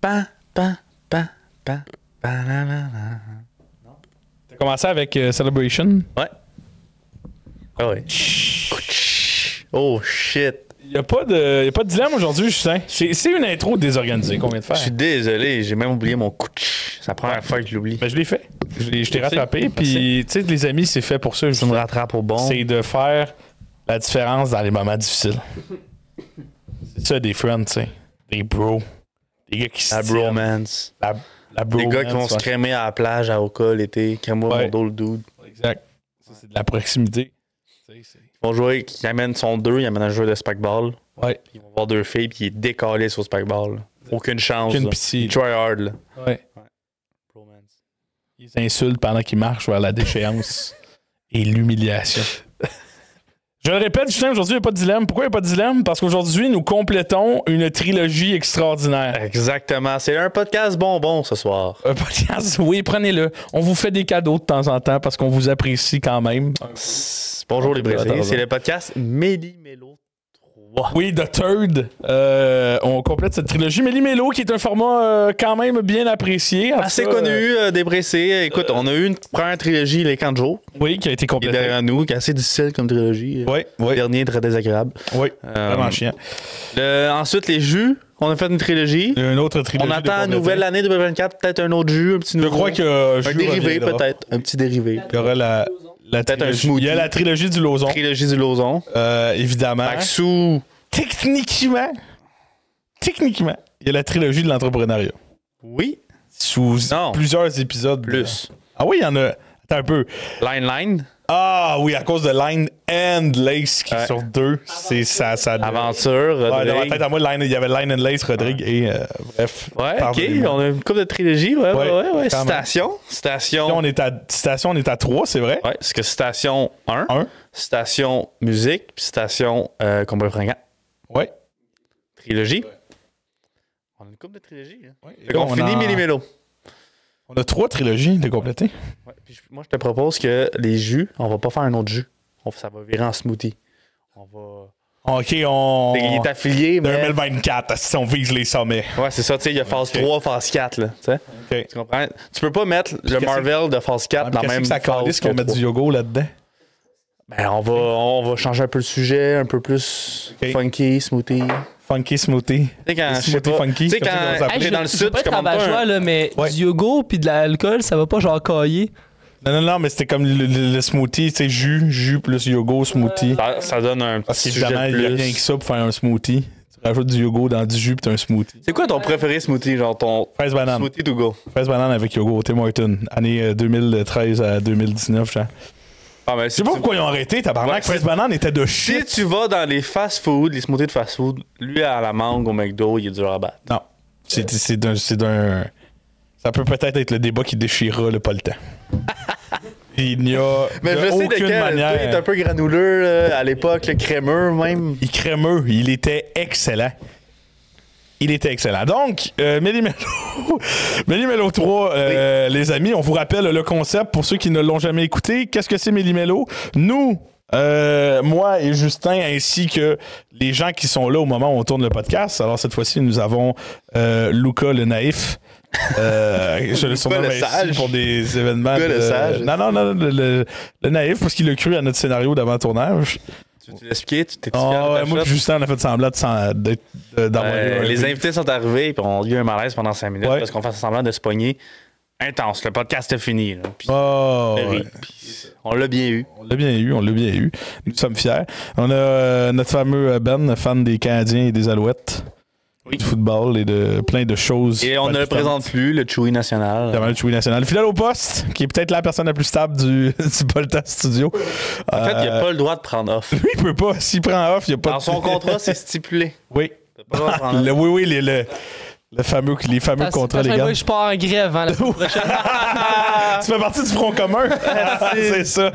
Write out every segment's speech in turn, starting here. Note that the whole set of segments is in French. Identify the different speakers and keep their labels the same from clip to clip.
Speaker 1: Pa, pa, pa, pa, pa, la, la, la.
Speaker 2: T'as commencé avec euh, Celebration.
Speaker 1: Ouais. Ah ouais. Oh shit.
Speaker 2: Il n'y a, pas de- y a pas de dilemme aujourd'hui, Justin. C'est c'est une intro désorganisée qu'on vient de faire.
Speaker 1: Je suis désolé, j'ai même oublié mon couch. C'est la première fois que je l'oublie.
Speaker 2: Ben, je l'ai fait. Je, l'ai- je t'ai
Speaker 1: Merci.
Speaker 2: rattrapé. Puis, tu sais, les amis, c'est fait pour ça.
Speaker 1: Tu me
Speaker 2: Justin.
Speaker 1: rattrapes au bon.
Speaker 2: C'est de faire la différence dans les moments difficiles. C'est ça, des friends, tu sais. Des bros. Des gars qui se
Speaker 1: La
Speaker 2: tiennent.
Speaker 1: bromance.
Speaker 2: La, la
Speaker 1: Des gars
Speaker 2: bromance,
Speaker 1: qui vont se
Speaker 2: ouais.
Speaker 1: crémer à la plage à Oka l'été. Crème-moi
Speaker 2: Ouais.
Speaker 1: mon dos le dude.
Speaker 2: Exact. Ça, c'est de la proximité. Tu sais, c'est-
Speaker 1: Ils vont jouer, qui amènent son 2, ils amènent un jeu de spikeball.
Speaker 2: Ouais.
Speaker 1: Ils vont voir deux filles, puis ils est décalé sur spikeball. là. Aucune chance.
Speaker 2: Aucune
Speaker 1: là.
Speaker 2: pitié,
Speaker 1: Il try hard, là.
Speaker 2: Ouais. Ils insultent pendant qu'ils marchent vers la déchéance et l'humiliation. Je le répète, Justin, aujourd'hui, il n'y a pas de dilemme. Pourquoi il n'y a pas de dilemme? Parce qu'aujourd'hui, nous complétons une trilogie extraordinaire.
Speaker 1: Exactement. C'est un podcast bonbon ce soir.
Speaker 2: Un Euh, podcast, oui, prenez-le. On vous fait des cadeaux de temps en temps parce qu'on vous apprécie quand même.
Speaker 1: Bonjour les
Speaker 2: Attends,
Speaker 1: Brésiliens.
Speaker 2: attends.
Speaker 1: C'est le podcast Méli Mélo 3.
Speaker 2: Oui, The Third. Euh, on complète cette trilogie. Méli Mélo, qui est un format euh, quand même bien apprécié. En tout
Speaker 1: Assez
Speaker 2: cas,
Speaker 1: connu,
Speaker 2: euh,
Speaker 1: euh, dépressé. Écoute, on a eu une première trilogie, Les Camps de Jour,
Speaker 2: oui, qui a été
Speaker 1: qui est
Speaker 2: complété.
Speaker 1: derrière nous, qui est assez difficile comme trilogie.
Speaker 2: Oui,
Speaker 1: Le
Speaker 2: oui,
Speaker 1: dernier, très désagréable.
Speaker 2: oui.
Speaker 1: Euh,
Speaker 2: Vraiment chiant.
Speaker 1: le- ensuite, les jus. On a fait une trilogie.
Speaker 2: Une autre trilogie.
Speaker 1: on
Speaker 2: de
Speaker 1: attend
Speaker 2: compléter.
Speaker 1: nouvelle année 2024, peut-être un autre jus, un petit
Speaker 2: Je
Speaker 1: nouveau.
Speaker 2: crois que. euh,
Speaker 1: Un
Speaker 2: Jules
Speaker 1: dérivé,
Speaker 2: reviendra.
Speaker 1: peut-être. Un petit dérivé.
Speaker 2: Il y aura la, la
Speaker 1: Peut-être un
Speaker 2: trilogie-
Speaker 1: smoothie.
Speaker 2: Il y a la trilogie du Lozon,
Speaker 1: Trilogie du Lozon.
Speaker 2: euh, évidemment.
Speaker 1: Maxou.
Speaker 2: Techniquement, techniquement, il y a la trilogie de l'entrepreneuriat.
Speaker 1: Oui.
Speaker 2: Sous
Speaker 1: Non.
Speaker 2: plusieurs épisodes.
Speaker 1: Plus.
Speaker 2: Ah oui, il y en a. Attends un peu.
Speaker 1: Line Line.
Speaker 2: Ah oui, à cause de Line and Lace qui
Speaker 1: Ouais.
Speaker 2: est sur deux, c'est ça. ça
Speaker 1: Aventure. euh,
Speaker 2: Ouais, dans ma
Speaker 1: Rodrigue.
Speaker 2: tête, à moi, Line- il y avait Line and Lace, Rodrigue et. euh, bref.
Speaker 1: Ouais, ok,
Speaker 2: pardonnez-moi.
Speaker 1: on a une couple de trilogie, ouais, ouais,
Speaker 2: Ouais,
Speaker 1: ouais. ouais.
Speaker 2: quand même.
Speaker 1: Station, station.
Speaker 2: Là, on est à station, on est à 3, c'est vrai.
Speaker 1: Ouais, parce que station 1,
Speaker 2: Un.
Speaker 1: station musique, puis station euh, combat fringant.
Speaker 2: Ouais.
Speaker 1: Trilogie. On a une couple de trilogie. Là. Fait
Speaker 2: Là,
Speaker 1: qu'on finit
Speaker 2: a-
Speaker 1: Millimélo.
Speaker 2: On a trois trilogies de compléter.
Speaker 1: Ouais, puis je- moi, je te propose que les jus, on va pas faire un autre jus. On- ça va virer en smoothie. On va.
Speaker 2: Ok, on.
Speaker 1: Il est affilié, mais.
Speaker 2: 2024, si on vise les sommets.
Speaker 1: Ouais, c'est ça, tu sais, il y a phase 3, phase 4, là. Tu sais.
Speaker 2: Ok.
Speaker 1: Tu comprends? Tu peux pas mettre le
Speaker 2: qu'est-ce
Speaker 1: Marvel de phase 4 dans la même
Speaker 2: ça
Speaker 1: phase
Speaker 2: calisse
Speaker 1: Ah, que
Speaker 2: qu'on mette
Speaker 1: trois.
Speaker 2: du yoga là-dedans.
Speaker 1: Ben, on va, on va changer un peu le sujet, un peu plus
Speaker 2: Ok.
Speaker 1: funky, smoothie.
Speaker 2: Funky
Speaker 1: Tu
Speaker 2: smoothie.
Speaker 1: sais, quand,
Speaker 2: Le
Speaker 1: je sais
Speaker 2: smoothie
Speaker 1: pas,
Speaker 2: funky,
Speaker 1: tu sais,
Speaker 2: comme ça qu'on
Speaker 1: quand
Speaker 2: s'appelle.
Speaker 1: t'es dans le
Speaker 3: je- je veux
Speaker 1: sud,
Speaker 3: pas
Speaker 1: tu
Speaker 3: être
Speaker 1: commandes pas
Speaker 3: rabat-joie,
Speaker 1: un-
Speaker 3: là, mais
Speaker 2: Ouais.
Speaker 3: du yogourt puis de l'alcool, ça va pas genre cailler.
Speaker 2: Non, non, non, mais c'était comme le, le- le smoothie, tu sais, jus, jus plus yoga, smoothie.
Speaker 1: Ça, Ben, ça donne un petit
Speaker 2: Parce
Speaker 1: Euh, sujet
Speaker 2: qu'évidemment,
Speaker 1: de
Speaker 2: il n'y a
Speaker 1: plus.
Speaker 2: rien que ça pour faire un smoothie. Tu rajoutes du yoga dans du jus, puis t'as un smoothie.
Speaker 1: C'est quoi ton préféré smoothie, genre ton
Speaker 2: Fraise banane.
Speaker 1: smoothie to go?
Speaker 2: Fraise banane avec yoga, Tim Horton. Année euh, 2013 à 2019, genre.
Speaker 1: Ah, mais
Speaker 2: Je
Speaker 1: si,
Speaker 2: sais pas
Speaker 1: tu,
Speaker 2: pourquoi ils ont arrêté, tabarnak.
Speaker 1: Ouais,
Speaker 2: Fraise
Speaker 1: c'est-
Speaker 2: banane était de
Speaker 1: si
Speaker 2: shit.
Speaker 1: tu vas dans les fast-food, les smoothies de fast-food, lui à la mangue au McDo, il est dur à battre.
Speaker 2: Non. C'est c'est d'un. c'est d'un- Ça peut peut-être être le débat qui déchirera le pas le temps. Il n'y a
Speaker 1: Mais
Speaker 2: de
Speaker 1: je sais de
Speaker 2: aucune
Speaker 1: quel.
Speaker 2: manière.
Speaker 1: Il est un peu granuleux là, à l'époque, le crémeux même.
Speaker 2: Il crémeux. Il était excellent. Il était excellent. Donc, euh, Méli-Mélo Méli-Mélo 3, euh, les amis, on vous rappelle le concept pour ceux qui ne l'ont jamais écouté. Qu'est-ce que c'est Méli-Mélo? Nous, euh, moi et Justin, ainsi que les gens qui sont là au moment où on tourne le podcast. Alors, cette fois-ci, nous avons euh, Luca le naïf. Euh, je le surnomme
Speaker 1: le
Speaker 2: ainsi
Speaker 1: sage.
Speaker 2: pour des événements.
Speaker 1: Luca le
Speaker 2: de-
Speaker 1: sage.
Speaker 2: Non, non, non, le, le- le naïf, parce qu'il a cru à notre scénario d'avant-tournage.
Speaker 1: Tu, tu l'expliquais, tu t'es
Speaker 2: Ah
Speaker 1: fier de
Speaker 2: ouais,
Speaker 1: ta
Speaker 2: moi
Speaker 1: shot?
Speaker 2: pis Justin on a fait semblant de s'en- d'être- de- d'avoir
Speaker 1: Euh,
Speaker 2: eu un-
Speaker 1: les invités sont arrivés, puis on a eu un malaise pendant 5 minutes
Speaker 2: Ouais.
Speaker 1: parce qu'on fait semblant de se pogner. Intense, le podcast est fini. là, puis-
Speaker 2: Ah, ouais.
Speaker 1: Puis on l'a bien eu.
Speaker 2: On l'a bien eu, on l'a bien eu. Nous sommes fiers. On a euh, notre fameux euh, Ben, fan des Canadiens et des Alouettes,
Speaker 1: Oui.
Speaker 2: du football et de plein de choses.
Speaker 1: Et on ne le présente plus, le Chewy National.
Speaker 2: Évidemment, le Chewy National. Fidèle au poste, qui est peut-être la personne la plus stable du, du Polta Studio.
Speaker 1: En fait, il
Speaker 2: Euh,
Speaker 1: n'a pas le droit de prendre off.
Speaker 2: Lui, il peut pas. S'il prend off, il n'y a pas
Speaker 1: Dans
Speaker 2: de-
Speaker 1: son contrat, c'est stipulé.
Speaker 2: Oui.
Speaker 1: Il a pas le droit de prendre off.
Speaker 2: Le- oui, oui, les, le- le fameux, les fameux
Speaker 3: Parce-
Speaker 2: contrats,
Speaker 3: parce que
Speaker 2: les gars.
Speaker 3: moi, je pars en grève hein, la semaine prochaine.
Speaker 2: tu fais partie du Front commun. c'est ça.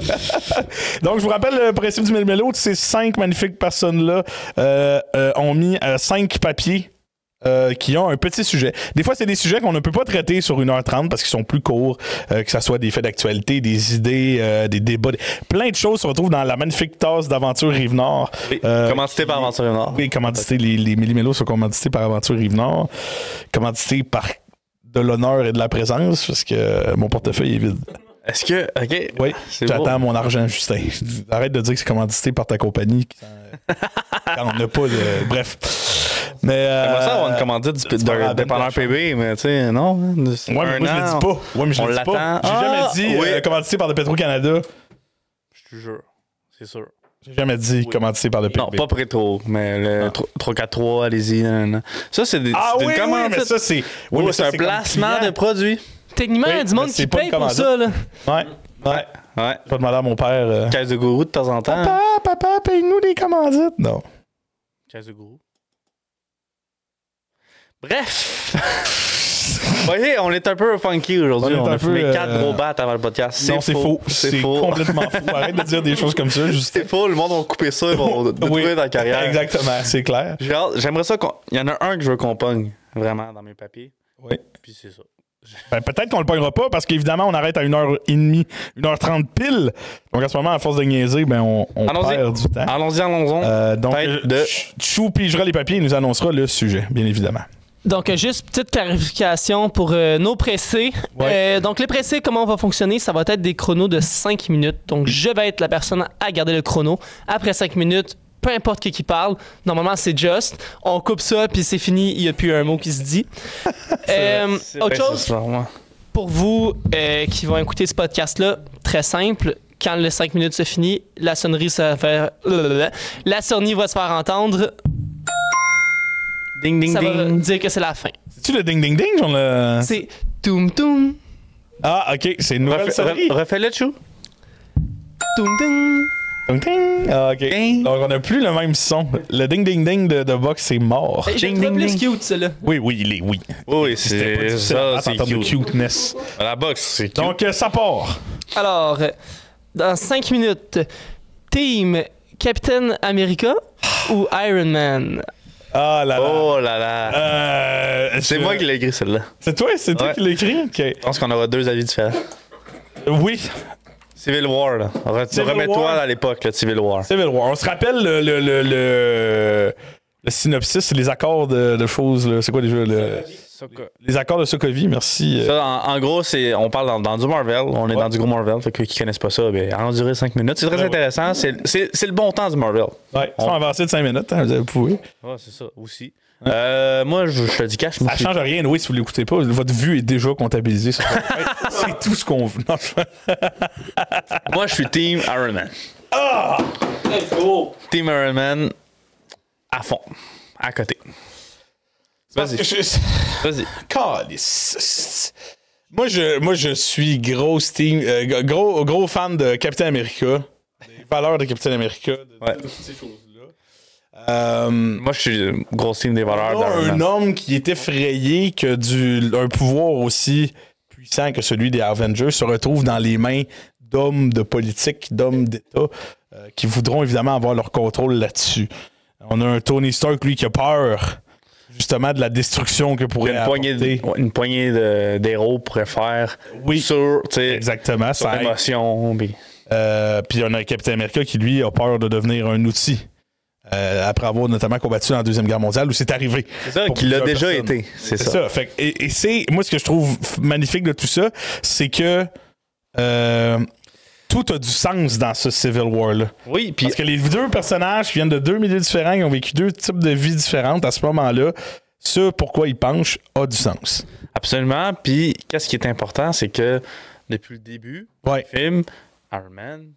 Speaker 2: Donc, je vous rappelle le principe du Melmelo. Ces euh, cinq magnifiques personnes-là euh, euh, ont mis euh, cinq papiers euh, qui ont un petit sujet. Des fois, c'est des sujets qu'on ne peut pas traiter sur 1h30 parce qu'ils sont plus courts, euh, que ce soit des faits d'actualité, des idées, euh, des débats, des- plein de choses se retrouvent dans la magnifique tasse d'aventure Rive-Nord. Euh,
Speaker 1: Commandité par Aventure Nord.
Speaker 2: Oui, commandité, les, les millimélos sont commandités par Aventure Rive-Nord, commandités par de l'honneur et de la présence parce que euh, mon portefeuille est vide.
Speaker 1: Est-ce que. OK.
Speaker 2: Oui,
Speaker 1: c'est beau.
Speaker 2: j'attends mon argent, Justin. Arrête de dire que c'est commandité par ta compagnie quand, quand on n'a pas de. Bref. Mais.
Speaker 1: J'aimerais ça avoir
Speaker 2: euh,
Speaker 1: une commandite du-
Speaker 2: tu prends la
Speaker 1: d'un dépanneur
Speaker 2: bonne
Speaker 1: PB, mais tu sais, non. hein, c'est
Speaker 2: Ouais, mais
Speaker 1: un
Speaker 2: moi, je le
Speaker 1: an,
Speaker 2: dis pas. Ouais, mais je
Speaker 1: on
Speaker 2: le dis pas.
Speaker 1: l'attend.
Speaker 2: J'ai
Speaker 1: Ah,
Speaker 2: jamais dit
Speaker 1: oui.
Speaker 2: euh, commandité par le Petro-Canada.
Speaker 1: Je te jure. C'est sûr.
Speaker 2: J'ai jamais dit commandité par le PB.
Speaker 1: Non, pas Préto, mais le 3-4-3, allez-y. nan, nan. Ça, c'est des.
Speaker 2: Ah
Speaker 1: c'est
Speaker 2: oui,
Speaker 1: une
Speaker 2: oui,
Speaker 1: commandite.
Speaker 2: mais ça, c'est. Oui,
Speaker 1: Oh,
Speaker 2: mais
Speaker 1: c'est
Speaker 2: ça,
Speaker 1: un
Speaker 2: comme
Speaker 1: placement de
Speaker 2: client.
Speaker 1: produit.
Speaker 3: Techniquement, il y
Speaker 2: Oui,
Speaker 3: a du monde
Speaker 2: mais
Speaker 3: qui
Speaker 2: c'est pas
Speaker 3: paye
Speaker 2: une
Speaker 3: pour
Speaker 2: commande.
Speaker 3: ça, là.
Speaker 2: Ouais, ouais.
Speaker 1: Ouais.
Speaker 2: Pas demander à mon père. euh,
Speaker 1: Caisse de gourou de temps en temps.
Speaker 2: Papa, papa, paye-nous des commandites. Non.
Speaker 1: Caisse de gourou. Bref! Vous voyez, on est un peu funky aujourd'hui.
Speaker 2: On
Speaker 1: On,
Speaker 2: est un
Speaker 1: a
Speaker 2: peu,
Speaker 1: fumé
Speaker 2: euh,
Speaker 1: quatre gros battes avant le podcast.
Speaker 2: Non, c'est faux. C'est complètement faux. Arrête de dire des choses comme ça, Justin.
Speaker 1: C'est faux, le monde a coupé ça, ils vont détruire
Speaker 2: Oui,
Speaker 1: ta carrière.
Speaker 2: Exactement, c'est clair.
Speaker 1: J'ai hâte- J'aimerais ça qu'on. Il y en a un que je veux qu'on pogne, vraiment, dans mes papiers.
Speaker 2: Oui.
Speaker 1: Puis c'est ça.
Speaker 2: Ben, peut-être qu'on le pognera pas parce qu'évidemment, on arrête à 1h30, 1h30 pile. Donc en ce moment, à force de niaiser, ben, on, on
Speaker 1: Allons-y.
Speaker 2: perd du temps.
Speaker 1: Allons-y, allons-y.
Speaker 2: Euh, donc,
Speaker 1: Tête de-
Speaker 2: Ch- Chou pigera les papiers et nous annoncera le sujet, bien évidemment.
Speaker 3: Donc, euh, juste petite clarification pour euh, nos pressés.
Speaker 2: Ouais.
Speaker 3: Euh, donc, les pressés, comment on va fonctionner? Ça va être des chronos de 5 minutes. Donc, je vais être la personne à garder le chrono. Après 5 minutes, peu importe qui qui parle, normalement, c'est Just. On coupe ça, puis c'est fini. Il n'y a plus un mot qui se dit. Euh,
Speaker 1: C'est
Speaker 3: autre
Speaker 1: vrai,
Speaker 3: chose,
Speaker 1: c'est ça, ouais.
Speaker 3: pour vous euh, qui vont écouter ce podcast-là, très simple. Quand les 5 minutes se finit, la sonnerie se va faire... La sonnerie va se faire entendre.
Speaker 1: Ding, ding,
Speaker 3: ça va
Speaker 1: ding. Ah.
Speaker 3: dire que c'est la fin.
Speaker 2: C'est-tu le ding-ding-ding? genre le-
Speaker 3: C'est... Toum, toum.
Speaker 2: Ah, OK, c'est une nouvelle
Speaker 1: Refais-
Speaker 2: sonnerie.
Speaker 1: re- Refais-le, Chou.
Speaker 3: Toum, toum.
Speaker 2: Ding-ding. Ah, OK.
Speaker 1: Ding.
Speaker 2: Donc, on n'a plus le même son. Le ding-ding-ding de, de Vox, c'est mort.
Speaker 3: J'ai
Speaker 1: Ding, ding,
Speaker 3: plus
Speaker 1: ding.
Speaker 3: cute, celle-là.
Speaker 2: Oui, oui, il est, oui.
Speaker 1: Oui,
Speaker 2: C'était pas
Speaker 1: c'est
Speaker 2: difficile à
Speaker 1: ça,
Speaker 2: battre en
Speaker 1: c'est
Speaker 2: termes de
Speaker 1: cute.
Speaker 2: cuteness.
Speaker 1: La boxe, c'est cute.
Speaker 2: Donc, euh, ça part.
Speaker 3: Alors, euh, dans 5 minutes, Team Captain America ou Iron Man?
Speaker 2: Ah là là.
Speaker 1: Oh là là.
Speaker 2: Euh,
Speaker 1: C'est
Speaker 2: je-
Speaker 1: moi qui l'ai écrit, celle-là.
Speaker 2: C'est toi, c'est toi
Speaker 1: Ouais.
Speaker 2: qui l'écris? OK.
Speaker 1: Je pense qu'on aura deux avis différents.
Speaker 2: Oui,
Speaker 1: Civil War, là. Re-
Speaker 2: Civil
Speaker 1: Remets-toi
Speaker 2: War.
Speaker 1: à l'époque, là, Civil War.
Speaker 2: Civil War. On se rappelle le, le, le, le- le synopsis, c'est les accords de, de choses. là. C'est quoi déjà? Le,
Speaker 1: Ça,
Speaker 2: les accords de Sokovie, merci. euh.
Speaker 1: en, en gros, c'est, on parle dans, dans du Marvel. On est
Speaker 2: Ouais.
Speaker 1: dans du gros Marvel. Fait que qui connaissent pas ça, ben, en durer 5 minutes. C'est très
Speaker 2: Ouais, ouais.
Speaker 1: intéressant. C'est, c'est, c'est le bon temps du Marvel.
Speaker 2: Ouais, ils sont avancés de 5 minutes, hein, vous pouvez.
Speaker 1: Ouais, c'est ça, aussi. Euh, moi, je, je te dis cash. moi,
Speaker 2: Ça
Speaker 1: je-
Speaker 2: change rien, oui, si vous l'écoutez pas, votre vue est déjà comptabilisée. sur votre tête. c'est tout ce qu'on veut. Non, je-
Speaker 1: Moi, je suis Team Iron Man. Team Iron Man à fond, à côté. Vas-y,
Speaker 2: Je-
Speaker 1: vas-y.
Speaker 2: Calice. Moi je, moi, je suis gros, steam, euh, g- gros, gros fan de Captain America, des valeurs de Captain America, de
Speaker 1: Ouais.
Speaker 2: toutes ces choses-là. Euh,
Speaker 1: Moi, je suis gros team des valeurs.
Speaker 2: Pas
Speaker 1: d'Iron
Speaker 2: un
Speaker 1: Man.
Speaker 2: homme qui est effrayé que du, un pouvoir aussi puissant que celui des Avengers se retrouve dans les mains d'hommes de politique, d'hommes d'État, euh, qui voudront évidemment avoir leur contrôle là-dessus. On a un Tony Stark, lui, qui a peur justement de la destruction que pourrait
Speaker 1: une poignée,
Speaker 2: apporter.
Speaker 1: de- ouais, une poignée de- d'héros pourrait faire
Speaker 2: Oui.
Speaker 1: sur, tu sais,
Speaker 2: Exactement.
Speaker 1: sur
Speaker 2: Ça aide.
Speaker 1: l'émotion. puis-
Speaker 2: Euh, puis on a Captain America qui, lui, a peur de devenir un outil. euh, après avoir notamment combattu dans la Deuxième Guerre mondiale, où c'est arrivé.
Speaker 1: C'est ça,
Speaker 2: Pour
Speaker 1: qu'il l'a
Speaker 2: plusieurs
Speaker 1: déjà
Speaker 2: personnes.
Speaker 1: été. C'est
Speaker 2: C'est
Speaker 1: ça.
Speaker 2: ça. Fait que- et et c'est moi ce que je trouve f- magnifique de tout ça, c'est que euh, tout a du sens dans ce Civil War là.
Speaker 1: Oui, puis
Speaker 2: Parce que les deux personnages qui viennent de deux milieux différents, qui ont vécu deux types de vies différentes à ce moment-là, ce pourquoi ils penchent a du sens.
Speaker 1: absolument. Puis qu'est-ce qui est important, c'est que depuis le début
Speaker 2: Ouais.
Speaker 1: du film, Iron Man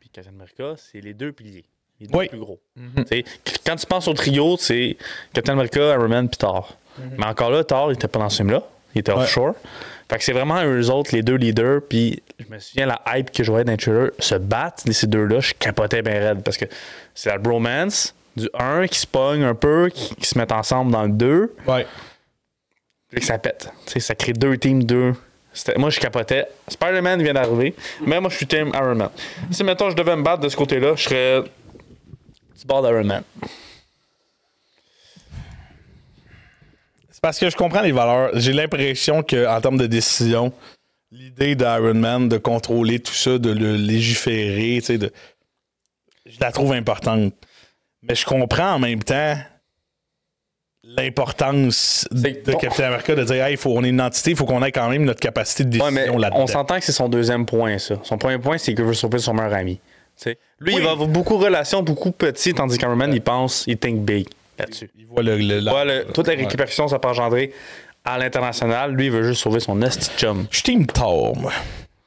Speaker 1: puis Captain America, c'est les deux piliers. Les deux
Speaker 2: Oui. Mm-hmm.
Speaker 1: plus gros. Tu sais, qu- Quand tu penses au trio, c'est Captain America, Iron Man puis Thor. Mais encore là, Thor, il était pas dans ce film-là. Il était
Speaker 2: Mm-hmm. Ouais.
Speaker 1: offshore. Fait que c'est vraiment eux autres, les deux leaders. Puis je me souviens, la hype que je voyais dans le trailer, se battre, les- ces deux-là, je capotais bien raide. Parce que c'est la bromance du 1 qui se pogne un peu, qui, qui se mettent ensemble dans le 2.
Speaker 2: Ouais.
Speaker 1: Fait que ça pète. Tu sais, ça crée deux teams, deux. C'était- Moi, je capotais. Spider-Man vient d'arriver, mais moi, je suis team Iron Man. Si, mettons, je devais me battre de ce côté-là, je serais du bord d'Iron Man.
Speaker 2: C'est parce que je comprends les valeurs. J'ai l'impression qu'en termes de décision, l'idée d'Iron Man de contrôler tout ça, de le légiférer, tu sais, de- je la trouve importante. Mais je comprends en même temps l'importance de
Speaker 1: C'est que bon.
Speaker 2: Captain America de dire hey, faut, on est une entité, il faut qu'on ait quand même notre capacité de
Speaker 1: Ouais, mais
Speaker 2: décision là-dedans.
Speaker 1: on s'entend que c'est son deuxième point, ça. Son premier point, c'est qu'il veut surprendre son meilleur ami. Tu sais, Lui,
Speaker 2: Oui.
Speaker 1: il va avoir beaucoup de relations, beaucoup petit, tandis qu'Iron Man, il pense, il think big là-dessus.
Speaker 2: Il voit le- le- la-
Speaker 1: Ouais, le- toute la
Speaker 2: Ouais.
Speaker 1: récupération, ça peut engendrer à l'international. Lui, il veut juste sauver son esti de chum.
Speaker 2: Je suis Team Thor, moi.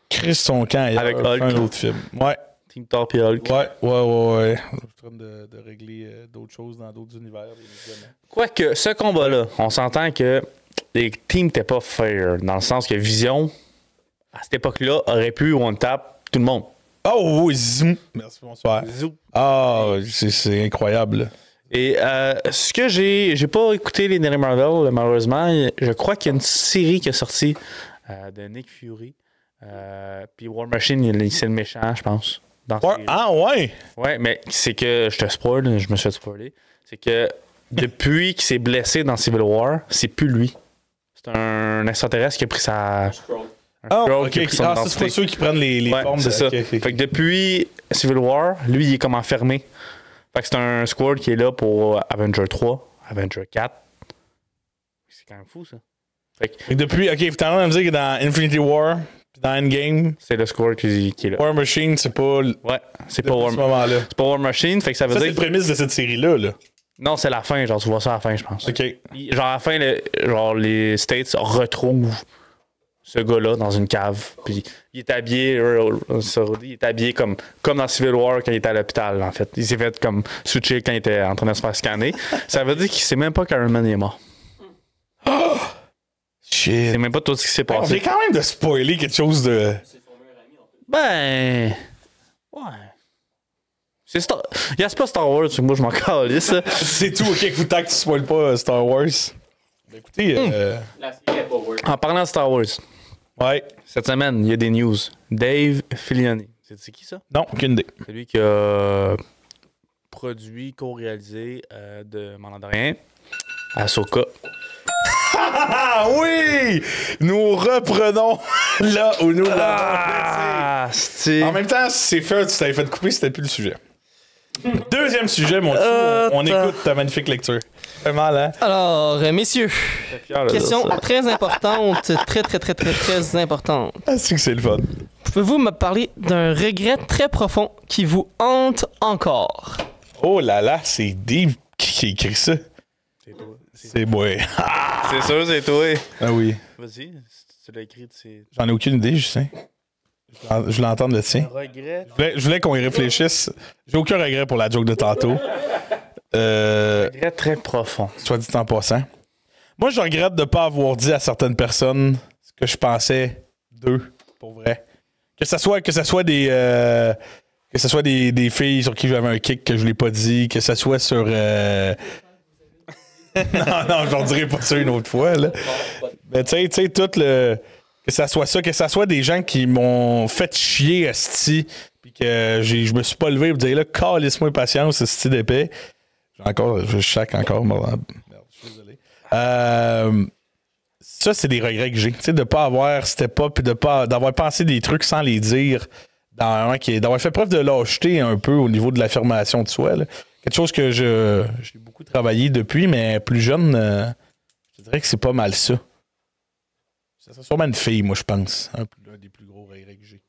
Speaker 2: Chris son camp ailleurs,
Speaker 1: Avec
Speaker 2: fait
Speaker 1: Hulk.
Speaker 2: un autre film. Ouais,
Speaker 1: Team Thor puis Hulk.
Speaker 2: ouais, ouais, ouais. ouais. Je suis en train de, de régler euh, d'autres choses dans d'autres univers. bien évidemment.
Speaker 1: Quoique, ce combat-là, on s'entend que les teams n'étaient pas fair, dans le sens que Vision, à cette époque-là, aurait pu one tap tout le monde.
Speaker 2: Oh, oui, zoom. Merci, bonsoir.
Speaker 1: Zou.
Speaker 2: Ah, c'est- c'est incroyable.
Speaker 1: Et euh, ce que j'ai. J'ai pas écouté les derniers Marvel, malheureusement. Je crois qu'il y a une série qui est sortie euh, de Nick Fury. Euh, Puis War Machine, il est- c'est le méchant, je pense. Dans la
Speaker 2: Ouais,
Speaker 1: série.
Speaker 2: Ah, ouais.
Speaker 1: Ouais, mais c'est que je te spoil, je me suis fait spoiler. C'est que depuis qu'il s'est blessé dans Civil War, c'est plus lui. C'est un extraterrestre qui a pris sa. Un scroll.
Speaker 2: Ah, ok,
Speaker 1: qui a
Speaker 2: ok.
Speaker 1: pris son
Speaker 2: Ah, ça, c'est
Speaker 1: identité.
Speaker 2: pas ceux qui prennent les, les
Speaker 1: Ouais,
Speaker 2: formes
Speaker 1: c'est
Speaker 2: de
Speaker 1: ça.
Speaker 2: ok, ok.
Speaker 1: Fait que depuis Civil War, lui, il est comme enfermé. Fait que c'est un squad qui est là pour Avenger 3, Avenger 4. C'est quand même fou, ça. Fait que
Speaker 2: Fait que depuis, ok, vous t'en me dire que dans Infinity War, puis dans Endgame,
Speaker 1: c'est le squad qui, qui est là.
Speaker 2: War Machine, c'est pas le-
Speaker 1: Ouais, c'est pas,
Speaker 2: depuis
Speaker 1: War-
Speaker 2: ce moment-là.
Speaker 1: c'est pas War Machine. Fait que ça veut
Speaker 2: Ça, c'est
Speaker 1: dire.
Speaker 2: le prémisse de cette série-là. Là.
Speaker 1: Non, c'est la fin, genre, tu vois ça à la fin, je pense.
Speaker 2: Ok.
Speaker 1: Il- Genre, à la fin, le- genre, les States retrouvent ce gars-là dans une cave. Puis il est habillé, euh, euh, sur- il est habillé comme, comme dans Civil War quand il était à l'hôpital, en fait. Il s'est fait comme switcher quand il était en train de se faire scanner. Ça veut dire qu'il sait même pas qu'Iron Man est mort. Il
Speaker 2: Shit.
Speaker 1: sait même pas tout ce qui s'est
Speaker 2: On vient
Speaker 1: passé.
Speaker 2: quand même de spoiler quelque chose de.
Speaker 1: Ben. Ouais. C'est Star. Il y a c'est pas Star Wars, moi je m'en calisse. là.
Speaker 2: C'est tout, ok, vous tant que tu spoil pas euh, Star Wars. Ben, écoutez,
Speaker 1: Hmm.
Speaker 2: euh,
Speaker 1: En parlant de Star Wars,
Speaker 2: ouais.
Speaker 1: cette semaine, il y a des news. Dave Filiani. C'est c'est qui ça?
Speaker 2: Non, aucune idée.
Speaker 1: C'est lui qui a produit, co-réalisé euh, de Mandalorian, Ahsoka.
Speaker 2: Ah oui! Nous reprenons là où nous l'avons
Speaker 1: Ah, c'est.
Speaker 2: laissé. En même temps, c'est fait, tu t'avais fait couper, c'était plus le sujet. Deuxième sujet, mon chou,
Speaker 1: Euh,
Speaker 2: on
Speaker 1: t'as-
Speaker 2: écoute ta magnifique lecture. Pas mal, hein?
Speaker 3: Alors, euh, messieurs,
Speaker 1: fier de
Speaker 3: question
Speaker 1: ça.
Speaker 3: très importante, très, très, très, très, très importante.
Speaker 2: Ah, c'est que c'est le fun.
Speaker 3: Pouvez-vous me parler d'un regret très profond qui vous hante encore?
Speaker 2: Oh là là, c'est Dave qui a écrit ça.
Speaker 1: C'est toi.
Speaker 2: C'est moi.
Speaker 1: C'est sûr, c'est toi.
Speaker 2: Ah oui.
Speaker 1: Vas-y, si tu l'as écrit, c'est.
Speaker 2: J'en ai aucune idée, Justin. Je l'en- Je l'entends le tien.
Speaker 1: Regret.
Speaker 2: Je voulais, je voulais qu'on y réfléchisse. J'ai aucun regret pour la joke de tantôt. Euh,
Speaker 1: Regret très profond.
Speaker 2: soit dit en passant. Moi, je regrette de ne pas avoir dit à certaines personnes ce que je pensais d'eux, pour vrai. Que ce soit, que ça soit des. euh, que ce soit des, des filles sur qui j'avais un kick que je ne l'ai pas dit, que ce soit sur. euh, non, non, je ne dirai pas ça une autre fois. Là. Mais tu sais, tu sais, tout le. Que ça soit ça, que ça soit des gens qui m'ont fait chier à Sti, puis que j'ai- je me suis pas levé pour dire là, calisse-moi patience, Sti d'épais. J'ai encore, je chaque encore. Merde, je suis désolé. Euh, ça, c'est des regrets que j'ai. Tu sais, de pas avoir step up et de pas, d'avoir pensé des trucs sans les dire. dans un qui est- D'avoir fait preuve de lâcheté un peu au niveau de l'affirmation de soi. là. Quelque chose que je, j'ai beaucoup travaillé depuis, mais plus jeune, euh, je dirais que c'est pas mal ça. Ça serait sûrement une fille, moi, je pense. Un, un des plus gros regrets que j'ai.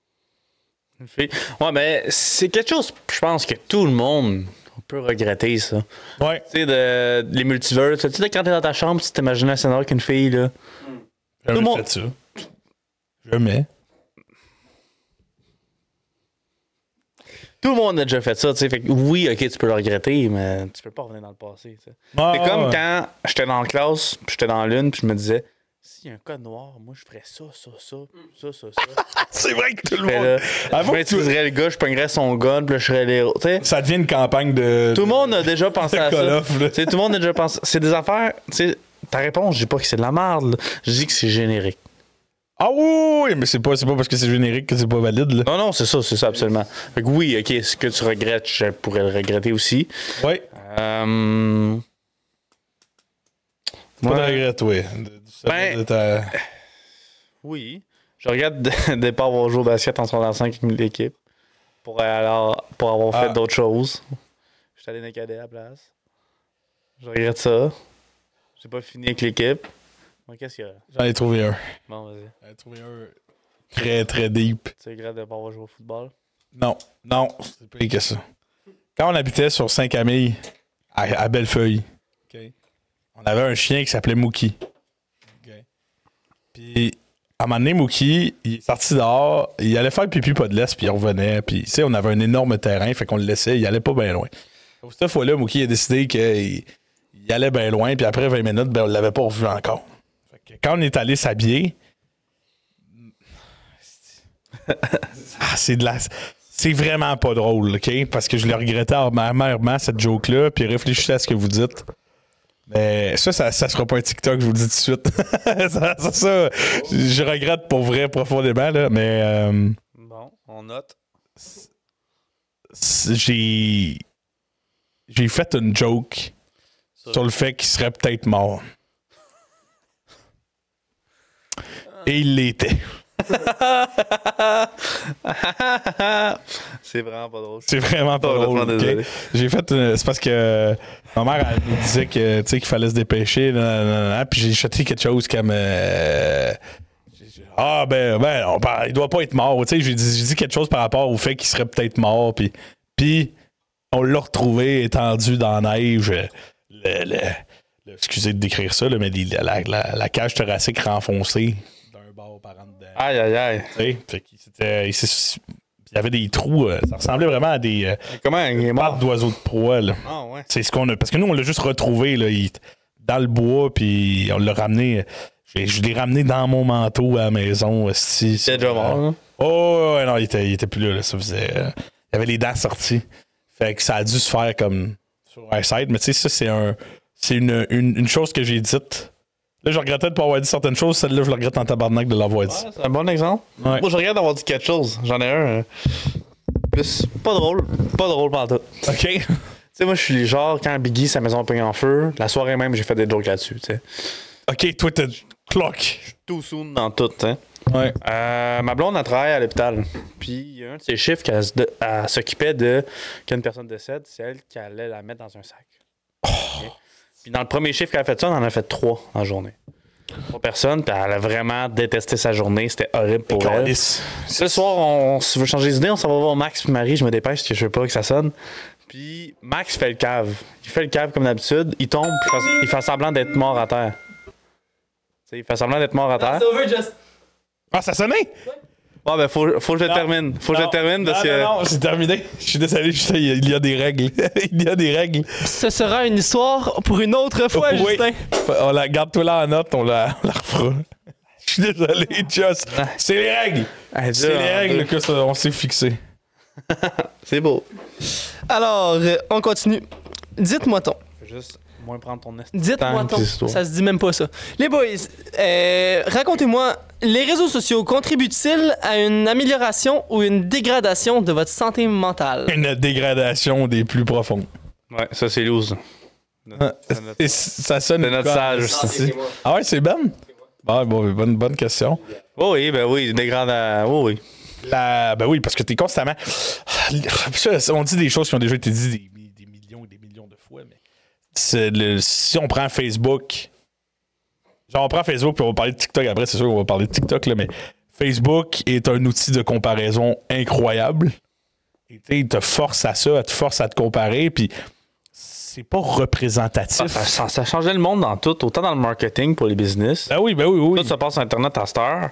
Speaker 1: Une fille. Ouais, mais c'est quelque chose, je pense, que tout le monde peut regretter, ça.
Speaker 2: Ouais,
Speaker 1: Tu sais, de, les multivers, tu sais, quand t'es dans ta chambre, tu t'imagines un scénario qu'une fille, là. le
Speaker 2: jamais
Speaker 1: monde-
Speaker 2: fait ça. Jamais.
Speaker 1: Tout le monde a déjà fait ça, tu sais. Fait que oui, ok, tu peux le regretter, mais tu peux pas revenir dans le passé, tu sais. C'est
Speaker 2: Ah
Speaker 1: comme quand j'étais dans la classe, puis j'étais dans l'une, puis je me disais, s'il y a un code noir, moi je ferais ça, ça, ça, ça, ça, ça.
Speaker 2: C'est vrai que tout le
Speaker 1: Puis
Speaker 2: monde.
Speaker 1: là, je
Speaker 2: Avoue que tu-
Speaker 1: m'utiliserais le gars, je pognerais son gun, puis là, je serais les. Tu sais,
Speaker 2: Ça devient une campagne de.
Speaker 1: tout le monde a déjà pensé à
Speaker 2: Call
Speaker 1: ça.
Speaker 2: of, là.
Speaker 1: Tu sais, tout le monde a déjà pensé. C'est des affaires, tu sais, ta réponse, je dis pas que c'est de la merde, là. je dis que c'est générique.
Speaker 2: Ah oui, oui, oui, mais c'est pas, c'est pas parce que c'est générique que c'est pas valide. Là.
Speaker 1: Non, non, c'est ça, c'est ça, absolument. Fait que oui, ok, ce que tu regrettes, je pourrais le regretter aussi.
Speaker 2: Ouais.
Speaker 1: Euh,
Speaker 2: Pas de
Speaker 1: Ouais.
Speaker 2: regret, oui.
Speaker 1: Ben- Oui. Je regarde de de pas avoir joué au basket en secondaire 5 avec l'équipe. Pour, alors, pour avoir
Speaker 2: Ah.
Speaker 1: fait d'autres choses. Je suis allé nakader à la place. Je regrette ça. J'ai pas fini avec l'équipe. Bon, qu'est-ce qu'il y a?
Speaker 2: J'en ai trouvé un.
Speaker 1: Bon, vas-y.
Speaker 2: J'en ai trouvé un très, très deep.
Speaker 1: Tu regrettes de pas avoir joué au football?
Speaker 2: Non, non, c'est pire que ça. Quand on habitait sur Saint-Camille, à, à Bellefeuille, on avait un chien qui s'appelait Mookie. Puis, à un moment donné, Mookie, il est sorti dehors, il allait faire pipi pas de l'Est, puis il revenait. Puis, tu sais, on avait un énorme terrain, fait qu'on le laissait, il allait pas bien loin. Donc, cette fois-là, Mookie a décidé qu'il il allait bien loin, puis après 20 minutes, ben, on l'avait pas revu encore. Fait que quand on est allé s'habiller, Ah, c'est de la. C'est vraiment pas drôle, OK? Parce que je le regrettais amèrement, cette joke-là, puis réfléchissez à ce que vous dites. Mais ça, ça, ça sera pas un TikTok, je vous le dis tout de suite. ça, ça, ça, je regrette pour vrai profondément, là, mais euh,
Speaker 1: Bon, on note.
Speaker 2: c'est- j'ai. J'ai fait une joke sur le fait qu'il serait peut-être mort. Et il l'était.
Speaker 1: C'est vraiment pas drôle.
Speaker 2: C'est vraiment pas
Speaker 1: Complètement
Speaker 2: drôle. ok?
Speaker 1: désolé.
Speaker 2: J'ai fait une- C'est parce que euh, ma mère elle nous disait que tu sais, qu'il fallait se dépêcher. nan, nan, nan, nan, puis j'ai jeté quelque chose comme. euh, j'ai- j'ai- ah ben, ben on parle- il doit pas être mort. Tu sais, J'ai dit, j'ai dit quelque chose par rapport au fait qu'il serait peut-être mort. Puis, puis on l'a retrouvé étendu dans la neige. euh, le- le- le- excusez de décrire ça, là, mais les- la, la- la cage thoracique renfoncée d'un bord par en dedans.
Speaker 1: Aïe, aïe, aïe.
Speaker 2: tu sais. Fait qu'il s'était- il s'est- il y avait des trous. euh, ça ressemblait vraiment à des. euh,
Speaker 1: Mais comment il est
Speaker 2: Marre
Speaker 1: mort?
Speaker 2: d'oiseau de proie, là.
Speaker 1: Ah, ouais.
Speaker 2: C'est ce qu'on a. Parce que nous, on l'a juste retrouvé, là, il- dans le bois, puis on l'a ramené. Je, je l'ai ramené dans mon manteau à la maison. Si,
Speaker 1: C'est déjà mort. hein?
Speaker 2: Oh, ouais, non, il était, il était plus là, là, Ça faisait. euh, il avait les dents sorties. Fait que ça a dû se faire comme sur un site. Mais tu sais, ça, c'est un. C'est une, une, une chose que j'ai dite. Là, je regrettais de ne pas avoir dit certaines choses. Celle-là, je le regrette en tabarnak de l'avoir dit.
Speaker 1: Ouais, Ah, c'est un bon exemple.
Speaker 2: Ouais.
Speaker 1: Moi, je regarde d'avoir dit quelque chose. J'en ai un. euh, Plus, pas drôle. Pas drôle pantoute. Tu
Speaker 2: OK.
Speaker 1: sais, moi, je suis le genre, quand Biggie, sa maison a pogné en feu, la soirée même, j'ai fait des jokes là-dessus. Tu sais,
Speaker 2: OK, toi, t'as. Clock.
Speaker 1: tout soon dans tout. hein. tu sais.
Speaker 2: Ouais.
Speaker 1: Euh, ma blonde, elle travaille à l'hôpital. Puis, il y a un de ses chiffres qu'elle se- de- elle s'occupait de qu'une personne décède, c'est elle qui allait la mettre dans un sac. Ok? Puis, dans le premier chiffre qu'elle a fait ça, on en a fait trois en journée. Trois personnes, puis elle a vraiment détesté sa journée. C'était horrible pour elle.
Speaker 2: Calisse.
Speaker 1: Ce soir, on, se veut changer d'idée, on s'en va voir Max puis Marie. Je me dépêche parce que je veux pas que ça sonne. Puis Max fait le cave. Il fait le cave comme d'habitude. Il tombe, puis il fait- il fait semblant d'être mort à terre. Tu sais, il fait semblant d'être mort à terre.
Speaker 3: C'est over, just.
Speaker 2: Ah, ça sonnait?
Speaker 1: Bon, ben, faut, faut que je le termine. Faut que je
Speaker 2: Non,
Speaker 1: le termine parce
Speaker 2: non,
Speaker 1: que.
Speaker 2: Non, non, c'est terminé. Je suis désolé, je sais, il y a des règles. il y a des règles.
Speaker 3: Ce sera une histoire pour une autre fois,
Speaker 2: Oui.
Speaker 3: Justin.
Speaker 2: On la garde-toi là en note, on la, on la refera. Je suis désolé, Just. C'est les règles.
Speaker 1: Hey, là,
Speaker 2: C'est les
Speaker 1: en
Speaker 2: règles
Speaker 1: deux.
Speaker 2: que ça- on s'est fixées.
Speaker 1: hein. C'est beau.
Speaker 3: Alors, euh, on continue. Dites-moi ton.
Speaker 1: Faut Juste moins prendre ton esti.
Speaker 3: Dites-moi
Speaker 1: Tant
Speaker 3: ton.
Speaker 1: que c'est toi.
Speaker 3: Ça se dit même pas ça. Les boys, euh, racontez-moi, les réseaux sociaux contribuent-ils à une amélioration ou une dégradation de votre santé mentale?
Speaker 2: Une dégradation des plus profondes.
Speaker 1: Ouais, ça, c'est loose.
Speaker 2: Ah,
Speaker 1: C'est notre-
Speaker 2: et ça sonne.
Speaker 1: c'est notre
Speaker 2: comme-
Speaker 1: sage, ça.
Speaker 2: Ah ouais, c'est Ben? Ah, bon, bonne, bonne question.
Speaker 1: Oh oui, ben oui, des grandes. euh, oh oui.
Speaker 2: La- Ben oui, parce que t'es constamment. Ça, On dit des choses qui ont déjà été dites des, mi- des millions et des millions de fois, mais. c'est le- Si on prend Facebook. Genre, on prend Facebook, puis on va parler de TikTok après, c'est sûr qu'on va parler de TikTok, là, mais Facebook est un outil de comparaison incroyable. Et tu sais, il te force à ça, il te force à te comparer, puis c'est pas
Speaker 1: Ah,
Speaker 2: représentatif.
Speaker 1: Ça, ça- ça changeait le monde dans tout, autant dans le marketing pour les business.
Speaker 2: Ah oui, ben oui, oui.
Speaker 1: Tout se passe sur Internet à cette heure.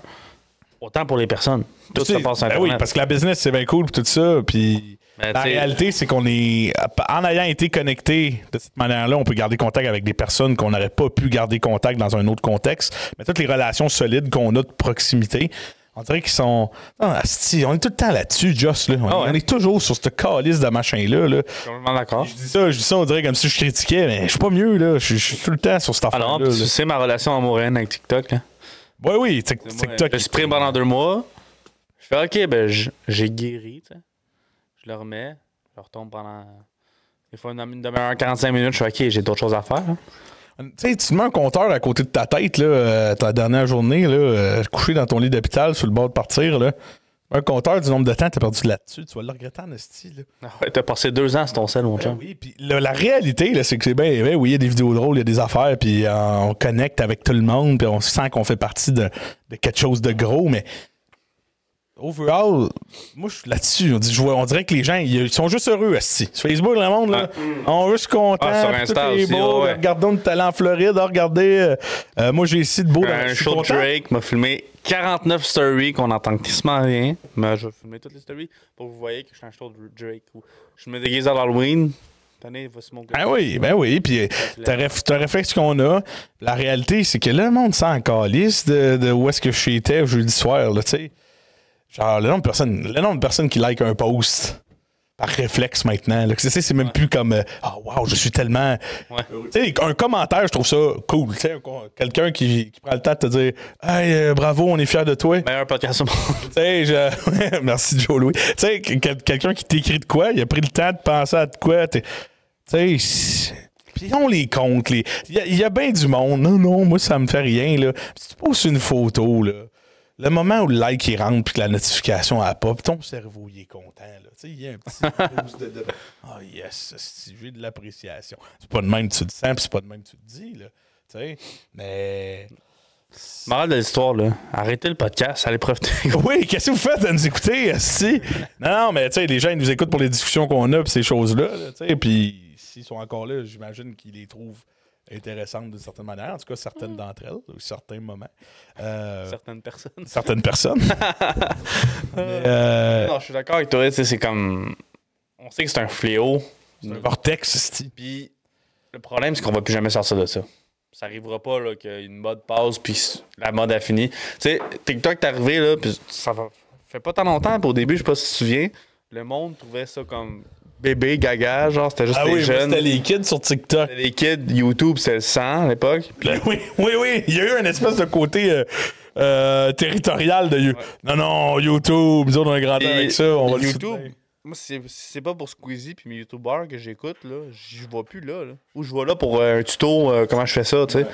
Speaker 1: Autant pour les personnes. Tout
Speaker 2: Tu
Speaker 1: se
Speaker 2: sais,
Speaker 1: passe sur
Speaker 2: ben
Speaker 1: Internet.
Speaker 2: oui, parce que la business, c'est bien cool, puis tout ça. Puis
Speaker 1: Ben,
Speaker 2: la
Speaker 1: tu sais-
Speaker 2: réalité, c'est qu'on est. En ayant été connecté de cette manière-là, on peut garder contact avec des personnes qu'on n'aurait pas pu garder contact dans un autre contexte. Mais toutes les relations solides qu'on a de proximité, on dirait qu'ils sont. Ah, asti, on est tout le temps là-dessus, Joss. Là.
Speaker 1: Ah
Speaker 2: On,
Speaker 1: ouais. Ah.
Speaker 2: on est toujours sur ce calice de machin-là. Là.
Speaker 1: Je suis complètement d'accord.
Speaker 2: Je dis ça, je dis ça, on dirait comme si je critiquais, mais je suis pas mieux. là. Je je suis tout le temps sur cette affaire-là.
Speaker 1: Alors,
Speaker 2: là.
Speaker 1: Ah tu sais ma relation amoureuse avec TikTok. Là.
Speaker 2: Ouais, oui, Tik-
Speaker 1: Moi,
Speaker 2: TikTok.
Speaker 1: Je
Speaker 2: il-
Speaker 1: supprime pendant deux mois. Je fais OK, ben j- j'ai guéri. tu sais. Je le remets. Je le retombe pendant. Des fois, une, une demi-heure, 45 minutes, je fais OK, j'ai d'autres choses à faire. hein.
Speaker 2: Tu sais, tu te mets un compteur à côté de ta tête, là, euh, ta dernière journée, là, euh, couché dans ton lit d'hôpital, sur le bord de partir, là. Un compteur du nombre de temps que t'as perdu là-dessus, tu vas le regretter en esti, là.
Speaker 1: Ah ouais, T'as passé deux ans sur ton sel, mon
Speaker 2: Ben
Speaker 1: chum.
Speaker 2: oui, puis la, la réalité, là, c'est que c'est bien, ben oui, il y a des vidéos drôles, il y a des affaires, puis euh, on connecte avec tout le monde, puis on sent qu'on fait partie de, de quelque chose de gros, mais overall, moi, je suis là-dessus. On, dit, je vois- on dirait que les gens, ils sont juste heureux, assis. Sur Facebook, le monde, là, on est juste content.
Speaker 1: Ah, sur
Speaker 2: puis
Speaker 1: Insta
Speaker 2: tout est
Speaker 1: aussi,
Speaker 2: beau,
Speaker 1: ouais, ouais.
Speaker 2: Regardons le talent en Floride, ah, regardez, euh, euh, moi, j'ai ici de beau. dans- je
Speaker 1: Un
Speaker 2: suis
Speaker 1: show de
Speaker 2: content.
Speaker 1: Drake m'a filmé 49 stories qu'on entend quasiment rien. Mais je vais filmer toutes les stories pour que vous voyez que je suis un show de Drake. ou Je me déguise à l'Halloween. Tenez, voici mon gars.
Speaker 2: Ben oui, ben oui. Puis euh, t'as ref- t'as un réflexe qu'on a. La réalité, c'est que là, le monde s'en calisse de, de où est-ce que j'étais jeudi soir, là, tu sais. Genre, le nombre, de personnes, le nombre de personnes qui like un post par réflexe maintenant, là, que c'est- c'est c'est même plus comme euh, Ah, wow, je suis tellement.
Speaker 1: Ouais.
Speaker 2: Tu sais, un commentaire, je trouve ça cool. Tu sais, un con- quelqu'un qui, qui prend le temps de te dire Hey, euh, bravo, on est fiers de toi.
Speaker 1: Meilleur podcast au monde.
Speaker 2: Tu sais, je- Merci, Joe Louis. Tu sais, quel- quelqu'un qui t'écrit de quoi, il a pris le temps de penser à de quoi. t'es- Tu sais, c'est- puis on les compte. les- Il y a- il y a, bien du monde. Non, non, moi, ça me fait rien. Là. Si tu poses une photo, là, le moment où le like il rentre puis que la notification elle pop, ton cerveau, il est content. là. Tu sais, il y a un petit boost de. de- Ah, yes, esti, j'ai de l'appréciation. C'est pas de même que tu le sens, puis c'est pas de même que tu le dis. Là. Tu sais, mais.
Speaker 1: Morale de l'histoire, là. Arrêtez le podcast, allez profiter.
Speaker 2: Oui, qu'est-ce que vous faites à nous écouter, si Non, non, mais tu sais, les gens, ils nous écoutent pour les discussions qu'on a, puis ces choses-là, là, tu sais, puis s'ils sont encore là, j'imagine qu'ils les trouvent intéressantes d'une certaine manière, en tout cas, certaines d'entre elles, ou certains moments, Euh,
Speaker 1: Mm. Certaines personnes.
Speaker 2: certaines personnes. Mais, euh,
Speaker 1: Non, je suis d'accord avec toi. tu sais, C'est comme. On sait que c'est un fléau.
Speaker 2: c'est un vortex, esti.
Speaker 1: Puis le problème, c'est qu'on va plus jamais sortir de ça. Ça arrivera pas là, qu'une mode passe puis s- la mode a fini. Tu sais, TikTok est arrivé, là, puis ça va- fait pas tant longtemps. Puis au début, je sais pas si tu te souviens, le monde trouvait ça comme bébé, gaga, genre c'était juste
Speaker 2: Ah
Speaker 1: les
Speaker 2: oui, moi,
Speaker 1: jeunes.
Speaker 2: c'était les kids sur TikTok.
Speaker 1: C'était les kids, YouTube, c'était le sang à l'époque. Puis
Speaker 2: Oui, oui, oui, il y a eu une espèce de côté euh, euh, territorial de Non, non, YouTube, nous autres, on a grandi avec ça, on va le
Speaker 1: YouTube.
Speaker 2: soutenir.
Speaker 1: Moi, c'est- si c'est pas pour Squeezie puis mes YouTubers que j'écoute, là, je vois plus là, là. Ou je vois là pour euh, un tuto, euh, comment je fais ça, tu sais.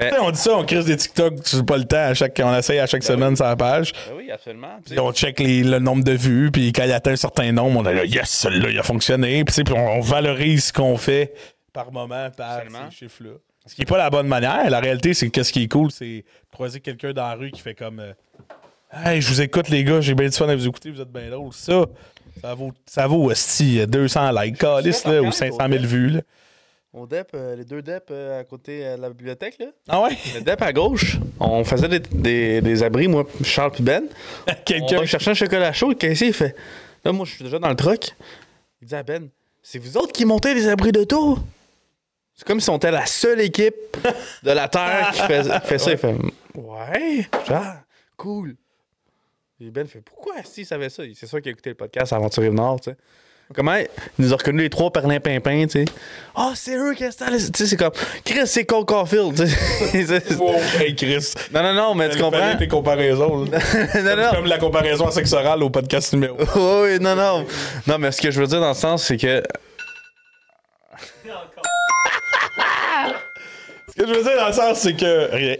Speaker 1: Mais-
Speaker 2: Tu sais, on dit ça, on crise des TikTok, c'est pas le temps, à chaque, on essaye à chaque semaine sur la page.
Speaker 1: Ben oui, absolument. Puis,
Speaker 2: Puis on check les- le nombre de vues, puis quand il atteint un certain nombre, on est là, yes, celui-là, il a fonctionné. Puis, tu sais, puis on, on valorise ce qu'on fait par moment, par
Speaker 1: Absolument.
Speaker 2: ces chiffres-là. Ce qui n'est pas la bonne manière. La réalité, c'est que ce qui est cool, c'est de croiser quelqu'un dans la rue qui fait comme euh, Hey, je vous écoute, les gars, j'ai bien du fun à vous écouter, vous êtes bien drôles. Ça, ça vaut, ça vaut hostie, 200 likes, calice, là, ou 500 000 vues. là.
Speaker 1: On DEP, euh, les deux DEP euh, à côté euh, de la bibliothèque, là.
Speaker 2: Ah ouais?
Speaker 1: Le DEP à gauche, on faisait des, des- des abris, moi, Charles puis Ben. On
Speaker 2: Quelqu'un.
Speaker 1: va chercher un chocolat chaud, le caissier, il fait Là, moi, je suis déjà dans le truck. Il dit à Ben C'est vous autres qui montez les abris de tour C'est comme si on était la seule équipe de la Terre qui fait, fait ça. Il fait Ouais, genre, cool. Et Ben fait Pourquoi s'il savait ça C'est sûr qu'il a écouté le podcast Aventure du Nord, tu sais. Comment il nous a reconnus les trois perlin pimpin, tu sais. Ah, c'est eux qui installent. les- Tu sais, c'est comme Chris, c'est Cole Caulfield, tu sais.
Speaker 2: Wow, hey, Chris.
Speaker 1: non, non, non, mais tu
Speaker 2: Il fallait
Speaker 1: comprends.
Speaker 2: tes comparaisons. là.
Speaker 1: non, non.
Speaker 2: Comme la comparaison sexorale au podcast numéro.
Speaker 1: Oh, oui, non, non. Non, mais ce que je veux dire dans le sens, c'est que.
Speaker 2: Ce que je veux dire dans le sens, c'est que. Rien.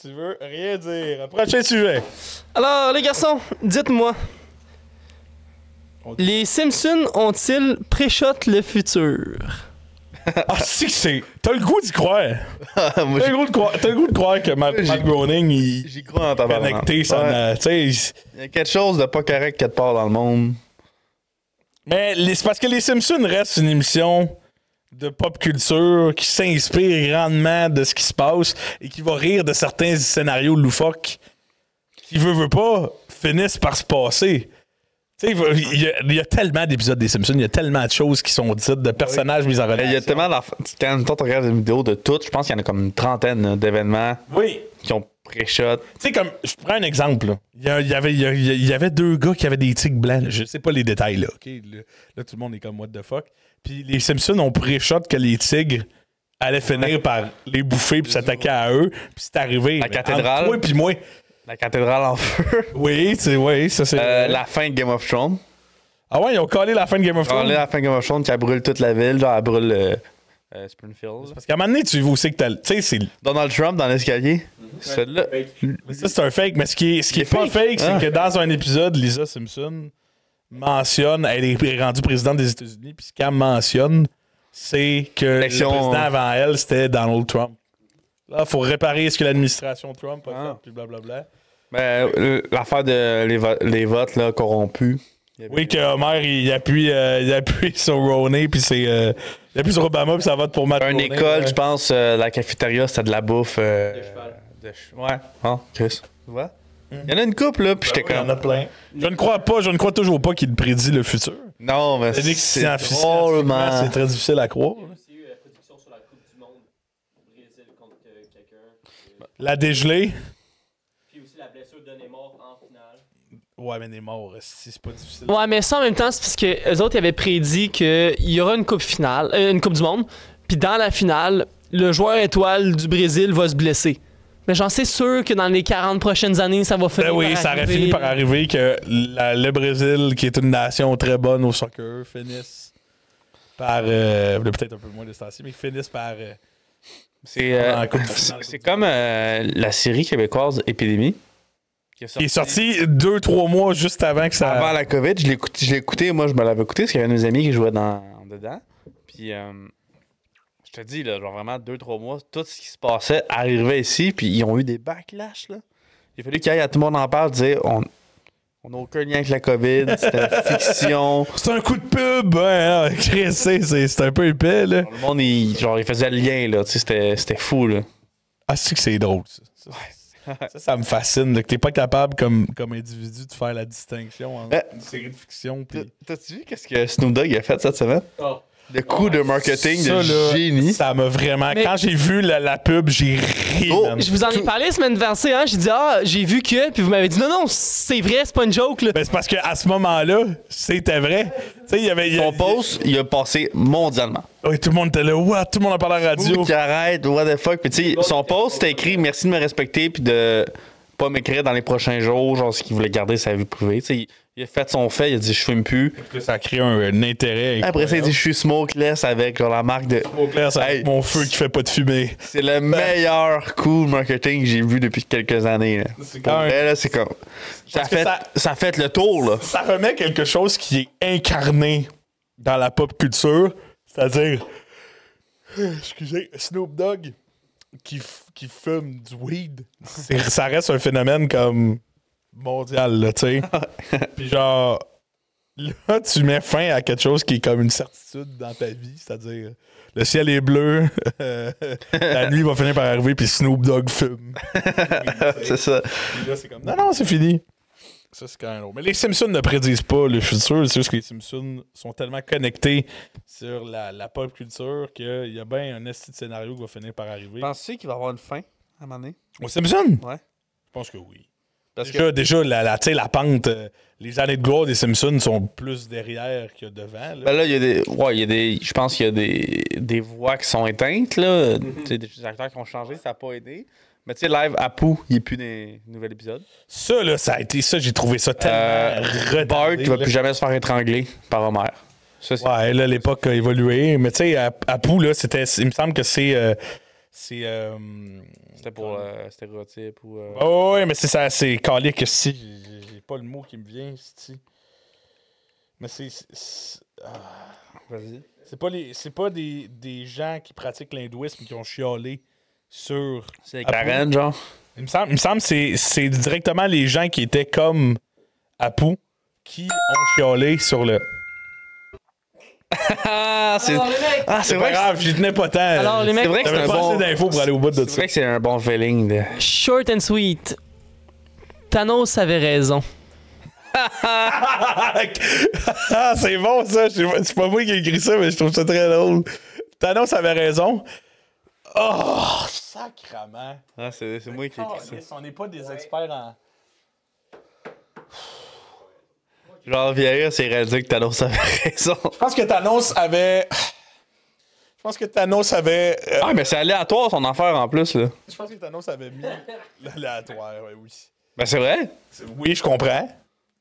Speaker 2: Tu veux rien dire. Prochain sujet.
Speaker 3: Alors, les garçons, dites-moi. Les Simpsons ont-ils pré-shot le futur?
Speaker 2: Ah, si que c'est. T'as le goût d'y croire.
Speaker 1: Moi,
Speaker 2: T'as le goût de croire, t'as le goût de croire que Matt,
Speaker 1: J'ai-
Speaker 2: Matt Groening,
Speaker 1: j'y-
Speaker 2: il.
Speaker 1: J'y crois en tabarnak.
Speaker 2: Connecté, ça.
Speaker 1: Ouais.
Speaker 2: euh, tu sais, il-
Speaker 1: Il y a quelque chose de pas correct quelque part dans le monde.
Speaker 2: Mais les- c'est parce que Les Simpsons restent une émission de pop culture qui s'inspire grandement de ce qui se passe et qui va rire de certains scénarios loufoques qui, veut, veut pas, finissent par se passer. Tu sais, il va- il y, a- il y a tellement d'épisodes des Simpsons, il y a tellement de choses qui sont dites, de personnages mis en
Speaker 1: Mais il y a
Speaker 2: relation.
Speaker 1: tellement d'enfants. Quand toi, tu regardes une vidéo de toutes, je pense qu'il y en a comme une trentaine là, d'événements
Speaker 2: Oui.
Speaker 1: qui ont pré-shot.
Speaker 2: Tu sais, comme, je prends un exemple. là. Il y, a- il y avait, il y a- il y avait deux gars qui avaient des tics blancs. Je sais pas les détails, là. OK? Le- là, tout le monde est comme, what the fuck. Puis les Simpsons ont pré-shot que les tigres allaient finir par les bouffer puis s'attaquer à eux. Puis c'est arrivé.
Speaker 1: La
Speaker 2: Mais
Speaker 1: cathédrale.
Speaker 2: entre toi puis moi.
Speaker 1: La cathédrale en feu.
Speaker 2: Oui, tu sais, oui, ça c'est.
Speaker 1: Euh, la fin de Game of Thrones.
Speaker 2: Oh. Ah ouais, ils ont collé la fin de Game of
Speaker 1: On
Speaker 2: Thrones.
Speaker 1: la fin de Game of Thrones qui brûle toute la ville. Genre, elle brûle euh, euh, Springfield. là.
Speaker 2: Parce qu'à un moment donné, tu vois aussi que t'as. Tu sais, c'est.
Speaker 1: Donald Trump dans l'escalier. Celle-là.
Speaker 2: Ça, c'est un fake, mais ce qui est, ce qui est pas fake, c'est
Speaker 1: Ah.
Speaker 2: que dans un épisode, Lisa Simpson mentionne, elle est rendue présidente des États-Unis, puis ce qu'elle mentionne, c'est que
Speaker 1: Élection-
Speaker 2: le président avant elle, c'était Donald Trump. Là, il faut réparer ce que l'administration Trump a
Speaker 1: Ah.
Speaker 2: fait, puis blablabla.
Speaker 1: Ben, euh, L'affaire de les, vo- les votes là, corrompus. Il y avait-
Speaker 2: Oui, que Homer, il appuie, euh, il appuie sur Roney, puis c'est. euh, il appuie sur Obama, puis ça vote pour Matt
Speaker 1: Une
Speaker 2: Roney,
Speaker 1: école,
Speaker 2: là.
Speaker 1: je pense, euh, la cafétéria, c'était de la bouffe. euh,
Speaker 3: De cheval.
Speaker 1: de ch- ouais. Ah, Chris. Tu vois? Il y en a une couple, là, puis j'étais
Speaker 2: Il
Speaker 3: Ben
Speaker 2: y en a
Speaker 1: comme.
Speaker 2: plein. Je ne crois pas, je ne crois toujours pas qu'il prédit le futur.
Speaker 1: Non, mais
Speaker 2: C'est
Speaker 1: c'est drôle, man.
Speaker 2: c'est très difficile à croire. là.
Speaker 3: aussi eu euh, la production sur la Coupe du Monde au Brésil contre euh, quelqu'un.
Speaker 2: La dégelée.
Speaker 3: Puis aussi la blessure de Neymar en finale.
Speaker 2: Ouais, mais Neymar, si c'est pas difficile.
Speaker 3: Ouais, mais ça en même temps, c'est parce que eux autres ils avaient prédit qu'il y aura une Coupe finale, euh, une Coupe du Monde. Puis dans la finale, le joueur étoile du Brésil va se blesser. Mais j'en sais sûr que dans les 40 prochaines années, ça va
Speaker 2: Ben
Speaker 3: finir.
Speaker 2: oui,
Speaker 3: par
Speaker 2: ça aurait
Speaker 3: arriver.
Speaker 2: fini par arriver que la- le Brésil, qui est une nation très bonne au soccer, finisse par. euh, Peut-être un peu moins de ci mais finisse par. euh,
Speaker 1: C'est euh,
Speaker 2: Ah, coupe-
Speaker 1: c'est- c'est comme euh, la série québécoise Épidémie. Qui est
Speaker 2: qui est sorti deux, trois mois juste avant que ça.
Speaker 1: avant la COVID. Je l'ai écouté, je l'ai écouté, moi je me l'avais écouté parce qu'il y avait un de mes amis qui jouait dans, en dedans. Puis euh, je te dis, là, genre vraiment deux, trois mois, tout ce qui se passait arrivait ici, puis ils ont eu des backlash. Là. Il a fallu qu'il y ait à tout le monde en parle, dire on on n'a aucun lien avec la COVID, c'était fiction.
Speaker 2: C'est un coup de pub! Ouais, non, Chris, c'est- c'est c'est un peu épais, là.
Speaker 1: Le monde, il, genre, il faisait le lien, là, tu sais, c'était c'était fou, là.
Speaker 2: Ah, c'est que c'est drôle, ça. Ça, ça, ça me fascine, là, que t'es pas capable, comme, comme individu, de faire la distinction entre
Speaker 1: Ben,
Speaker 2: une série de fiction. Pis...
Speaker 1: T'as-tu vu qu'est-ce que Snoop Dogg a fait cette semaine? Le coup de marketing
Speaker 2: Ça,
Speaker 1: de
Speaker 2: là,
Speaker 1: génie.
Speaker 2: Ça m'a vraiment.
Speaker 3: Mais-
Speaker 2: Quand j'ai vu la, la pub, j'ai ri.
Speaker 1: Oh,
Speaker 2: man.
Speaker 3: Je vous en ai
Speaker 1: Tout-
Speaker 3: parlé la semaine passée, hein? J'ai dit, ah, j'ai vu que, puis vous m'avez dit, non, non, c'est vrai, c'est pas une joke, là.
Speaker 2: Ben, c'est parce qu'à ce moment-là, c'était vrai. Tu sais, il y avait. il y a-
Speaker 1: Son post, il a passé mondialement.
Speaker 2: Oui, tout le monde était là. Ouah, tout le monde en parlait à la radio.
Speaker 1: Ouh, qui arrête, what the fuck. Puis tu sais, son post, c'était écrit merci de me respecter puis de pas m'écrire dans les prochains jours, genre ce qu'il voulait garder sa vie privée. Tu sais, il- il a fait son fait, il a dit je fume plus.
Speaker 2: Ça crée un, un intérêt.
Speaker 1: Après ça, il dit je suis smokeless avec genre la marque de.
Speaker 2: Au clair, ça-
Speaker 1: Hey.
Speaker 2: mon feu qui fait pas de fumée.
Speaker 1: C'est le meilleur coup de marketing que j'ai vu depuis quelques années. Là.
Speaker 2: C'est
Speaker 1: Pour
Speaker 2: quand même-
Speaker 1: vrai, là, c'est comme. Ça
Speaker 2: Parce que
Speaker 1: fait, ça...
Speaker 2: ça-
Speaker 1: fait le tour, là.
Speaker 2: Ça remet quelque chose qui est incarné dans la pop culture, c'est-à-dire, excusez, Snoop Dogg qui, f- qui fume du weed. C'est- ça reste un phénomène comme mondial, là, tu sais. Puis genre, là, tu mets fin à quelque chose qui est comme une certitude dans ta vie, c'est-à-dire, le ciel est bleu, euh, la nuit va finir par arriver, puis Snoop Dogg fume.
Speaker 1: c'est ça.
Speaker 2: Puis là, c'est comme, non, non, c'est fini. Ça, c'est quand même drôle. Mais les Simpsons ne prédisent pas le futur. C'est juste que les Simpsons sont tellement connectés sur la, la pop culture qu'il y a bien un esti de scénario qui va finir par arriver.
Speaker 1: Penses-tu qu'il va avoir une fin à un moment donné?
Speaker 2: Aux Simpsons?
Speaker 1: Ouais.
Speaker 2: Je pense que oui.
Speaker 1: Parce
Speaker 2: déjà, déjà la, la, tu sais, la pente, euh, les années de gloire des Simpsons sont plus derrière que devant. là.
Speaker 1: Ben là, il y a des. Ouais, il y a des. Je pense qu'il y a des, des voix qui sont éteintes, là. Tu sais, Des acteurs qui ont changé, ça n'a pas aidé. Mais tu sais, live à Pou, il n'y a plus des nouvel épisode.
Speaker 2: Ça, là, ça a été ça. J'ai trouvé ça tellement
Speaker 1: Euh,
Speaker 2: retardé,
Speaker 1: Bart, il va
Speaker 2: là.
Speaker 1: plus jamais se faire étrangler par Homer. Ça, c'est.
Speaker 2: Ouais, là, l'époque a évolué. Mais tu sais, à, à Pou, là, c'était. Il me semble que c'est. euh, c'est. euh,
Speaker 1: C'était pour euh, stéréotype ou. euh,
Speaker 2: Oh, ouais, mais c'est ça, c'est calique, si. J'ai- J'ai pas le mot qui me vient, si. Mais c'est. c'est- ah.
Speaker 1: Vas-y.
Speaker 2: C'est pas, les, c'est pas des, des gens qui pratiquent l'hindouisme qui ont chialé sur.
Speaker 1: C'est avec
Speaker 2: Apu.
Speaker 1: la reine, genre.
Speaker 2: Il me semble, il me semble que c'est, c'est directement les gens qui étaient comme Apu qui ont chialé sur le.
Speaker 1: Ah, c'est.
Speaker 3: Alors, les mecs,
Speaker 1: Ah, c'est
Speaker 2: Ben, C'est pas
Speaker 1: vrai. que
Speaker 2: grave, j'y tenais pas tant.
Speaker 3: alors,
Speaker 1: C'est
Speaker 3: les mecs,
Speaker 1: vrai que c'est
Speaker 2: J'avais
Speaker 1: un
Speaker 2: pas assez
Speaker 1: bon.
Speaker 2: d'infos pour aller au bout de
Speaker 1: C'est
Speaker 2: ça.
Speaker 1: vrai que c'est un bon feeling. De...
Speaker 3: short and sweet. Thanos avait raison.
Speaker 2: ah, c'est bon ça. Je sais pas- C'est pas moi qui ai écrit ça, mais je trouve ça très drôle. Thanos avait raison. Oh, sacrement.
Speaker 1: Ah, c'est c'est moi qui ai écrit ça.
Speaker 2: on n'est pas des experts en.
Speaker 1: Genre, vieillir, c'est réalisé que Thanos avait raison.
Speaker 2: Je pense que Thanos avait. Je pense que Thanos avait. euh,
Speaker 1: Ah, mais c'est aléatoire son affaire en plus, là.
Speaker 2: Je pense que Thanos avait mis l'aléatoire, ouais, oui.
Speaker 1: Ben, c'est vrai.
Speaker 2: C'est- Oui, je comprends.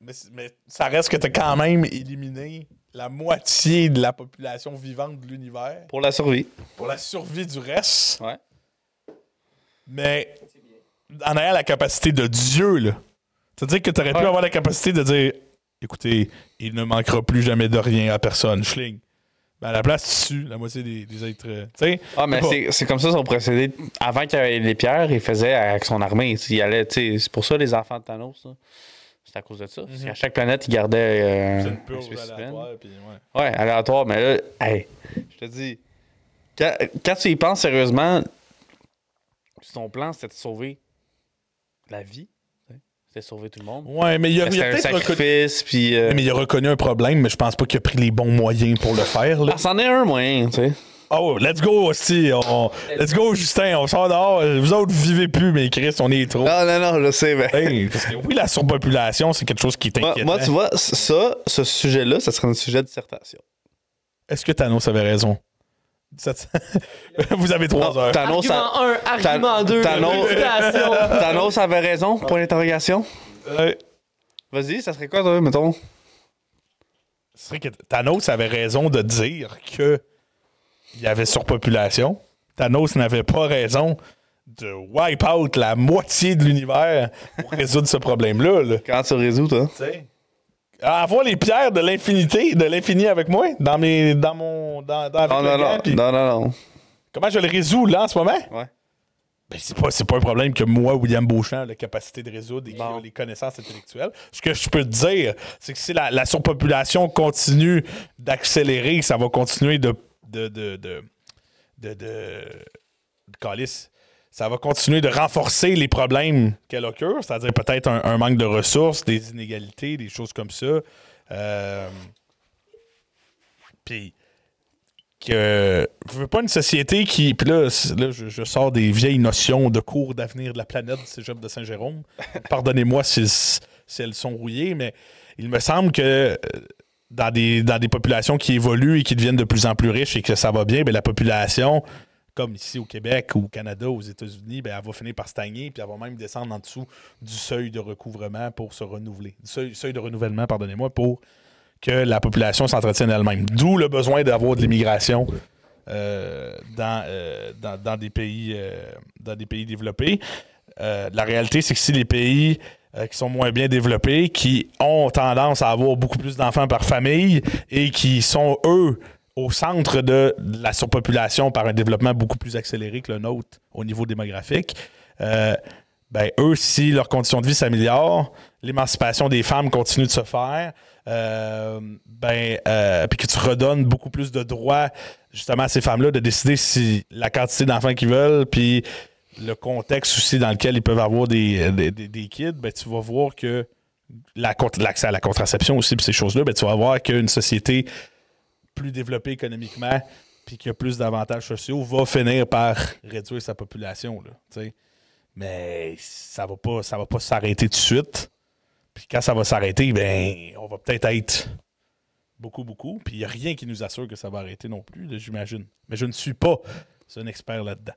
Speaker 2: Mais, c'est- mais ça reste que t'as quand même éliminé la moitié de la population vivante de l'univers
Speaker 1: Pour la survie.
Speaker 2: pour la survie du reste.
Speaker 1: Ouais.
Speaker 2: Mais en ayant la capacité de Dieu, là. C'est-à-dire que tu aurais pu
Speaker 1: Ouais.
Speaker 2: avoir la capacité de dire écoutez, il ne manquera plus jamais de rien à personne, schling. Ben à la place, tu tues la moitié des, des êtres. euh, Tu sais?
Speaker 1: Ah, mais
Speaker 2: Je sais pas.
Speaker 1: c'est- c'est comme ça son procédé. Avant qu'il y avait les pierres, il faisait avec son armée. Il allait, tu sais, c'est pour ça les enfants de Thanos. là. C'est à cause de ça. C'est À chaque planète, il gardait euh,
Speaker 2: C'est une
Speaker 1: un
Speaker 2: purge
Speaker 1: spécimen.
Speaker 2: aléatoire, puis ouais.
Speaker 1: Ouais, aléatoire, mais là, hey, je te dis, quand, quand tu y penses sérieusement, si ton plan c'était de sauver la vie, tu sais, c'était de sauver tout le monde.
Speaker 2: Ouais, mais il y a, il
Speaker 1: C'était
Speaker 2: a
Speaker 1: un
Speaker 2: peut-être reconnu...
Speaker 1: sacrifice, puis. euh,
Speaker 2: Mais il a reconnu un problème, mais je pense pas qu'il a pris les bons moyens pour le faire. Là.
Speaker 1: ah, c'en est un moyen, tu sais.
Speaker 2: Oh, let's go, hostie. On... Let's go, Justin. On sort dehors. Vous autres, vivez plus, mais Chris, on est trop.
Speaker 1: Non, non, non, je sais, mais.
Speaker 2: Hey, parce que oui, la surpopulation, c'est quelque chose qui
Speaker 1: Moi,
Speaker 2: t'inquiète.
Speaker 1: moi, tu vois, c- ça, ce sujet-là, ça serait un sujet de dissertation.
Speaker 2: Est-ce que Thanos avait raison? Ça- Vous avez trois
Speaker 1: Non,
Speaker 2: heures.
Speaker 1: Thanos,
Speaker 3: argument
Speaker 1: a-
Speaker 3: 1, argument 2,
Speaker 1: Thanos-
Speaker 3: réputation.
Speaker 1: Thanos avait raison, point d'interrogation.
Speaker 2: Euh,
Speaker 1: Vas-y, ça serait quoi, toi, mettons?
Speaker 2: c'est vrai que Thanos avait raison de dire que il y avait surpopulation. Thanos n'avait pas raison de wipe out la moitié de l'univers pour résoudre ce problème-là. là.
Speaker 1: Quand tu résous, toi?
Speaker 2: À Avoir les pierres de l'infinité, de l'infini avec moi, dans mes, dans mon, dans, dans- avec
Speaker 1: Non,
Speaker 2: le
Speaker 1: non,
Speaker 2: gant,
Speaker 1: non,
Speaker 2: puis-
Speaker 1: non, non, non.
Speaker 2: Comment je le résous là en ce moment?
Speaker 1: Ouais.
Speaker 2: Ben, c'est pas, c'est pas un problème que moi, William Beauchamp, a la capacité de résoudre et qui
Speaker 1: Bon.
Speaker 2: a les connaissances intellectuelles. Ce que je peux te dire, c'est que si la, la surpopulation continue d'accélérer, ça va continuer de. de. de. de. de. de- de calice. Ça va continuer de renforcer les problèmes qu'elle occure, c'est-à-dire peut-être un, un manque de ressources, des inégalités, des choses comme ça. Euh, Puis que je veux pas une société qui. Puis là, c'est- là, je, je sors des vieilles notions de cours d'avenir de la planète du cégep de Saint-Jérôme. Pardonnez-moi si, si elles sont rouillées, mais il me semble que euh, dans des, dans des populations qui évoluent et qui deviennent de plus en plus riches et que ça va bien, ben, la population, comme ici au Québec ou au Canada, aux États-Unis, ben, elle va finir par stagner puis elle va même descendre en dessous du seuil de recouvrement pour se renouveler. Du seuil, seuil de renouvellement, pardonnez-moi, pour que la population s'entretienne elle-même. D'où le besoin d'avoir de l'immigration euh, dans, euh, dans, dans des pays, euh, dans des pays développés. Euh, la réalité, c'est que si les pays euh, qui sont moins bien développés, qui ont tendance à avoir beaucoup plus d'enfants par famille et qui sont, eux, au centre de la surpopulation par un développement beaucoup plus accéléré que le nôtre au niveau démographique, euh, ben, eux, si leurs conditions de vie s'améliorent, l'émancipation des femmes continue de se faire, euh, ben, euh, puis que tu redonnes beaucoup plus de droits justement à ces femmes-là de décider si la quantité d'enfants qu'ils veulent, puis le contexte aussi dans lequel ils peuvent avoir des, des, des- des kids, ben, tu vas voir que la cont- l'accès à la contraception aussi, puis ces choses-là, ben, tu vas voir qu'une société plus développée économiquement, puis qui a plus d'avantages sociaux, va finir par réduire sa population. Là, tu sais. Mais ça va pas, ça va pas s'arrêter tout de suite. Puis quand ça va s'arrêter, ben, on va peut-être être beaucoup, beaucoup. Puis il n'y a rien qui nous assure que ça va arrêter non plus, là, j'imagine. Mais je ne suis pas un expert là-dedans.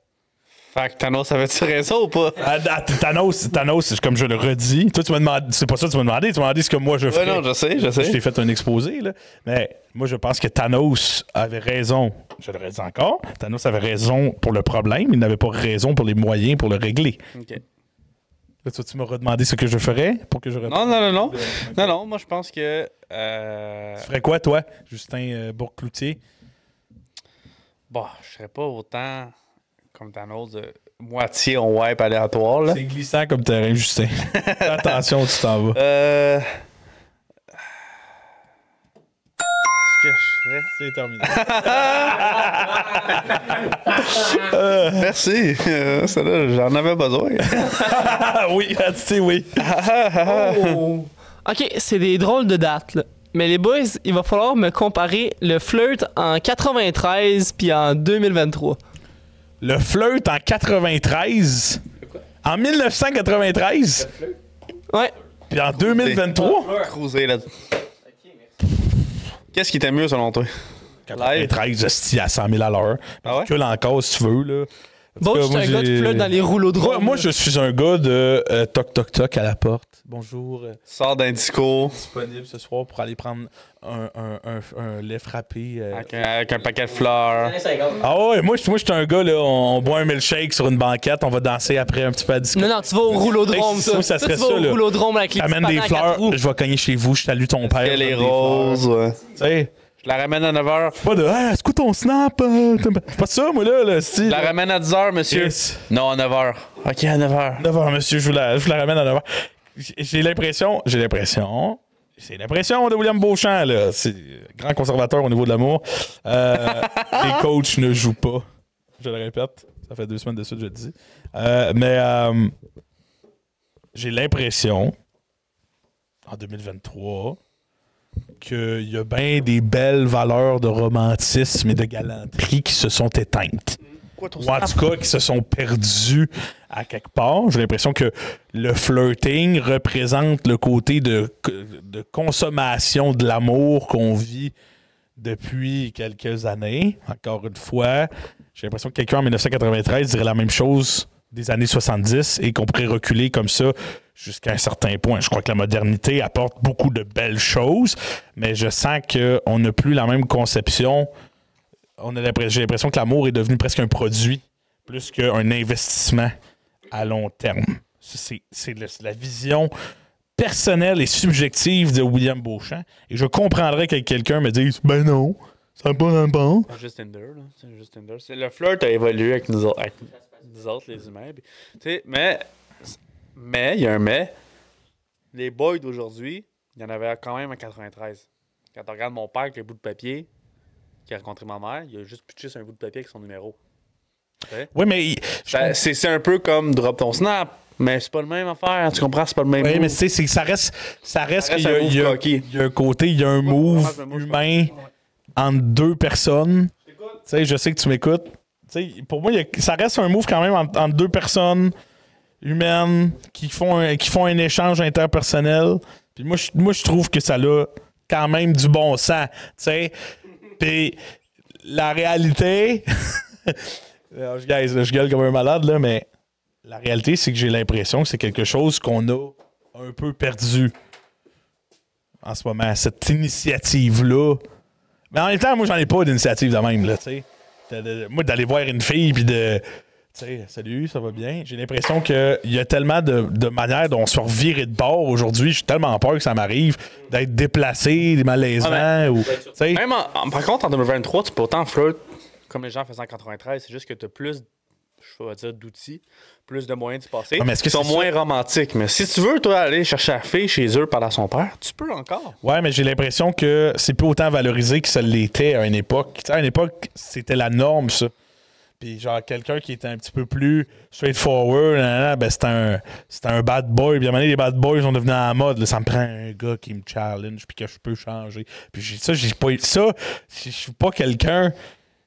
Speaker 1: Fait que Thanos avait-tu raison ou pas?
Speaker 2: Ah, ah, Thanos, Thanos, comme je le redis, toi, tu m'as demandé, c'est pas ça que tu m'as demandé, tu m'as demandé ce que moi je fais.
Speaker 1: Ouais, non, je sais, je
Speaker 2: Je
Speaker 1: sais.
Speaker 2: t'ai fait un exposé, là. Mais moi, je pense que Thanos avait raison. Je le redis encore. Thanos avait raison pour le problème. Il n'avait pas raison pour les moyens pour le régler.
Speaker 1: Ok.
Speaker 2: Là, toi, tu m'as redemandé ce que je ferais pour que je réponde.
Speaker 1: Non, non, non, non. Non, non, moi, je pense que. euh,
Speaker 2: Tu ferais quoi, toi, Justin euh, Bourcloutier?
Speaker 1: Bon, je serais pas autant comme Thanos de moitié on wipe aléatoire, là.
Speaker 2: C'est glissant comme terrain, Justin. Fais Attention, où tu t'en vas.
Speaker 1: Euh. Ce que je ferais.
Speaker 2: C'est terminé.
Speaker 1: Merci. Euh, Celle-là, j'en avais besoin.
Speaker 2: Ah oui, ah, tu sais, oui.
Speaker 3: Oh. Ok, c'est des drôles de dates, là. Mais les boys, il va falloir me comparer le flirt en 93 puis en 2023.
Speaker 2: Le flirt en 93. En 1993.
Speaker 3: Ouais.
Speaker 2: Puis en 2023.
Speaker 1: Cruiser, là. Qu'est-ce qui était mieux selon toi? Live?
Speaker 2: 93, hostie, à 100 000 à l'heure.
Speaker 1: Ah ouais?
Speaker 2: Recule encore si tu veux. Là.
Speaker 3: Bon,
Speaker 2: tout
Speaker 3: je
Speaker 2: cas,
Speaker 3: suis
Speaker 2: moi,
Speaker 3: un gars de
Speaker 2: j'ai-
Speaker 3: fleuve dans les rouleaux de
Speaker 2: Moi,
Speaker 3: rhum.
Speaker 2: moi, je suis un gars de euh, toc toc toc à la porte. Bonjour, euh,
Speaker 1: Sors d'un discours
Speaker 2: disponible ce soir pour aller prendre un, un- un- un lait frappé. euh.
Speaker 1: avec un, avec un paquet de fleurs.
Speaker 2: Ah ouais, moi, je moi, je suis un gars, là, on, on boit un milkshake sur une banquette, on va danser après un petit peu à disco.
Speaker 3: Non, non, tu vas au rouleau de
Speaker 2: Hey,
Speaker 3: rhum,
Speaker 2: si ça,
Speaker 3: toi.
Speaker 2: ça
Speaker 3: Toi,
Speaker 2: serait
Speaker 3: tu vas
Speaker 2: ça, là.
Speaker 3: au rouleau de rhum avec les
Speaker 2: Amène
Speaker 3: petits
Speaker 2: des
Speaker 3: patins à
Speaker 2: fleurs,
Speaker 3: quatre roues.
Speaker 2: je vais cogner chez vous, je salue ton père.
Speaker 1: Elle
Speaker 2: amène
Speaker 1: est
Speaker 2: des fleurs.
Speaker 1: rose. ouais.
Speaker 2: Tu sais,
Speaker 1: Je la ramène à 9h.
Speaker 2: pas de, ah, c'est quoi ton snap? euh, t'as- C'est pas ça, moi, là, là, si.
Speaker 1: Je la ramène à 10h, monsieur.
Speaker 2: Yes.
Speaker 1: Non, à 9h. OK, à 9h.
Speaker 2: 9h, monsieur, je vous la, je vous la ramène à 9h. J'ai l'impression, j'ai l'impression, c'est l'impression de William Beauchamp, là. C'est euh, grand conservateur au niveau de l'amour. Euh, les coachs ne jouent pas. Je le répète, ça fait deux semaines de suite, je le dis. Euh, mais euh, j'ai l'impression, en 2023, qu'il y a bien des belles valeurs de romantisme et de galanterie qui se sont éteintes ou en tout cas qui se sont perdus à quelque part. J'ai l'impression que le flirting représente le côté de, de consommation de l'amour qu'on vit depuis quelques années. Encore une fois, j'ai l'impression que quelqu'un en 1993 dirait la même chose des années 70 et qu'on pourrait reculer comme ça jusqu'à un certain point. Je crois que la modernité apporte beaucoup de belles choses, mais je sens qu'on n'a plus la même conception on a l'impres- j'ai l'impression que l'amour est devenu presque un produit plus qu'un investissement à long terme. Ça, C'est c'est le- la vision personnelle et subjective de William Beauchamp. Et je comprendrais que quelqu'un me dise Ben non, ça n'a pas d'importance.
Speaker 1: Ah, Juste Tinder, là. C'est Juste Tinder. C'est- Le flirt a évolué avec nous, autres- avec nous autres, les humains. Puis, tu sais, mais, mais, il y a un mais. Les boys d'aujourd'hui, il y en avait quand même en 93. Quand on regarde mon père avec les bouts de papier, qui a rencontré ma mère, il a juste pitché sur un bout de papier avec son numéro.
Speaker 2: Oui, mais. ben, il- je
Speaker 1: Ça- C'est c'est un peu comme drop ton snap, mais c'est pas le même affaire. Tu comprends? C'est pas le même.
Speaker 2: Oui,
Speaker 1: move.
Speaker 2: mais tu sais, c'est- ça reste, ça reste,
Speaker 1: Ça reste
Speaker 2: qu'il y a-
Speaker 1: un move
Speaker 2: il y, a-
Speaker 1: coquille.
Speaker 2: il y a un côté, il y a un move
Speaker 1: je me mouche pas.
Speaker 2: humain entre deux personnes. Tu sais, je sais que tu m'écoutes. Tu sais, pour moi, il y a- ça reste un move quand même entre, entre deux personnes humaines qui font un, qui font un échange interpersonnel. Puis moi, je, moi, je trouve que ça a quand même du bon sens. Tu sais, puis la réalité, Alors, Euh, je, gueule, je gueule comme un malade, là, mais la réalité, c'est que j'ai l'impression que c'est quelque chose qu'on a un peu perdu en ce moment, cette initiative-là. Mais en même temps, moi, j'en ai pas d'initiative de même, là, tu sais. De- de- Moi, d'aller voir une fille, puis de... Tu sais, salut, ça va bien. J'ai l'impression qu'il y a tellement de, de manières dont on se fait revirer de bord aujourd'hui. J'ai tellement peur que ça m'arrive d'être déplacé, malaisant,
Speaker 1: Ah,
Speaker 2: ou... tu sais.
Speaker 1: Même en- en- par contre, en 2023, tu peux autant flirt comme les gens faisaient en 93. C'est juste que tu as plus, je vais dire, d'outils, plus de moyens d'y passer.
Speaker 2: Ah, mais est-ce que
Speaker 1: Ils sont
Speaker 2: c'est
Speaker 1: moins romantiques. Mais si tu veux, toi, aller chercher la fille chez eux par là son père, tu peux encore.
Speaker 2: Ouais, mais j'ai l'impression que c'est plus autant valorisé que ça l'était à une époque. Tu sais, à une époque, c'était la norme, ça. Puis genre, quelqu'un qui était un petit peu plus straightforward, nan, nan, nan, ben, c'était un, c'était un bad boy. Puis à un moment donné, les bad boys sont devenus en mode. là, ça me prend un gars qui me challenge, puis que je peux changer. Puis j'ai- ça, j'ai pas... Ça, je suis pas quelqu'un...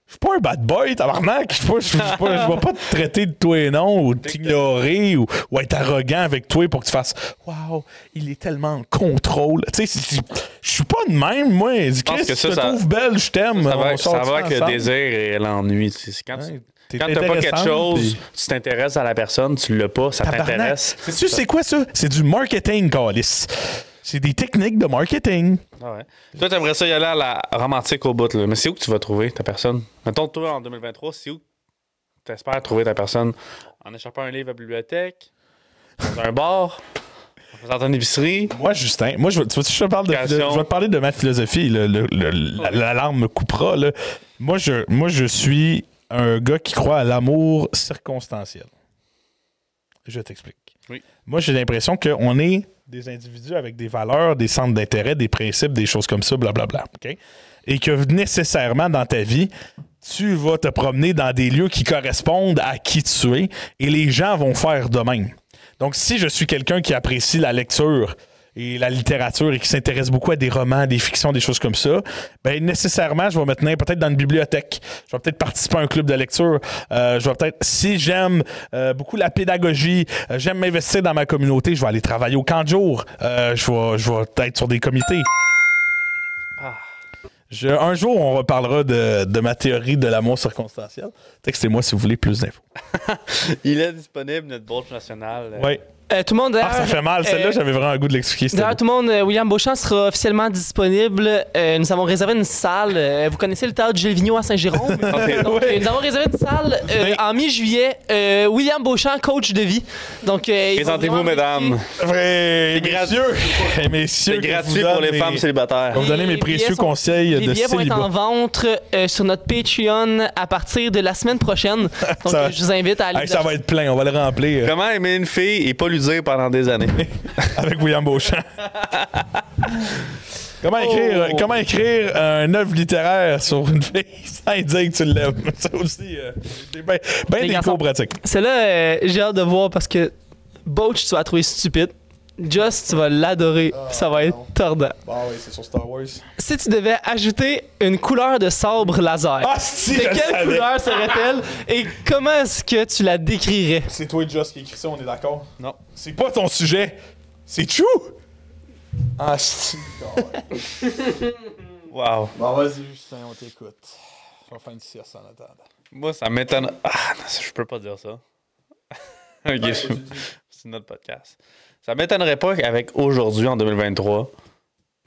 Speaker 2: Je suis pas un bad boy, tabarnak. Je suis pas- je suis pas- je vais pas te traiter de toi et non, ou t'ignorer, ou, ou être arrogant avec toi pour que tu fasses Waouh, il est tellement en contrôle. Tu sais, c'est- c'est- je suis pas de même, moi. Dis,
Speaker 1: pense
Speaker 2: Chris,
Speaker 1: que
Speaker 2: je
Speaker 1: ça,
Speaker 2: te
Speaker 1: ça-
Speaker 2: trouve belle, je t'aime.
Speaker 1: Ça va,
Speaker 2: on
Speaker 1: ça
Speaker 2: sort
Speaker 1: va avec le
Speaker 2: ensemble.
Speaker 1: désir et l'ennui. tu sais. C'est Quand
Speaker 2: Ouais,
Speaker 1: tu
Speaker 2: t'es
Speaker 1: n'as pas quelque
Speaker 2: intéressante,
Speaker 1: chose,
Speaker 2: puis-
Speaker 1: tu t'intéresses à la personne, tu l'as pas, ça
Speaker 2: Tabarnak.
Speaker 1: t'intéresse.
Speaker 2: Sais-tu, c'est quoi ça? C'est du marketing, Calis. C'est des techniques de marketing.
Speaker 1: Ah ouais. Toi, t'aimerais ça y aller à la romantique au bout, là. mais c'est où que tu vas trouver ta personne? Mettons, toi, en 2023, c'est où tu espères trouver ta personne? En échappant un livre à la bibliothèque, dans un bar, en faisant ton épicerie.
Speaker 2: Moi, Justin, moi, je, veux- tu vois, si je te parle de, philo-
Speaker 1: Éducation.
Speaker 2: je vais te parler de ma philosophie. le- le- le- la- L'alarme me coupera. là. Moi, je, moi, je suis un gars qui croit à l'amour circonstanciel. Je t'explique.
Speaker 1: Oui.
Speaker 2: Moi, j'ai l'impression qu'on est des individus avec des valeurs, des centres d'intérêt, des principes, des choses comme ça, blablabla. ok? Et que nécessairement, dans ta vie, tu vas te promener dans des lieux qui correspondent à qui tu es et les gens vont faire de même. Donc, si je suis quelqu'un qui apprécie la lecture et la littérature et qui s'intéresse beaucoup à des romans, des fictions, des choses comme ça, ben nécessairement, je vais me tenir peut-être dans une bibliothèque. Je vais peut-être participer à un club de lecture. Euh, je vais peut-être, si j'aime euh, beaucoup la pédagogie, euh, j'aime m'investir dans ma communauté, je vais aller travailler au camp de jour. Euh, je vais, je vais être sur des comités. Je- un jour, on reparlera de, de ma théorie de l'amour circonstanciel. Textez-moi si vous voulez plus d'infos.
Speaker 1: Il est disponible, notre bolche nationale. euh,
Speaker 2: Ouais.
Speaker 3: Euh, tout le monde,
Speaker 2: Ah, ça
Speaker 3: d'ailleurs,
Speaker 2: fait mal. Celle-là,
Speaker 3: euh,
Speaker 2: j'avais vraiment le goût de l'expliquer. c'était
Speaker 3: D'ailleurs, tout le monde, euh, William Beauchamp sera officiellement disponible. Euh, nous avons réservé une salle. euh, vous connaissez le théâtre Gilles Vigneault à Saint-Jérôme? Donc, euh, nous avons réservé une salle euh,
Speaker 1: Ben,
Speaker 2: Mais-
Speaker 3: en mi-juillet. Euh, William Beauchamp, coach de vie. Donc, euh, ils vont
Speaker 1: Présentez-vous,
Speaker 3: vraiment
Speaker 1: mesdames.
Speaker 2: beau. Vrai,
Speaker 1: gratuit.
Speaker 2: messieurs. et messieurs,
Speaker 1: C'est
Speaker 2: que je vous
Speaker 1: gratuit
Speaker 2: donne
Speaker 1: pour les
Speaker 2: mes-
Speaker 1: femmes célibataires.
Speaker 2: Je vais vous donner mes
Speaker 3: Les billets
Speaker 2: précieux
Speaker 3: sont-
Speaker 2: conseils
Speaker 3: Les
Speaker 2: de
Speaker 3: billets vont être en
Speaker 2: célibat.
Speaker 3: vente euh, sur notre Patreon à partir de la semaine prochaine. Donc,
Speaker 2: Ça-
Speaker 3: euh, je vous invite à aller.
Speaker 2: Hey, ça va être plein. On va le remplir euh,
Speaker 1: Comment aimer une fille et pas lui dire pendant des années?
Speaker 2: avec William Beauchamp. comment, écrire, euh,
Speaker 1: Oh.
Speaker 2: comment écrire un œuvre littéraire sur une fille sans dire que tu l'aimes? Ça aussi, euh, j'ai ben, ben
Speaker 3: Les
Speaker 2: des
Speaker 3: garçons.
Speaker 2: cours pratiques.
Speaker 3: Celle-là, euh, j'ai hâte de voir parce que Boach, tu vas la trouver stupide. Just, tu vas l'adorer. ça va être tordant.
Speaker 2: Ah oui, c'est sur Star Wars.
Speaker 3: Si tu devais ajouter une couleur de sabre laser,
Speaker 2: Ah si, je
Speaker 3: de
Speaker 2: le
Speaker 3: quelle
Speaker 2: savais.
Speaker 3: couleur serait-elle et comment est-ce que tu la décrirais?
Speaker 2: C'est toi et Joss qui écrit ça, on est d'accord?
Speaker 1: Non.
Speaker 2: C'est pas ton sujet. C'est Chou! Ah si.
Speaker 1: Wow.
Speaker 2: bon, Ah, vas-y, Justin, on t'écoute. On va faire une sieste en attendant.
Speaker 1: Moi, ça m'étonne. Ah, non, ça, je peux pas dire ça. Ok, je- c'est notre podcast. Ça m'étonnerait pas qu'avec aujourd'hui, en 2023,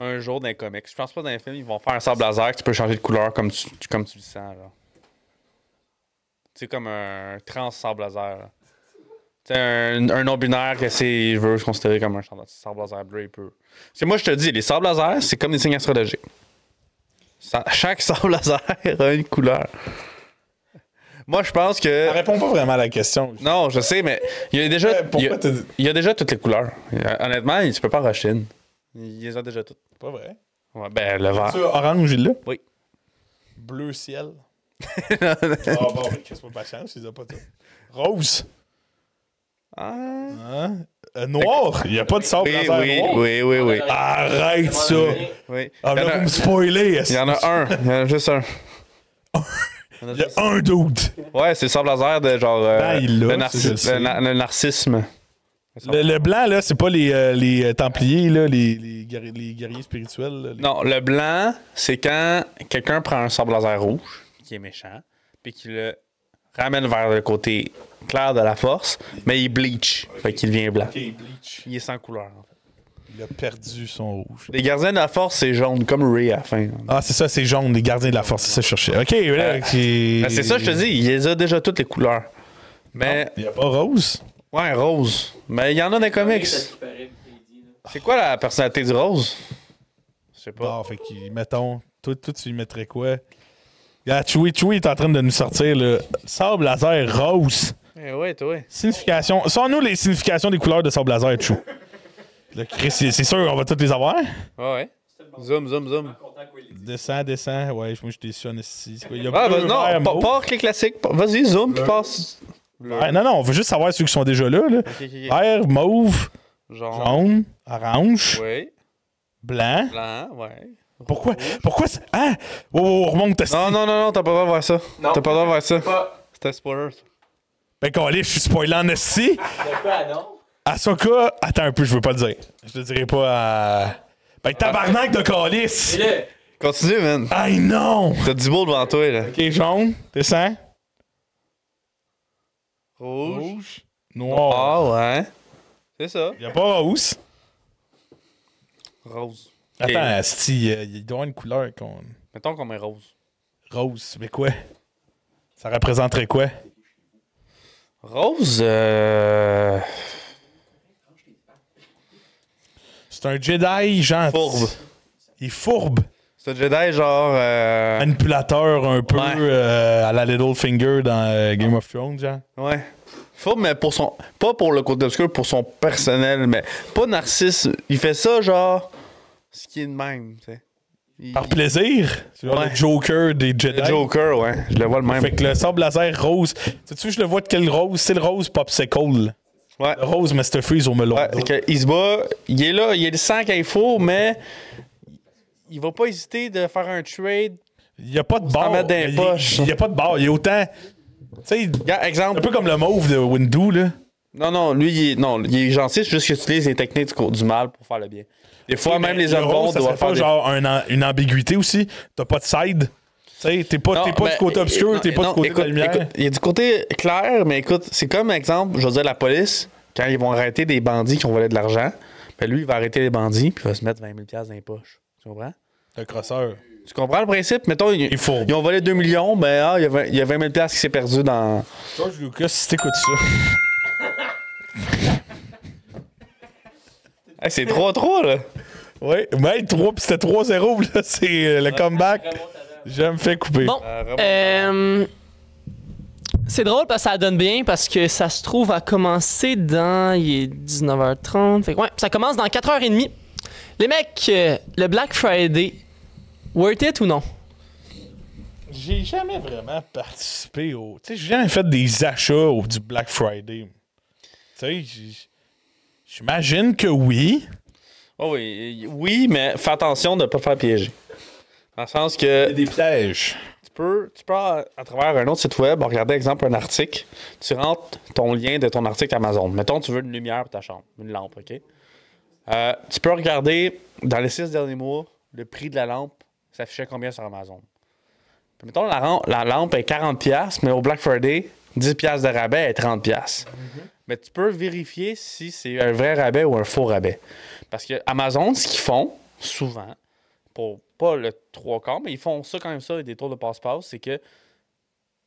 Speaker 1: un jour d'un comics, je pense pas d'un film, ils vont faire un sable laser que tu peux changer de couleur comme tu, tu- comme tu le sens. Là. Tu sais, comme un trans sable laser. là. Tu sais, un, un non-binaire que c'est, je veux se considérer comme un sable- sable laser bleu et peu. Parce que moi, je te dis, les sables lasers, c'est comme des signes astrologiques. Ça- chaque sable laser a une couleur. Moi, je pense que.
Speaker 2: Ça répond pas vraiment à la question.
Speaker 1: Non, je sais, mais il y a déjà,
Speaker 2: Euh,
Speaker 1: il y
Speaker 2: pourquoi
Speaker 1: a,
Speaker 2: t'as dit-
Speaker 1: il y a déjà toutes les couleurs. Euh, Honnêtement, tu peux pas rusher une. Ils les ont déjà toutes.
Speaker 2: Pas vrai.
Speaker 1: Ouais, ben, le vert.
Speaker 2: Tu as orange, il l'a?
Speaker 1: Oui.
Speaker 2: Bleu ciel. Ah bon, mais qu'est-ce que pas de chance, il a pas tout. Rose.
Speaker 1: Ah.
Speaker 2: Hein? Euh, noir. Il y a pas de sable
Speaker 1: Oui,
Speaker 2: laser
Speaker 1: oui,
Speaker 2: noir.
Speaker 1: oui, oui,
Speaker 2: Ah,
Speaker 1: oui.
Speaker 2: ben, Arrête ça.
Speaker 1: oui.
Speaker 2: Ah,
Speaker 1: il, y en
Speaker 2: là,
Speaker 1: a,
Speaker 2: vous me spoilez. est-ce-
Speaker 1: il y en a un. Il y en a juste un. Il y en a
Speaker 2: Il y a
Speaker 1: juste-
Speaker 2: un doute.
Speaker 1: Ouais, c'est le sable laser de genre. euh,
Speaker 2: Ben, il l'a,
Speaker 1: le,
Speaker 2: ça,
Speaker 1: narci-
Speaker 2: je le sais.
Speaker 1: le na- le narcissisme.
Speaker 2: Le, le blanc, là, c'est pas les, euh, les euh, Templiers, là, les, les, guerri- les guerriers spirituels. là, les-
Speaker 1: Non, le blanc, c'est quand quelqu'un prend un sable laser rouge, qui est méchant, puis qu'il le ramène vers le côté clair de la force, mais il bleach. Fait qu'il devient blanc.
Speaker 2: Ok, Bleach.
Speaker 1: Il est sans couleur, en fait.
Speaker 2: Il a perdu son rouge.
Speaker 1: Les gardiens de la force, c'est jaune, comme Ray à la fin.
Speaker 2: Ah, c'est ça, c'est jaune, les gardiens de la force, c'est ça que je cherchais. Ok, là,
Speaker 1: Euh,
Speaker 2: qui-
Speaker 1: Ben, c'est ça, je te dis, il les a déjà toutes les couleurs. Mais,
Speaker 2: Il n'y a pas rose.
Speaker 1: ouais, rose. Mais il y en a dans les comics. C'est quoi la personnalité du rose? Je sais pas.
Speaker 2: Bon, Ah, fait que, mettons, toi, toi, tu y mettrais quoi Ah, Chewie, Chewie est en train de nous sortir le sable laser rose.
Speaker 1: Eh ouais, toi, ouais.
Speaker 2: Signification. Sans nous les significations des couleurs de sable laser, Chou. Le Chris, c'est c'est sûr, on va toutes les avoir.
Speaker 1: Ouais, ouais. Zoom, zoom, zoom.
Speaker 2: Descends, descends. Ouais, moi, je suis déçu, en esti. C'est quoi, Il y a
Speaker 1: Ah, bah
Speaker 2: bleu, vert,
Speaker 1: non, pas,
Speaker 2: mauve.
Speaker 1: pas avec les classiques. Pas- Vas-y, zoom, puis passe. Bleu.
Speaker 2: Ouais, non, non, on veut juste savoir ceux qui sont déjà là. là.
Speaker 1: Ok, ok, ok.
Speaker 2: Vert, mauve,
Speaker 1: Genre.
Speaker 2: jaune, orange,
Speaker 1: Ouais.
Speaker 2: blanc.
Speaker 1: Blanc, ouais.
Speaker 2: Pourquoi? Pourquoi? ça- Hein? Oh, oh, oh, remonte ta
Speaker 1: Non, non, non, non, t'as pas le droit de voir ça. T'as pas le droit de voir ça. C'était un spoiler, ça.
Speaker 2: Ben, calé, je suis spoilé en esti. Ahsoka, attends un peu, je veux pas le dire. Je le dirai pas à. Ben, tabarnak de calice!
Speaker 1: Continue, man.
Speaker 2: Aïe non!
Speaker 1: T'as du beau devant toi, là.
Speaker 2: Ok, jaune, descends.
Speaker 1: Rouge.
Speaker 2: Noir.
Speaker 1: Ah ouais. C'est ça.
Speaker 2: Y'a pas rose.
Speaker 1: Rose.
Speaker 2: Attends, esti, euh, il doit y avoir une couleur qu'on.
Speaker 1: Mettons qu'on met rose.
Speaker 2: Rose, mais quoi? Ça représenterait quoi?
Speaker 1: Rose, euh...
Speaker 2: C'est un Jedi gentil.
Speaker 1: Fourbe.
Speaker 2: Il est fourbe.
Speaker 1: C'est un Jedi genre... Euh...
Speaker 2: Manipulateur un peu
Speaker 1: Ouais.
Speaker 2: euh, à la Littlefinger dans euh, Game of Thrones, genre.
Speaker 1: Ouais. Fourbe, mais pour son... Pas pour le côté obscur, pour son personnel, mais pas narcisse. Il fait ça genre... Ce qui est de même, tu sais. Il-
Speaker 2: Par plaisir. C'est genre
Speaker 1: Ouais.
Speaker 2: le Joker des Jedi.
Speaker 1: Le Joker, ouais. Je le vois le même.
Speaker 2: Fait que le sable laser rose. Sais-tu, je le vois de quel rose? C'est le rose popsicle.
Speaker 1: Ouais.
Speaker 2: Le rose Master Freeze au melon.
Speaker 1: Ouais, que il se bat, il est là, il a le sang qu'il faut, mais il va pas hésiter de faire un trade.
Speaker 2: Il n'y a pas de
Speaker 1: s'en
Speaker 2: barre.
Speaker 1: met dans les
Speaker 2: Il
Speaker 1: poches.
Speaker 2: n'y a pas de barre. Il y a autant. Tu sais,
Speaker 1: Regarde,
Speaker 2: un
Speaker 1: exemple,
Speaker 2: peu comme le mauve de Windu, là.
Speaker 1: Non, non, lui, il est, non, il est gentil, c'est juste qu'il utilise les techniques du, co- du mal pour faire le bien. Des fois, même les hommes bons
Speaker 2: ça serait
Speaker 1: doivent faire.
Speaker 2: pas
Speaker 1: des-
Speaker 2: genre un an- une ambiguïté aussi. T'as pas de side. Tu sais, t'es pas,
Speaker 1: Non,
Speaker 2: t'es pas
Speaker 1: mais-
Speaker 2: du côté
Speaker 1: non,
Speaker 2: obscur, t'es pas
Speaker 1: non,
Speaker 2: du côté de la
Speaker 1: écoute,
Speaker 2: lumière.
Speaker 1: écoute, il y a du côté clair, mais écoute, c'est comme exemple, je veux dire, la police, quand ils vont arrêter des bandits qui ont volé de l'argent, ben lui, il va arrêter les bandits, puis il va se mettre 20 000 dans les poches. Tu comprends?
Speaker 2: Le crosseur.
Speaker 1: Tu comprends le principe? Mettons, ils,
Speaker 2: est fourbe.
Speaker 1: ils ont volé 2 millions, ben ah, il y a 20 il y a 20 000 qui s'est perdu dans.
Speaker 2: George Lucas, si t'écoutes ça.
Speaker 1: Hey, c'est 3-3, là!
Speaker 2: Oui, mais 3 puis c'était 3-0, puis là, c'est euh, le comeback. Je me fais couper.
Speaker 3: Bon,
Speaker 1: Ah,
Speaker 3: euh, c'est drôle parce que ça donne bien parce que ça se trouve à commencer dans. Il est 19h30. Fait que ouais, ça commence dans 4h30. Les mecs, euh, le Black Friday, worth it ou non?
Speaker 2: J'ai jamais vraiment participé au. Tu sais, j'ai jamais fait des achats au du Black Friday. Tu sais, j'ai- j'imagine que oui.
Speaker 1: Oh oui, oui, mais fais attention de ne pas te faire piéger. Dans le sens que
Speaker 2: des pièges.
Speaker 1: tu peux, tu peux à, à travers un autre site web, regarder exemple un article, tu rentres ton lien de ton article Amazon. Mettons, tu veux une lumière pour ta chambre, une lampe, OK? Euh, tu peux regarder dans les six derniers mois le prix de la lampe s'affichait combien sur Amazon. Puis mettons, la, ram- la lampe est 40$, mais au Black Friday, 10$ de rabais elle est 30$. Mais tu peux vérifier si c'est un vrai rabais ou un faux rabais. Parce que Amazon, ce qu'ils font, souvent, pour pas le trois quarts, mais ils font ça quand même ça, des tours de passe-passe, c'est que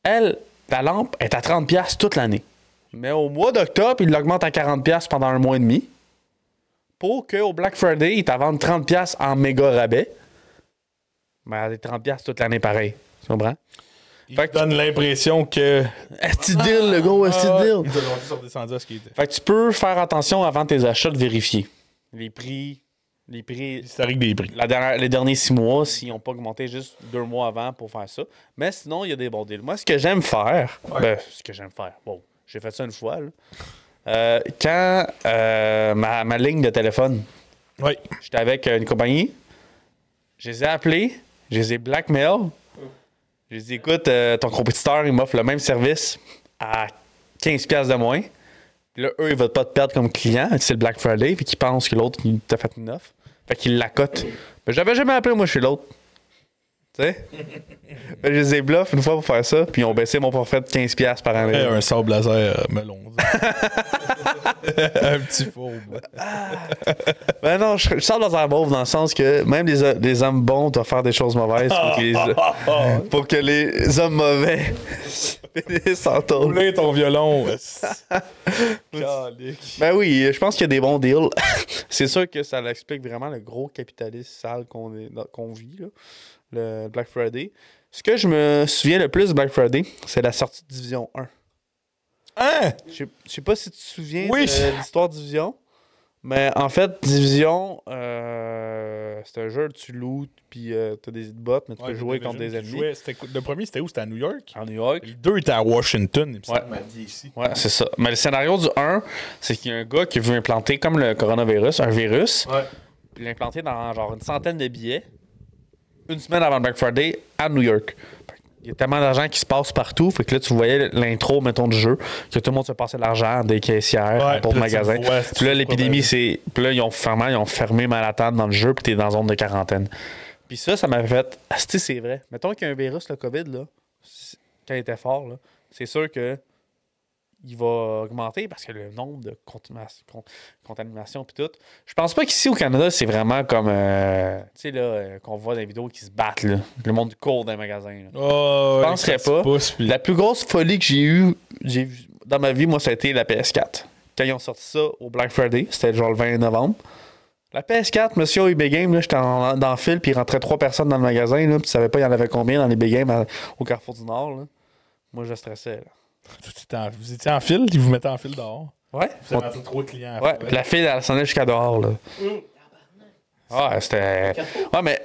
Speaker 1: elle, la lampe est à 30$ toute l'année. Mais au mois d'octobre, ils l'augmentent à 40$ pendant un mois et demi. Pour qu'au Black Friday, ils t'en vendent 30$ en méga rabais. Mais elle est 30$ toute l'année pareil. Tu comprends?
Speaker 2: Il
Speaker 1: Fait que-
Speaker 2: donne l'impression que.
Speaker 1: Est-ce que tu deal, le gros? Est-ce que tu deal?
Speaker 2: Ils te l'ont dit sur descendu à ce qu'il était.
Speaker 1: Ah, Fait que tu peux faire attention avant tes achats de vérifier les prix, les prix,
Speaker 2: L'historique des prix.
Speaker 1: la dernière- les derniers six mois, s'ils n'ont pas augmenté juste deux mois avant pour faire ça. Mais sinon, il y a des bons deals. Moi, ce que j'aime faire, ben, ce que j'aime faire, bon, j'ai fait ça une fois, là. Euh, quand euh, ma, ma ligne de téléphone,
Speaker 2: Oui.
Speaker 1: j'étais avec euh, une compagnie, je les ai appelés, je les ai blackmail, je les ai dit, écoute, euh, ton compétiteur, il m'offre le même service à 15$ de moins. Puis là, eux, ils veulent pas te perdre comme client. C'est le Black Friday. Fait qu'ils pensent que l'autre, il t'a fait une offre. Fait qu'ils la cote. Mais j'avais jamais appelé, moi, chez l'autre. Tu sais? Fait que je les ai bluffés une fois pour faire ça. Puis ils ont baissé mon forfait de 15$ par année.
Speaker 2: Un sable laser euh, melon. un petit fourbe.
Speaker 1: Ben non, je, je sors dans un mauve dans le sens que même les, les hommes bons doivent faire des choses mauvaises pour que les, pour que les hommes mauvais finissent en tôle.
Speaker 2: Roulez ton violon.
Speaker 1: Ben oui, je pense qu'il y a des bons deals. c'est sûr que ça l'explique vraiment le gros capitalisme sale qu'on est- qu'on vit, là, le Black Friday. Ce que je me souviens le plus de Black Friday, c'est la sortie de Division 1.
Speaker 2: Hein?
Speaker 1: Je sais- je sais pas si tu te souviens
Speaker 2: Oui.
Speaker 1: de l'histoire de Division, mais en fait, Division, euh, c'est un jeu où tu lootes, puis tu t'as des bots, mais tu peux jouer contre des ennemis.
Speaker 2: le premier, c'était où? C'était à New York?
Speaker 1: En New York.
Speaker 2: Le deux était à Washington. Il me
Speaker 1: Ouais.
Speaker 2: semble, à DC.
Speaker 1: Ouais, c'est ça. Mais le scénario du 1, c'est qu'il y a un gars qui veut implanter, comme le coronavirus, un virus,
Speaker 2: Ouais.
Speaker 1: puis l'implanter dans genre une centaine de billets, une semaine avant le Black Friday, à New York. Il y a tellement d'argent qui se passe partout, fait que là, tu voyais l'intro, mettons, du jeu, que tout le monde se passait de l'argent, des caissières,
Speaker 2: Ouais,
Speaker 1: dans d'autres
Speaker 2: puis là, tu
Speaker 1: magasins.
Speaker 2: le vois, c'est ben,
Speaker 1: Puis là,
Speaker 2: tout
Speaker 1: l'épidémie, c'est. Puis là, ils ont fermé, ils ont fermé Manhattan dans le jeu, puis t'es dans la zone de quarantaine. Puis ça, ça m'avait fait. Ah, c'ti, c'est vrai. Mettons qu'il y a un virus, le COVID, là, c'est- quand il était fort, là, c'est sûr que il va augmenter parce que le nombre de contaminations, contaminations puis tout. Je pense pas qu'ici au Canada, c'est vraiment comme euh, tu sais là euh, qu'on voit dans les vidéos qui se battent là, le monde du cours d'un magasin. là.
Speaker 2: Oh,
Speaker 1: Je penserais pas. La plus grosse folie que j'ai eue j'ai vu- dans ma vie, moi, ça a été la PS4. Quand ils ont sorti ça au Black Friday, c'était genre le 20 novembre. La PS4, monsieur, au eBay Game, là, j'étais en- dans le fil, puis il rentrait trois personnes dans le magasin, là, puis tu savais pas, il y en avait combien dans les eBay Games à- au Carrefour du Nord. là. Moi, je stressais. Là.
Speaker 2: Vous étiez en fil, ils vous mettaient en fil dehors.
Speaker 1: Ouais?
Speaker 2: Vous avez rentré trop de clients.
Speaker 1: Ouais, puis la fille, elle sonnait jusqu'à dehors, là. Ouais, c'était. Ouais, mais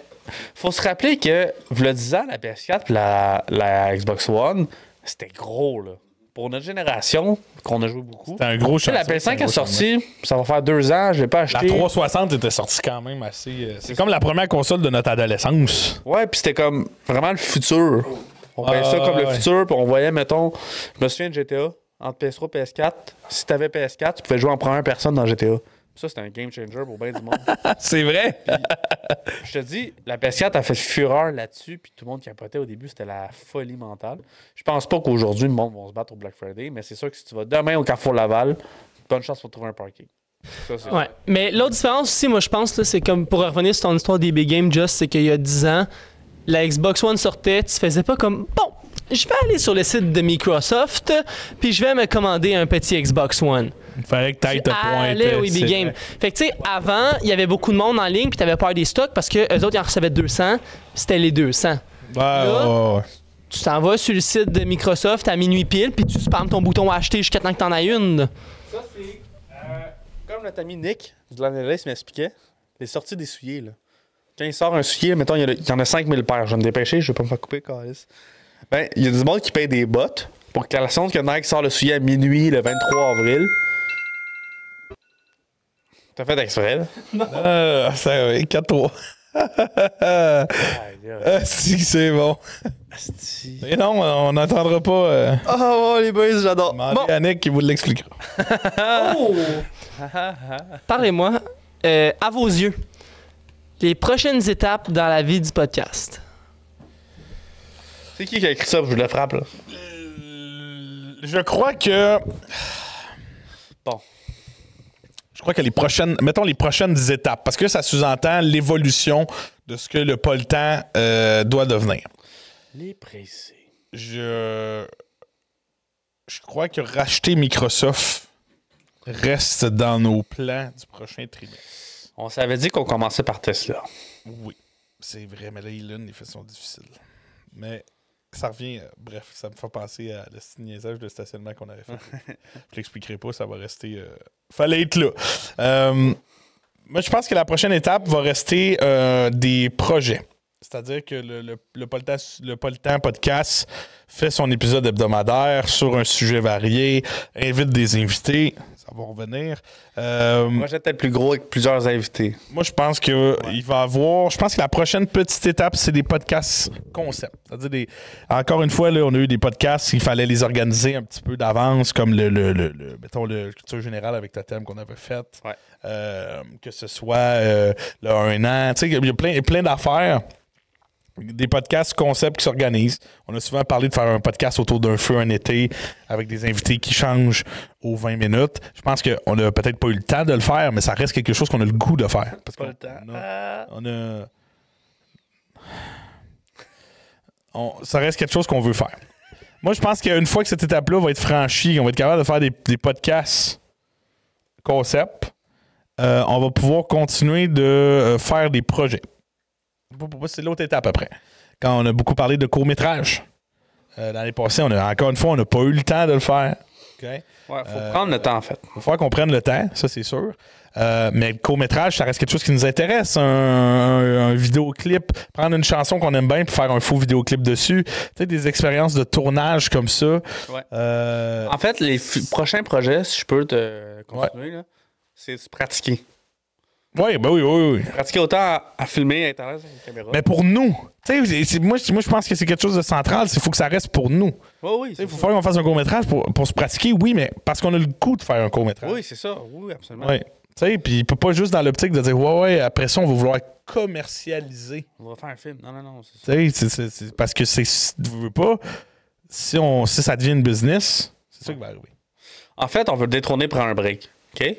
Speaker 1: faut se rappeler que, vous le disant, la PS4 puis la, la Xbox One, c'était gros, là. Pour notre génération, qu'on a joué beaucoup.
Speaker 2: C'était un gros
Speaker 1: Tu sais, la
Speaker 2: changement, c'était
Speaker 1: PS5
Speaker 2: un
Speaker 1: est
Speaker 2: gros
Speaker 1: sortie, ça va faire deux ans, je l'ai pas
Speaker 2: La
Speaker 1: acheté.
Speaker 2: 360 était sortie quand même assez. euh, c'est comme la première console de notre adolescence.
Speaker 1: Ouais, puis c'était comme vraiment le futur. On voyait
Speaker 2: Ah,
Speaker 1: ça comme le
Speaker 2: ouais.
Speaker 1: futur, puis on voyait, mettons, je me souviens de GTA. entre PS3 et PS4, si t'avais PS4, tu pouvais jouer en première personne dans GTA. Ça, c'était un game changer pour bien du monde.
Speaker 2: C'est vrai.
Speaker 1: Je te dis, la PS4 a fait fureur là-dessus, puis tout le monde capotait au début, c'était la folie mentale. Je pense pas qu'aujourd'hui, le monde va se battre au Black Friday, mais c'est sûr que si tu vas demain au Carrefour Laval, bonne chance pour trouver un parking. Ça, c'est
Speaker 3: Ouais. Mais l'autre différence aussi, moi, je pense, là, c'est comme pour revenir sur ton histoire des big games, Just, c'est qu'il y a 10 ans, la Xbox One sortait, tu faisais pas comme bon, je vais aller sur le site de Microsoft, puis je vais me commander un petit Xbox One.
Speaker 2: Il fallait que t'ailles te
Speaker 3: Allez
Speaker 2: pointer.
Speaker 3: au EB
Speaker 2: c'est
Speaker 3: Game.
Speaker 2: vrai.
Speaker 3: Fait que tu sais, avant, il y avait beaucoup de monde en ligne, puis t'avais peur des stocks parce que eux autres, ils en recevaient 200, puis c'était les 200.
Speaker 2: Ouais,
Speaker 3: Là,
Speaker 2: ouais, ouais.
Speaker 3: Tu t'en vas sur le site de Microsoft à minuit pile, puis tu spammes ton bouton acheter jusqu'à temps que t'en aies une.
Speaker 1: Ça, c'est. euh, comme notre ami Nick de l'analyse m'expliquait, les sorties des souliers, là. Quand il sort un soulier, mettons, il y, en a- il y en a 5000 paires. Je vais me dépêcher, je vais pas me faire couper, câlisse. Ben, il y a du monde qui paye des bottes pour qu'à la sonde que Nike sort le soulier à minuit le 23 avril. T'as fait exprès, là?
Speaker 2: Euh, ça, ouais, 4-3. Ah, si, c'est bon.
Speaker 1: Asti.
Speaker 2: Mais non, on n'entendra pas. euh,
Speaker 1: Oh, les boys, j'adore.
Speaker 2: demander
Speaker 1: Bon.
Speaker 2: à Nick qui vous l'expliquera.
Speaker 3: Parlez-moi, euh, à vos yeux, les prochaines étapes dans la vie du podcast.
Speaker 1: C'est qui qui a écrit ça? Je vous le frappe, là.
Speaker 2: Euh, Je crois que.
Speaker 1: Bon.
Speaker 2: Je crois que les prochaines. Mettons les prochaines étapes, parce que ça sous-entend l'évolution de ce que le Poltan euh, doit devenir.
Speaker 1: Les pressés.
Speaker 2: Je. Je crois que racheter Microsoft reste dans nos plans du prochain trimestre.
Speaker 1: On s'avait dit qu'on commençait par Tesla.
Speaker 2: Oui, c'est vrai, mais là, Elon, les faits sont difficiles. Mais ça revient, euh, bref, ça me fait penser à le petit niaisage de stationnement qu'on avait fait. je l'expliquerai pas, ça va rester. euh, Fallait être là. Euh, moi, je pense que la prochaine étape va rester euh, des projets. C'est-à-dire que le, le, le, Poltan, le Poltan Podcast fait son épisode hebdomadaire sur un sujet varié, invite des invités. Ça va revenir. Euh,
Speaker 1: Moi, j'étais le plus gros avec plusieurs invités.
Speaker 2: moi, je pense que euh, il va avoir. Je pense que la prochaine petite étape, c'est des podcasts concept. C'est-à-dire des. Encore une fois, là, on a eu des podcasts, il fallait les organiser un petit peu d'avance, comme le, le, le- le- mettons le culture générale avec le thème qu'on avait fait.
Speaker 1: Ouais.
Speaker 2: Euh, que ce soit euh, le un an. Tu sais, il y a plein, plein d'affaires. Des podcasts concepts qui s'organisent. On a souvent parlé de faire un podcast autour d'un feu un été avec des invités qui changent aux 20 minutes. Je pense qu'on n'a peut-être pas eu le temps de le faire, mais ça reste quelque chose qu'on a le goût de faire. Parce qu'on- on
Speaker 1: Ah.
Speaker 2: a- On a- on- ça reste quelque chose qu'on veut faire. Moi, je pense qu'une fois que cette étape-là va être franchie, on va être capable de faire des, des podcasts concept, euh, on va pouvoir continuer de euh, faire des projets. Pour- pour- C'est l'autre étape après. Quand on a beaucoup parlé de court-métrage. Euh, L'année passée, on a, encore une fois, on n'a pas eu le temps de le faire. OK?
Speaker 1: Ouais, faut
Speaker 2: Euh,
Speaker 1: prendre le temps, en fait.
Speaker 2: Il va falloir qu'on prenne le temps, ça c'est sûr. Euh, mais le court-métrage, ça reste quelque chose qui nous intéresse. Un, un- un vidéoclip, prendre une chanson qu'on aime bien puis faire un faux vidéoclip dessus. Tu sais, des expériences de tournage comme ça.
Speaker 1: Ouais.
Speaker 2: Euh,
Speaker 1: En fait, les fu- prochains projets, si je peux te continuer, là, c'est de se pratiquer.
Speaker 2: ouais, ben oui, oui, oui.
Speaker 1: Pratiquer autant à, à filmer, à être à l'aise avec une caméra.
Speaker 2: Mais pour nous, tu sais, c'est- c'est- moi, je- moi je pense que c'est quelque chose de central. Il faut que ça reste pour nous.
Speaker 1: Oui, oui,
Speaker 2: Il
Speaker 1: c'est
Speaker 2: faut
Speaker 1: ça.
Speaker 2: faire qu'on fasse un court-métrage pour, pour se pratiquer, oui, mais parce qu'on a le goût de faire un court-métrage.
Speaker 1: Oui, c'est ça. Oui, absolument.
Speaker 2: Ouais. Tu sais, puis pas- pas juste dans l'optique de dire, ouais, ouais, après ça, on va vouloir commercialiser.
Speaker 1: On va faire un film. Non, non, non. c'est ça.
Speaker 2: Tu sais, c'est- c'est- c'est- parce que c'est tu veux pas si on si ça devient une business, c'est ça qui va arriver.
Speaker 1: En fait, on veut le détrôner prendre un break. OK?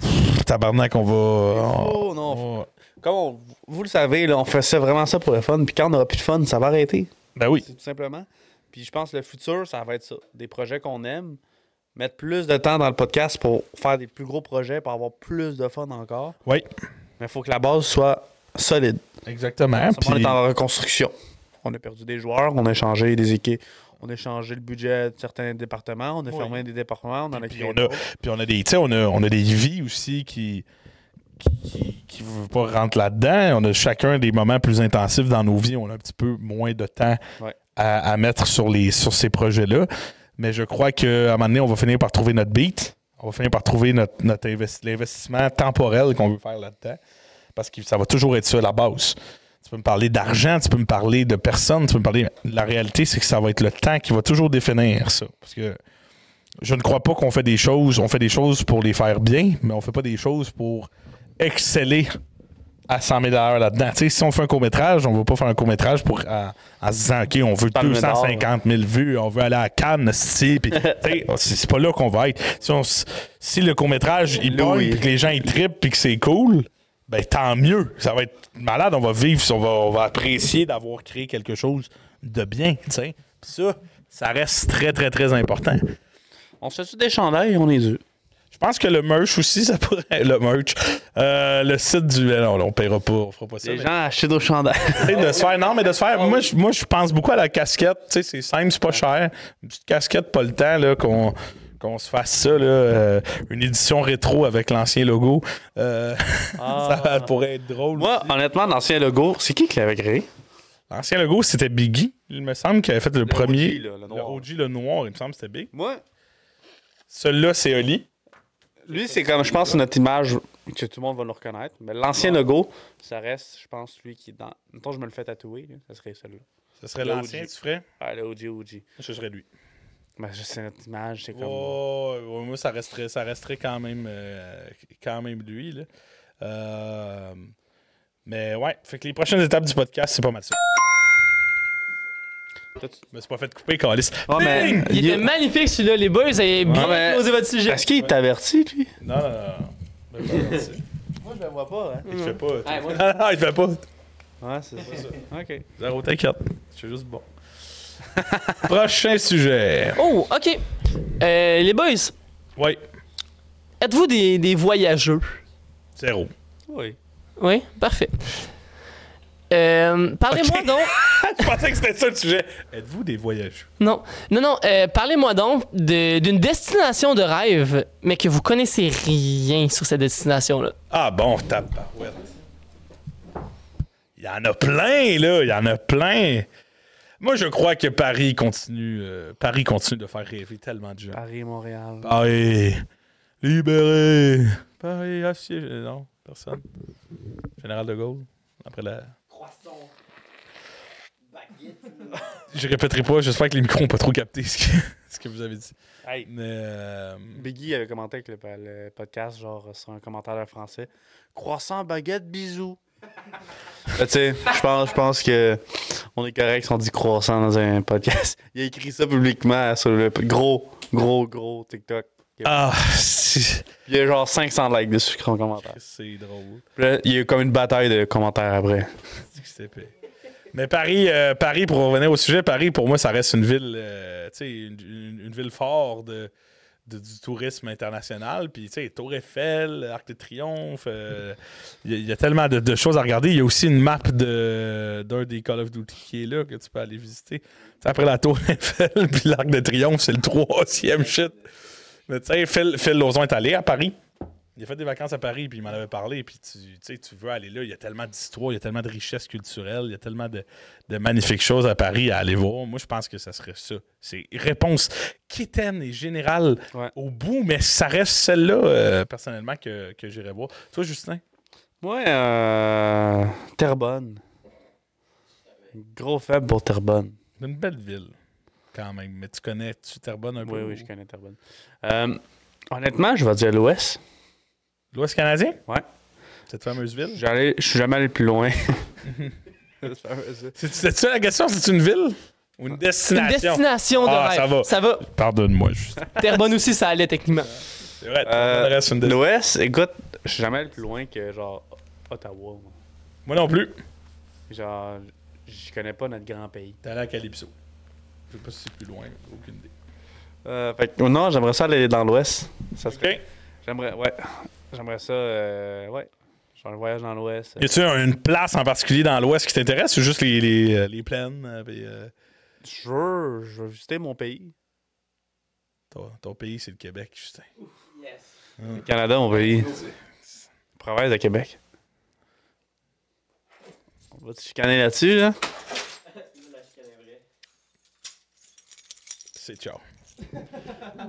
Speaker 2: Pff, Tabarnak, on va on-
Speaker 1: Oh, non.
Speaker 2: on-
Speaker 1: Comme on- vous le savez, là, on fait ça vraiment ça pour le fun. Puis quand on n'aura plus de fun, ça va arrêter.
Speaker 2: ben oui.
Speaker 1: C'est tout simplement. Puis je pense que le futur, ça va être ça. Des projets qu'on aime. Mettre plus de temps dans le podcast pour faire des plus gros projets, pour avoir plus de fun encore.
Speaker 2: Oui,
Speaker 1: Mais il faut que la base soit solide.
Speaker 2: exactement.
Speaker 1: Ça, On
Speaker 2: Ah, puis-
Speaker 1: est en reconstruction. On a perdu des joueurs, on a changé des équipes, on a changé le budget de certains départements, on a
Speaker 2: Oui.
Speaker 1: fermé des départements, on en a
Speaker 2: puis
Speaker 1: créé
Speaker 2: on a-
Speaker 1: d'autres.
Speaker 2: Puis on a des, tu sais, on a, on a des vies aussi qui qui, qui, qui veulent pas rentrer là-dedans. On a chacun des moments plus intensifs dans nos vies. On a un petit peu moins de temps
Speaker 1: Ouais.
Speaker 2: à, à mettre sur les sur ces projets-là. Mais je crois qu'à un moment donné, on va finir par trouver notre beat. On va finir par trouver notre, notre investi- l'investissement temporel qu'on veut faire là-dedans. Parce que ça va toujours être ça, la base. Tu peux me parler d'argent, tu peux me parler de personnes, tu peux me parler. La réalité, c'est que ça va être le temps qui va toujours définir ça. Parce que je ne crois pas qu'on fait des choses. On fait des choses pour les faire bien, mais on fait pas des choses pour exceller à 100 000 heures là-dedans. Tu sais, si on fait un court-métrage, on va pas faire un court-métrage pour, à- en se disant, OK, on veut
Speaker 1: Palme d'or.
Speaker 2: 250 000 vues, on veut aller à Cannes, si, puis, tu sais, c'est c'est pas là qu'on va être. Si, on s- si le court-métrage, il
Speaker 1: Louis.
Speaker 2: pogne, puis que les gens, ils trippent, puis que c'est cool, ben tant mieux. Ça va être malade, on va vivre, on va, on va apprécier d'avoir créé quelque chose de bien, tu sais. Puis ça, ça reste très, très, très important.
Speaker 1: On se fait des chandails, on est dû.
Speaker 2: Je pense que le merch aussi, ça pourrait être le merch. Euh, le site du... Non, là, on paiera pas, on fera pas ça.
Speaker 1: Les
Speaker 2: mais-
Speaker 1: gens achètent nos chandails.
Speaker 2: Tu sais, de se faire, non, mais de se faire. Moi, je, moi, je pense beaucoup à la casquette. Tu sais, c'est simple, c'est pas cher. Une petite casquette, pas le temps, là, qu'on. Qu'on se fasse ça, là, euh, une édition rétro avec l'ancien logo. Euh, ça pourrait être drôle.
Speaker 1: Ah. Moi, honnêtement, l'ancien logo, c'est qui qui l'avait créé?
Speaker 2: L'ancien logo, c'était Biggie. Il me semble qu'il avait fait le, premier.
Speaker 1: OG, là, le noir.
Speaker 2: OG, le noir, il me semble que c'était Big.
Speaker 1: Moi,
Speaker 2: Celui-là, c'est Oli.
Speaker 1: lui, c'est comme, je pense, notre image que tout le monde va nous reconnaître. Mais l'ancien logo, ça reste, je pense, lui qui est dans. Mettons, je me le fais tatouer, là, ça serait celui-là.
Speaker 2: Ce serait
Speaker 1: Le
Speaker 2: l'ancien,
Speaker 1: OG.
Speaker 2: tu ferais
Speaker 1: Ah, le OG, OG.
Speaker 2: Ce serait lui.
Speaker 1: Ben, je- c'est notre image, c'est comme.
Speaker 2: Ouais, ouais, ouais, moi, ça resterait, ça resterait quand même euh, quand même lui. là. Euh, mais ouais, fait que les prochaines étapes du podcast, c'est pas mal ça.
Speaker 1: T'as-tu-
Speaker 2: Je me suis pas fait couper, Calis.
Speaker 1: Ouais, mais-
Speaker 2: Ding!
Speaker 3: Il était
Speaker 1: Il-
Speaker 3: magnifique celui-là, les boys, vous avez
Speaker 1: Ouais,
Speaker 3: bien
Speaker 1: mais-
Speaker 3: posé votre sujet.
Speaker 1: Est-ce qu'il t'avertit, lui?
Speaker 2: Non, non, non. Ben, ben, ben, c'est-
Speaker 1: Moi, je le vois pas, hein.
Speaker 2: Il fait pas.
Speaker 3: Ouais, moi,
Speaker 2: Non, non, il fait pas.
Speaker 1: Ouais, c'est ça. OK.
Speaker 2: Zéro, t'inquiète. Je suis juste bon. Prochain sujet.
Speaker 3: Oh, ok. Euh, les boys,
Speaker 2: Oui,
Speaker 3: êtes-vous des, des voyageux?
Speaker 2: zéro.
Speaker 1: Oui.
Speaker 3: Oui, parfait. Euh, parlez-moi donc.
Speaker 2: Je Ah, pensais que c'était ça le sujet. Êtes-vous des voyageurs?
Speaker 3: Non, non, non. euh, parlez-moi donc de- d'une destination de rêve, mais que vous connaissez rien sur cette destination-là.
Speaker 2: Ah bon, tabarouette. Il y en a plein, là. Il y en a plein. Moi, je crois que Paris continue, euh, Paris continue de faire rêver tellement de gens.
Speaker 1: Paris, Montréal.
Speaker 2: Paris, libéré. Paris, assiégé. Non, personne. Général de Gaulle, après la... Je répéterai pas, j'espère que les micros ont pas trop capté ce que, ce que vous avez dit.
Speaker 1: Hey.
Speaker 2: Mais, euh,
Speaker 1: Biggie avait commenté avec le, le podcast, genre sur un commentaire de français. Croissant, baguette, bisous. Euh, tu sais, je pense, je pense que on est correct si on dit croissant dans un podcast. Il a écrit ça publiquement sur le gros, gros, gros TikTok.
Speaker 2: Ah, c'est
Speaker 1: Il y a genre 500 likes dessus son commentaire.
Speaker 2: c'est drôle.
Speaker 1: Puis là, il y a eu comme une bataille de commentaires après.
Speaker 2: que c'était épais. Mais Paris, euh, Paris, pour revenir au sujet, Paris, pour moi, ça reste une ville, euh, tu sais, une, une- une ville forte de, de- du tourisme international. Puis, tu sais, Tour Eiffel, Arc de Triomphe, euh, il y, a- il y a tellement de, de choses à regarder. Il y a aussi une map de- d'un des Call of Duty qui est là, que tu peux aller visiter. Tu sais, après la Tour Eiffel, puis l'Arc de Triomphe, c'est le troisième shit. Mais tu sais, Phil, Phil Lauzon est allé à Paris. Il a fait des vacances à Paris, puis il m'en avait parlé. Puis tu tu sais, tu veux aller là, il y a tellement d'histoires, il y a tellement de richesses culturelles, il y a tellement de, de magnifiques choses à Paris à aller voir. Moi, je pense que ça serait ça. C'est réponse quétaine et générale
Speaker 1: Ouais.
Speaker 2: au bout, mais ça reste celle-là, euh, personnellement, que, que j'irais voir. Toi, Justin,
Speaker 1: Moi, euh, Terrebonne. Gros faible pour Terrebonne.
Speaker 2: c'est une belle ville, quand même. Mais tu connais, tu Terrebonne un peu.
Speaker 1: Oui, oui, je connais Terrebonne. Euh, honnêtement, je vais dire l'Ouest.
Speaker 2: L'Ouest canadien?
Speaker 1: Ouais.
Speaker 2: Cette fameuse ville?
Speaker 1: J'allais- Je suis jamais allé plus loin. Euh,
Speaker 2: C'est c'est ça la question? C'est une ville? Ou une
Speaker 3: Une
Speaker 2: destination?
Speaker 3: destination de
Speaker 2: Ah,
Speaker 3: rêve.
Speaker 2: ça va.
Speaker 3: Ça va.
Speaker 2: Pardonne-moi, Justin.
Speaker 3: Terrebonne aussi, ça allait techniquement.
Speaker 2: C'est vrai,
Speaker 1: Euh,
Speaker 2: Terrebonne reste une destination.
Speaker 1: L'Ouest, écoute, je suis jamais allé plus loin que genre Ottawa. moi.
Speaker 2: Moi non plus.
Speaker 1: Genre, je connais pas notre grand pays.
Speaker 2: T'es allé à Calypso. Je sais pas si c'est plus loin, aucune idée.
Speaker 1: Euh, fait que- non, j'aimerais ça aller dans l'Ouest. Ça serait-
Speaker 2: Ok.
Speaker 1: J'aimerais, ouais. J'aimerais ça, euh, ouais. Genre un voyage dans l'Ouest.
Speaker 2: Y a-tu un- une place en particulier dans l'Ouest qui t'intéresse ou juste les, les, euh, les plaines, euh, puis, euh,
Speaker 1: Je veux, je veux visiter mon pays.
Speaker 2: ton, ton pays, c'est le Québec, Justin.
Speaker 1: Le Canada, mon pays. Province de Québec. On va te chicaner là-dessus, là?
Speaker 2: C'est ciao.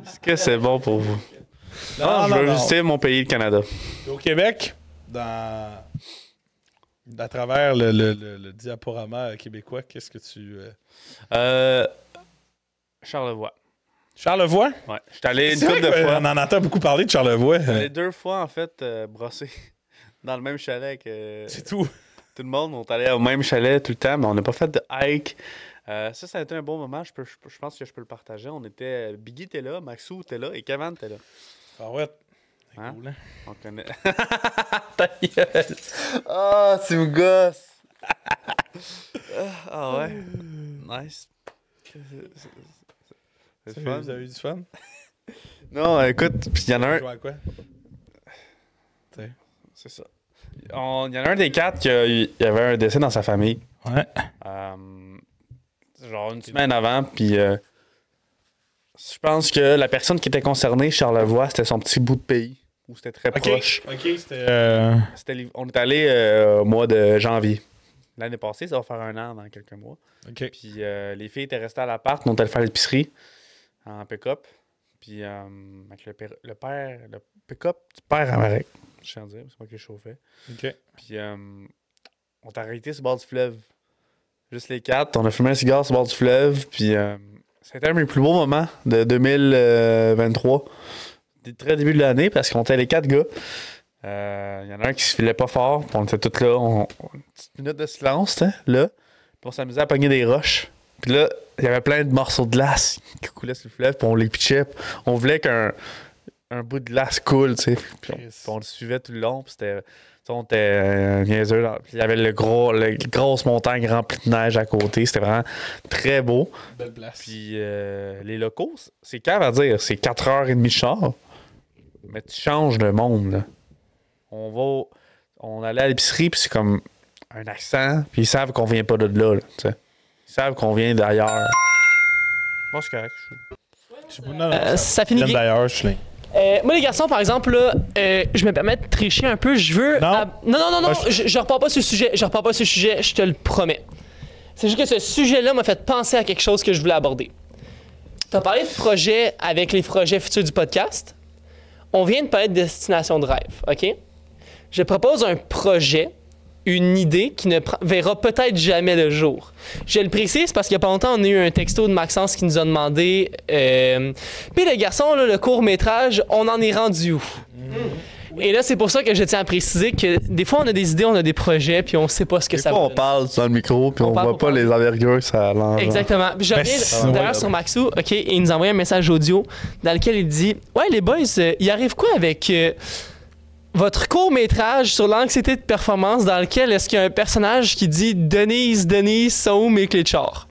Speaker 1: Est-ce que c'est bon pour vous? Ah, Non,
Speaker 2: Non,
Speaker 1: je
Speaker 2: non,
Speaker 1: veux
Speaker 2: non.
Speaker 1: visiter mon pays, le Canada.
Speaker 2: Au Québec, dans... à travers le, le- le- le diaporama québécois, qu'est-ce que tu. euh,
Speaker 1: Euh, Charlevoix.
Speaker 2: Charlevoix?
Speaker 1: Ouais. J'étais allé une
Speaker 2: C'est vrai
Speaker 1: couple de
Speaker 2: que,
Speaker 1: fois.
Speaker 2: euh, On en entend beaucoup parler de Charlevoix.
Speaker 1: J'étais allé deux fois, en fait, euh, brosser dans le même chalet que
Speaker 2: C'est tout.
Speaker 1: tout le monde. On est allé au même chalet tout le temps, mais on n'a pas fait de hike. Euh, ça, ça a été un bon moment. Je, peux- je peux- je pense que je peux le partager. On était. euh, Biggie était là, Maxou était là et Kavan était là.
Speaker 2: Ah ouais. C'est
Speaker 1: Hein?
Speaker 2: cool, hein?
Speaker 1: On connaît.
Speaker 3: Ta gueule.
Speaker 1: Ah, tu me gosses! ah ouais. Nice. C'est- c'est- c'est- C'est
Speaker 2: Vous
Speaker 1: fun.
Speaker 2: avez- vous avez eu du fun?
Speaker 1: Non, écoute, puis il y en a un.
Speaker 2: Jouer à quoi?
Speaker 1: C'est ça. On- Il y en a un des quatre qui a- il y avait un décès dans sa famille.
Speaker 2: Ouais.
Speaker 1: Euh, genre une semaine avant, puis euh, je pense que la personne qui était concernée, Charlevoix, c'était son petit bout de pays où c'était très proche.
Speaker 2: Ok, c'était. euh,
Speaker 1: C'était l'hiv- on est allé euh, au mois de janvier. L'année passée, ça va faire un an dans quelques mois.
Speaker 2: Ok.
Speaker 1: Puis euh, les filles étaient restées à l'appart, on est allé faire l'épicerie en pick-up. Puis euh, avec le, père- le père, le pick-up du père à Marek, je sais en dire, c'est moi qui le chauffais.
Speaker 2: Ok.
Speaker 1: Puis euh, on t'a arrêté sur le bord du fleuve. Juste les quatre. On a fumé un cigare sur le bord du fleuve. Puis euh, c'était un des plus beaux moments de 2023. Des très début de l'année parce qu'on était les quatre gars. Euh, Il y en a un qui se filait pas fort. puis on était tous là. On, on- une petite minute de silence, t'sais, là. Puis on s'amusait à pogner des roches. Puis là, il y avait plein de morceaux de glace qui coulaient sur le fleuve. Puis on les pitchait. On voulait qu'un un bout de glace coule, tu sais. Puis on,
Speaker 2: Chris.
Speaker 1: puis on le suivait tout le long. Puis c'était. Tu sais, on était euh, niaiseux. là. Puis il y avait le gros, le grosse montagne remplie de neige à côté. C'était vraiment très beau.
Speaker 2: Belle place.
Speaker 1: Puis euh, les locaux, c- c'est cave à dire. C'est 4h30 de char. Mais tu changes de monde. là. On va. On allait à l'épicerie, puis c'est comme un accent. Puis ils savent qu'on vient pas de là. là, tu sais. ils savent qu'on vient d'ailleurs. Bon, c'est correct.
Speaker 2: Je sais pas, non, non,
Speaker 3: Euh,
Speaker 2: ça-
Speaker 3: ça finit
Speaker 2: J'aime
Speaker 3: bien.
Speaker 2: d'ailleurs, je l'ai.
Speaker 3: Euh, moi, les garçons, par exemple, là, euh, je me permets de tricher un peu. Je veux.
Speaker 2: Non.
Speaker 3: non, non, non, non,
Speaker 2: Moi,
Speaker 3: je... je repars pas sur le sujet. Je repars pas sur le sujet, je te le promets. C'est juste que ce sujet-là m'a fait penser à quelque chose que je voulais aborder. Tu as parlé de projets avec les projets futurs du podcast. On vient de parler de destination de rêve, OK? Je propose un projet, une idée qui ne pr- verra peut-être jamais le jour. Je le précise parce qu'il n'y a pas longtemps, on a eu un texto de Maxence qui nous a demandé euh, Puis les garçons, là, le court-métrage, on en est rendu où Et là, c'est pour ça que je tiens à préciser que des fois, on a des idées, on a des projets, puis on ne sait pas ce que ça va donner.
Speaker 1: parle dans le micro, puis
Speaker 3: On on parle voit pour pas parler.
Speaker 1: envergures ça a
Speaker 3: Exactement. Puis je
Speaker 2: Ben,
Speaker 3: reviens
Speaker 2: sinon,
Speaker 3: d'ailleurs
Speaker 2: ouais,
Speaker 3: sur Maxou, OK, et il nous envoie un message audio dans lequel il dit Ouais, les boys, euh, il arrive quoi avec euh, votre court-métrage sur l'anxiété de performance dans lequel est-ce qu'il y a un personnage qui dit Denise, Denise, sont où mes clés de char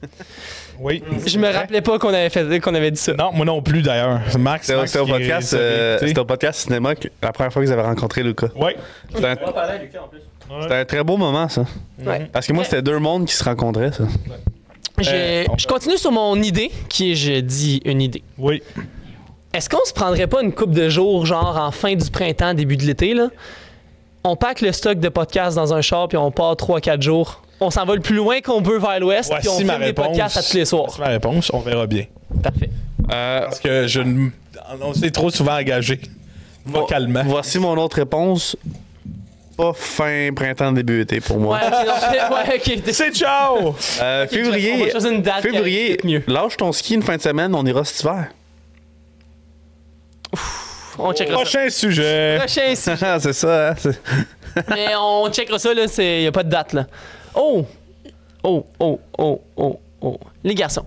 Speaker 2: Oui. Hein?
Speaker 3: Je me rappelais pas qu'on avait, fait, qu'on avait dit ça.
Speaker 2: Non, moi non plus d'ailleurs. C'est Max.
Speaker 1: C'était
Speaker 2: Max
Speaker 1: c'était au
Speaker 2: qui-
Speaker 1: podcast,
Speaker 2: ça,
Speaker 1: euh,
Speaker 2: écoutez.
Speaker 1: c'était au podcast cinéma que- la première fois que vous avez rencontré Lucas.
Speaker 2: Ouais.
Speaker 1: C'était un, c'était un très beau moment, ça.
Speaker 3: Ouais.
Speaker 1: Parce que moi, c'était deux mondes qui se rencontraient, ça.
Speaker 3: Je,
Speaker 2: Euh, on-
Speaker 3: je continue sur mon idée, qui est, je dis, une idée.
Speaker 2: Oui.
Speaker 3: Est-ce qu'on se prendrait pas une coupe de jours, genre en fin du printemps, début de l'été, là? On pack le stock de podcasts dans un char, puis on part 3-4 jours. On s'en va le plus loin qu'on peut vers l'ouest, puis on
Speaker 2: Voici ma
Speaker 3: filme des
Speaker 2: réponse.
Speaker 3: podcasts à tous les soirs.
Speaker 2: Voici ma réponse. On verra bien.
Speaker 3: Parfait.
Speaker 1: Euh,
Speaker 2: Parce que je ne- on s'est trop souvent engagé. Vocalement.
Speaker 1: voici mon autre réponse. Pas fin printemps, début été pour moi.
Speaker 3: Ouais, ok, non, ouais, ok.
Speaker 2: C'est ciao!
Speaker 1: Euh,
Speaker 3: On va
Speaker 1: février,
Speaker 3: choisir une date qui
Speaker 1: février
Speaker 3: arrive mieux.
Speaker 1: lâche ton ski une fin de semaine, on ira cet hiver.
Speaker 3: On checkera ça.
Speaker 2: Prochain sujet.
Speaker 3: Prochain ici.
Speaker 1: c'est ça, hein, c'est-
Speaker 3: Mais on checkera ça, là, c'est... y a pas de date, là. Oh! Oh, oh, oh, oh, oh. Les garçons.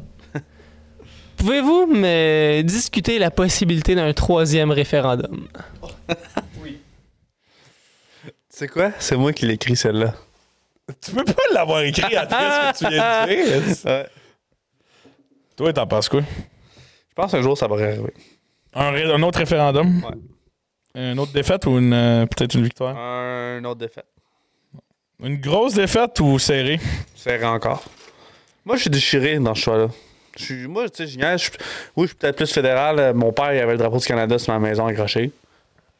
Speaker 3: Pouvez-vous me discuter la possibilité d'un troisième référendum?
Speaker 1: Tu sais quoi? C'est moi qui l'écris, celle-là.
Speaker 2: Tu peux pas l'avoir écrit à ce que tu viens de dire.
Speaker 1: Ouais.
Speaker 2: Toi, t'en penses quoi?
Speaker 1: Je pense un jour, ça va arriver.
Speaker 2: Un, ré- un autre référendum?
Speaker 1: Ouais.
Speaker 2: Une autre défaite ou une euh, peut-être une victoire?
Speaker 1: Un autre défaite.
Speaker 2: Une grosse défaite ou serrée?
Speaker 1: serré encore. Moi, je suis déchiré dans ce choix-là. Je suis- moi, tu sais, je niaise, je suis- Oui, je suis peut-être plus fédéral. Euh, Mon père, il avait le drapeau du Canada sur ma maison accroché.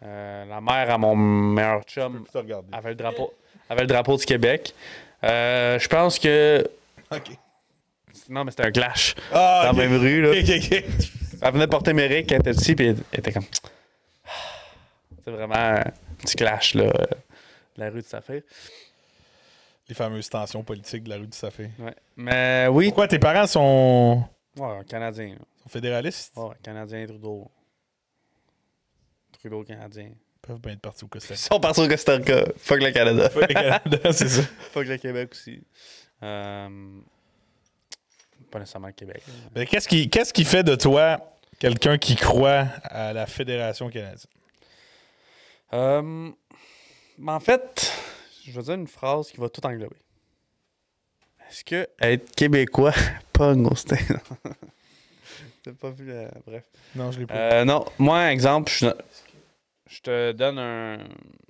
Speaker 1: Euh, la mère à mon meilleur chum avait le drapeau, avait le drapeau du Québec. Euh, je pense que.
Speaker 2: Ok.
Speaker 1: Non, mais c'était un clash
Speaker 2: Ah,
Speaker 1: dans
Speaker 2: ok.
Speaker 1: la même rue. Là.
Speaker 2: Ok, ok, ok.
Speaker 1: Elle venait porter mes rics quand elle était petite, puis elle était comme. C'est vraiment un petit clash, là. euh, La rue de Saphir.
Speaker 2: Les fameuses tensions politiques de la rue du Safé.
Speaker 1: Ouais. Mais oui.
Speaker 2: Pourquoi tes parents sont
Speaker 1: Ouais, un Canadien. là.
Speaker 2: Aux fédéralistes,
Speaker 1: Ouais, Canadien Trudeau. Trudeau canadien.
Speaker 2: ils peuvent bien être partis au Costa
Speaker 1: Ils
Speaker 2: Rica.
Speaker 1: sont partis au Costa Rica. Fuck le Canada.
Speaker 2: Pas le Canada, c'est ça.
Speaker 1: Fuck le Québec aussi. Euh, pas nécessairement le Québec.
Speaker 2: Mais qu'est-ce qui, qu'est-ce qui fait de toi quelqu'un qui croit à la Fédération canadienne?
Speaker 1: Euh, mais en fait, je vais dire une phrase qui va tout englober. Est-ce que être québécois pogne au steak? Non. T'as pas vu la... Bref.
Speaker 2: Non, je l'ai pas.
Speaker 1: Euh, non, moi, exemple, je, je te donne un.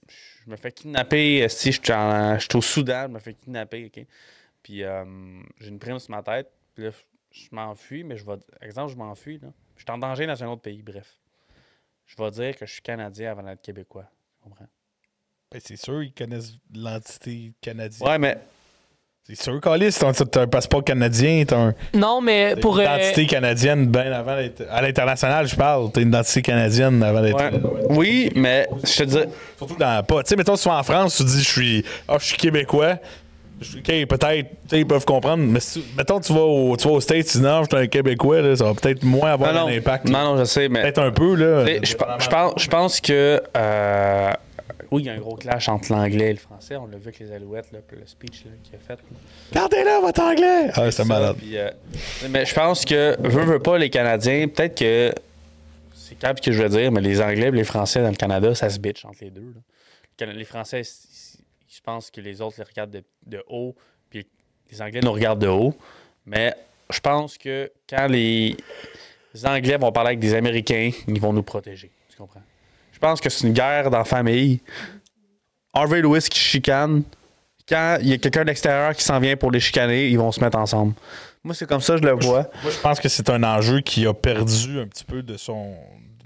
Speaker 1: Je me fais kidnapper. euh, Si je suis, en- je suis au Soudan, je me fais kidnapper, OK? Puis euh, j'ai une prime sur ma tête. Puis là, je m'enfuis, mais je vais. Exemple, je m'enfuis, là. Je suis en danger dans un autre pays, bref. Je vais dire que je suis Canadien avant d'être Québécois. Tu comprends?
Speaker 2: Ben, c'est sûr, ils connaissent l'entité canadienne.
Speaker 1: Ouais, mais.
Speaker 2: C'est sûr, Calis, t'as t'as un passeport canadien, t'as un-
Speaker 3: Non, mais
Speaker 2: t'as
Speaker 3: pour.
Speaker 2: une
Speaker 3: euh,
Speaker 2: identité canadienne bien avant d'être. À l'international, je parle. T'as une identité canadienne avant d'être.
Speaker 1: ouais. Oui, mais je te dis.
Speaker 2: Surtout dans pas. Tu sais, mettons, souvent en France, tu dis je suis. Ah, je suis québécois. Je- Ok, peut-être, tu sais, ils peuvent comprendre, mais si tu- mettons, tu vas au, tu vas aux States, tu dis non, je suis un Québécois, là, ça va peut-être moins avoir
Speaker 1: Non, non,
Speaker 2: un impact.
Speaker 1: non, non, je sais, mais.
Speaker 2: Peut-être un peu, là.
Speaker 1: Tu sais, Je, pe- je pense, je pense que. euh, oui, il y a un gros clash entre l'anglais et le français. On l'a vu avec les Alouettes, là, puis le speech là, qu'il a fait.
Speaker 2: Gardez-le, votre anglais! Ah, c'est
Speaker 1: Ça,
Speaker 2: malade.
Speaker 1: puis, euh, mais je pense que, veux, veux pas, les Canadiens, peut-être que. C'est quand ce que je veux dire, mais les Anglais et les Français dans le Canada, ça se bitch entre les deux. là. Le Cana- Les Français, s- ils pensent que les autres les regardent de, de haut, puis les Anglais nous regardent de haut. Mais je pense que quand les, les Anglais vont parler avec des Américains, ils vont nous protéger. Tu comprends? Je pense que c'est une guerre dans la famille. Harvey Lewis qui chicane. Quand il y a quelqu'un de l'extérieur qui s'en vient pour les chicaner, ils vont se mettre ensemble. Moi, c'est comme ça que je le vois.
Speaker 2: Moi, je pense que c'est un enjeu qui a perdu un petit peu de son.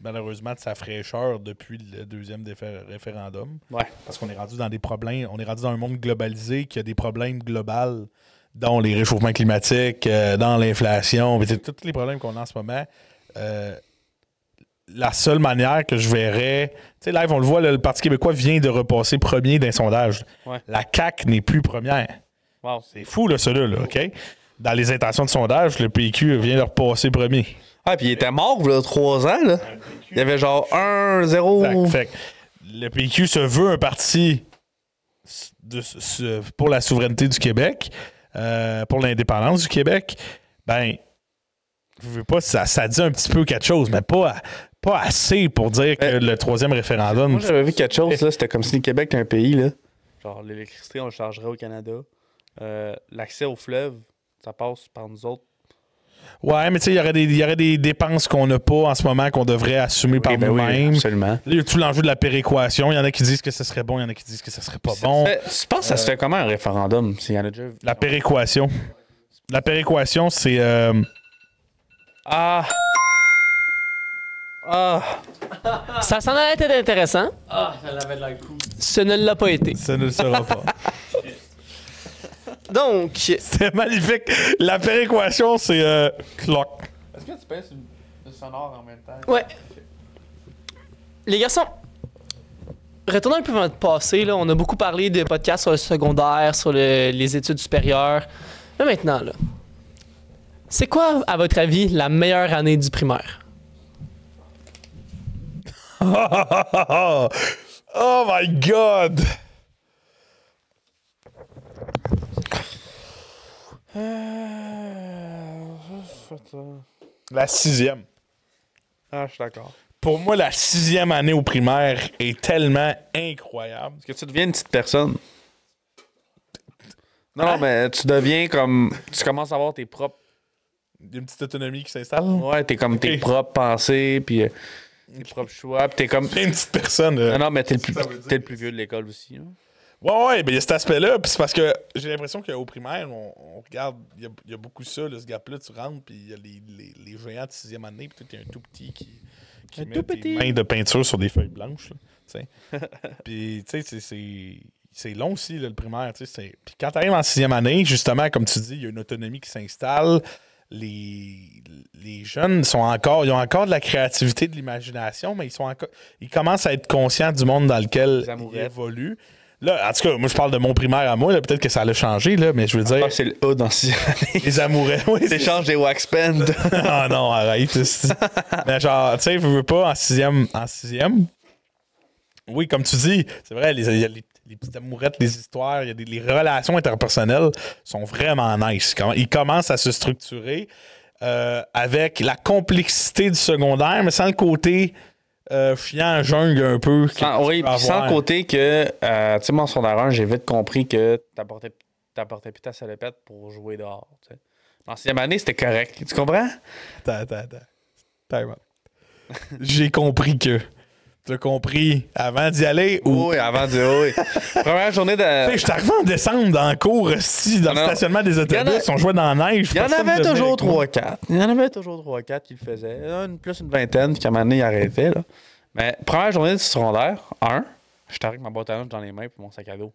Speaker 2: Malheureusement, de sa fraîcheur depuis le deuxième défé- référendum.
Speaker 1: Ouais.
Speaker 2: Parce qu'on est rendu dans des problèmes. On est rendu dans un monde globalisé qui a des problèmes globaux, dont les réchauffements climatiques, euh, dans l'inflation, puis c'est tous les problèmes qu'on a en ce moment. Euh, la seule manière que je verrais. Tu sais, live, on le voit, là, le Parti québécois vient de repasser premier d'un sondage.
Speaker 1: Ouais.
Speaker 2: La CAQ n'est plus première.
Speaker 1: Wow.
Speaker 2: C'est fou, là, celui là, OK? Dans les intentions de sondage, le PQ vient de repasser premier.
Speaker 1: Ah, puis il était mort, il y a trois ans, là. Il y avait genre 1, 0.
Speaker 2: Fait que- fait que le PQ se veut un parti s- de s- s- pour la souveraineté du Québec, euh, pour l'indépendance du Québec. Ben, je veux pas, ça, ça dit un petit peu quelque chose, mais pas, à- pas assez pour dire que
Speaker 1: Ben,
Speaker 2: le troisième référendum.
Speaker 1: Moi, j'avais vu quelque chose, là. C'était comme si le Québec était un pays, là. Genre, l'électricité, on le chargerait au Canada. Euh, L'accès au fleuve, ça passe par nous autres.
Speaker 2: Ouais, mais tu sais, il y aurait des- il y aurait des dépenses qu'on n'a pas en ce moment qu'on devrait assumer par
Speaker 1: Oui, ben oui,
Speaker 2: nous-mêmes.
Speaker 1: absolument.
Speaker 2: Là, il y a tout l'enjeu de la péréquation. Il y en a qui disent que ce serait bon, il y en a qui disent que ce serait pas bon.
Speaker 1: Ça fait- Tu penses que ça se fait comment un référendum? S'il y en a déjà...
Speaker 2: La péréquation. La péréquation, c'est. euh,
Speaker 1: Ah! Ah!
Speaker 3: Ça s'en allait être intéressant. Ah, ça l'avait de la Ce ne l'a pas été.
Speaker 2: ça ne le sera pas.
Speaker 3: Donc,
Speaker 2: c'est magnifique. La péréquation, c'est. euh, clock.
Speaker 1: Est-ce que tu pèses le sonore en même temps?
Speaker 3: ouais. Les garçons, retournons un peu vers notre passé. Là. On a beaucoup parlé de podcasts sur le secondaire, sur le- les études supérieures. Là, maintenant, là. C'est quoi, à votre avis, la meilleure année du primaire?
Speaker 2: oh my god! La sixième.
Speaker 1: Ah, je suis d'accord.
Speaker 2: Pour moi, la sixième année au primaire est tellement incroyable.
Speaker 1: Est-ce que tu deviens une petite personne? Non, non, mais tu deviens comme... Tu commences à avoir tes propres...
Speaker 2: Il y a une petite autonomie qui s'installe.
Speaker 1: Ouais, t'es comme tes
Speaker 2: Ok.
Speaker 1: propres pensées, puis euh, tes propres choix, puis t'es comme...
Speaker 2: T'es une petite personne. euh,
Speaker 1: Non, non, mais t'es le plus,
Speaker 2: Ça veut dire-
Speaker 1: t'es le plus vieux de l'école aussi. hein.
Speaker 2: Ouais, ouais, ben il y a cet aspect-là. Puis c'est parce que j'ai l'impression qu'au primaire, on, on regarde, il y, a- il y a beaucoup ça, là, ce gap-là, tu rentres, puis il y a les, les, les géants de sixième année, puis tout, il y a un tout petit qui, qui
Speaker 3: Un
Speaker 2: met
Speaker 3: tout
Speaker 2: des
Speaker 3: petit.
Speaker 2: mains de peinture sur des feuilles blanches. là, tu sais. puis, tu sais, c'est- c'est. C'est long aussi, là, le primaire. tu sais, c'est- Puis quand tu arrives en sixième année, justement, comme tu dis, il y a une autonomie qui s'installe. Les, les jeunes sont encore, ils ont encore de la créativité, de l'imagination, mais ils sont encore, ils commencent à être conscients du monde dans lequel
Speaker 1: Les
Speaker 2: ils
Speaker 1: amourettes.
Speaker 2: évoluent. Là, en tout cas, moi, je parle de mon primaire à moi. là, Peut-être que ça allait changer, là, mais je veux dire,
Speaker 1: Ah, c'est le A dans six années.
Speaker 2: les amoureux. oui, c'est-
Speaker 1: L'échange des wax pens.
Speaker 2: ah non, arrête. c'est- c'est- Mais genre, tu sais, je veux pas en sixième. En sixième. Oui, comme tu dis, c'est vrai, les, il y a les- les petites amourettes, les histoires, il y a des- les relations interpersonnelles sont vraiment nice. Comment- Ils commencent à se structurer euh, avec la complexité du secondaire, mais sans le côté euh, chiant, jungle un peu. que
Speaker 1: Sans-
Speaker 2: tu
Speaker 1: Ah, oui,
Speaker 2: peux
Speaker 1: puis sans
Speaker 2: avoir.
Speaker 1: le côté que, euh, tu sais, moi, en secondaire un, j'ai vite compris que t'apportais t'apportais plus ta salopette pour jouer dehors. tu sais. En sixième année, c'était correct. Tu comprends?
Speaker 2: Attends, attends, attends. Time out. J'ai compris que. Tu as compris avant d'y aller ou
Speaker 1: Oui, avant du oui. Première journée de.
Speaker 2: Hey, je suis arrivé en décembre dans le cours si dans
Speaker 1: Non,
Speaker 2: le
Speaker 1: non.
Speaker 2: stationnement des
Speaker 1: Il y en
Speaker 2: autobus,
Speaker 1: a-
Speaker 2: on jouait dans la neige.
Speaker 1: Il y en
Speaker 2: personne
Speaker 1: avait
Speaker 2: venait
Speaker 1: toujours
Speaker 2: avec moi.
Speaker 1: 3-4. Il y en avait toujours 3-4 qui le faisaient. Une, plus une vingtaine, puis qu'à un moment donné, ils arrêtaient. Là. Mais première journée du secondaire, 1, j'étais avec ma boîte à lunch dans les mains puis mon sac à dos.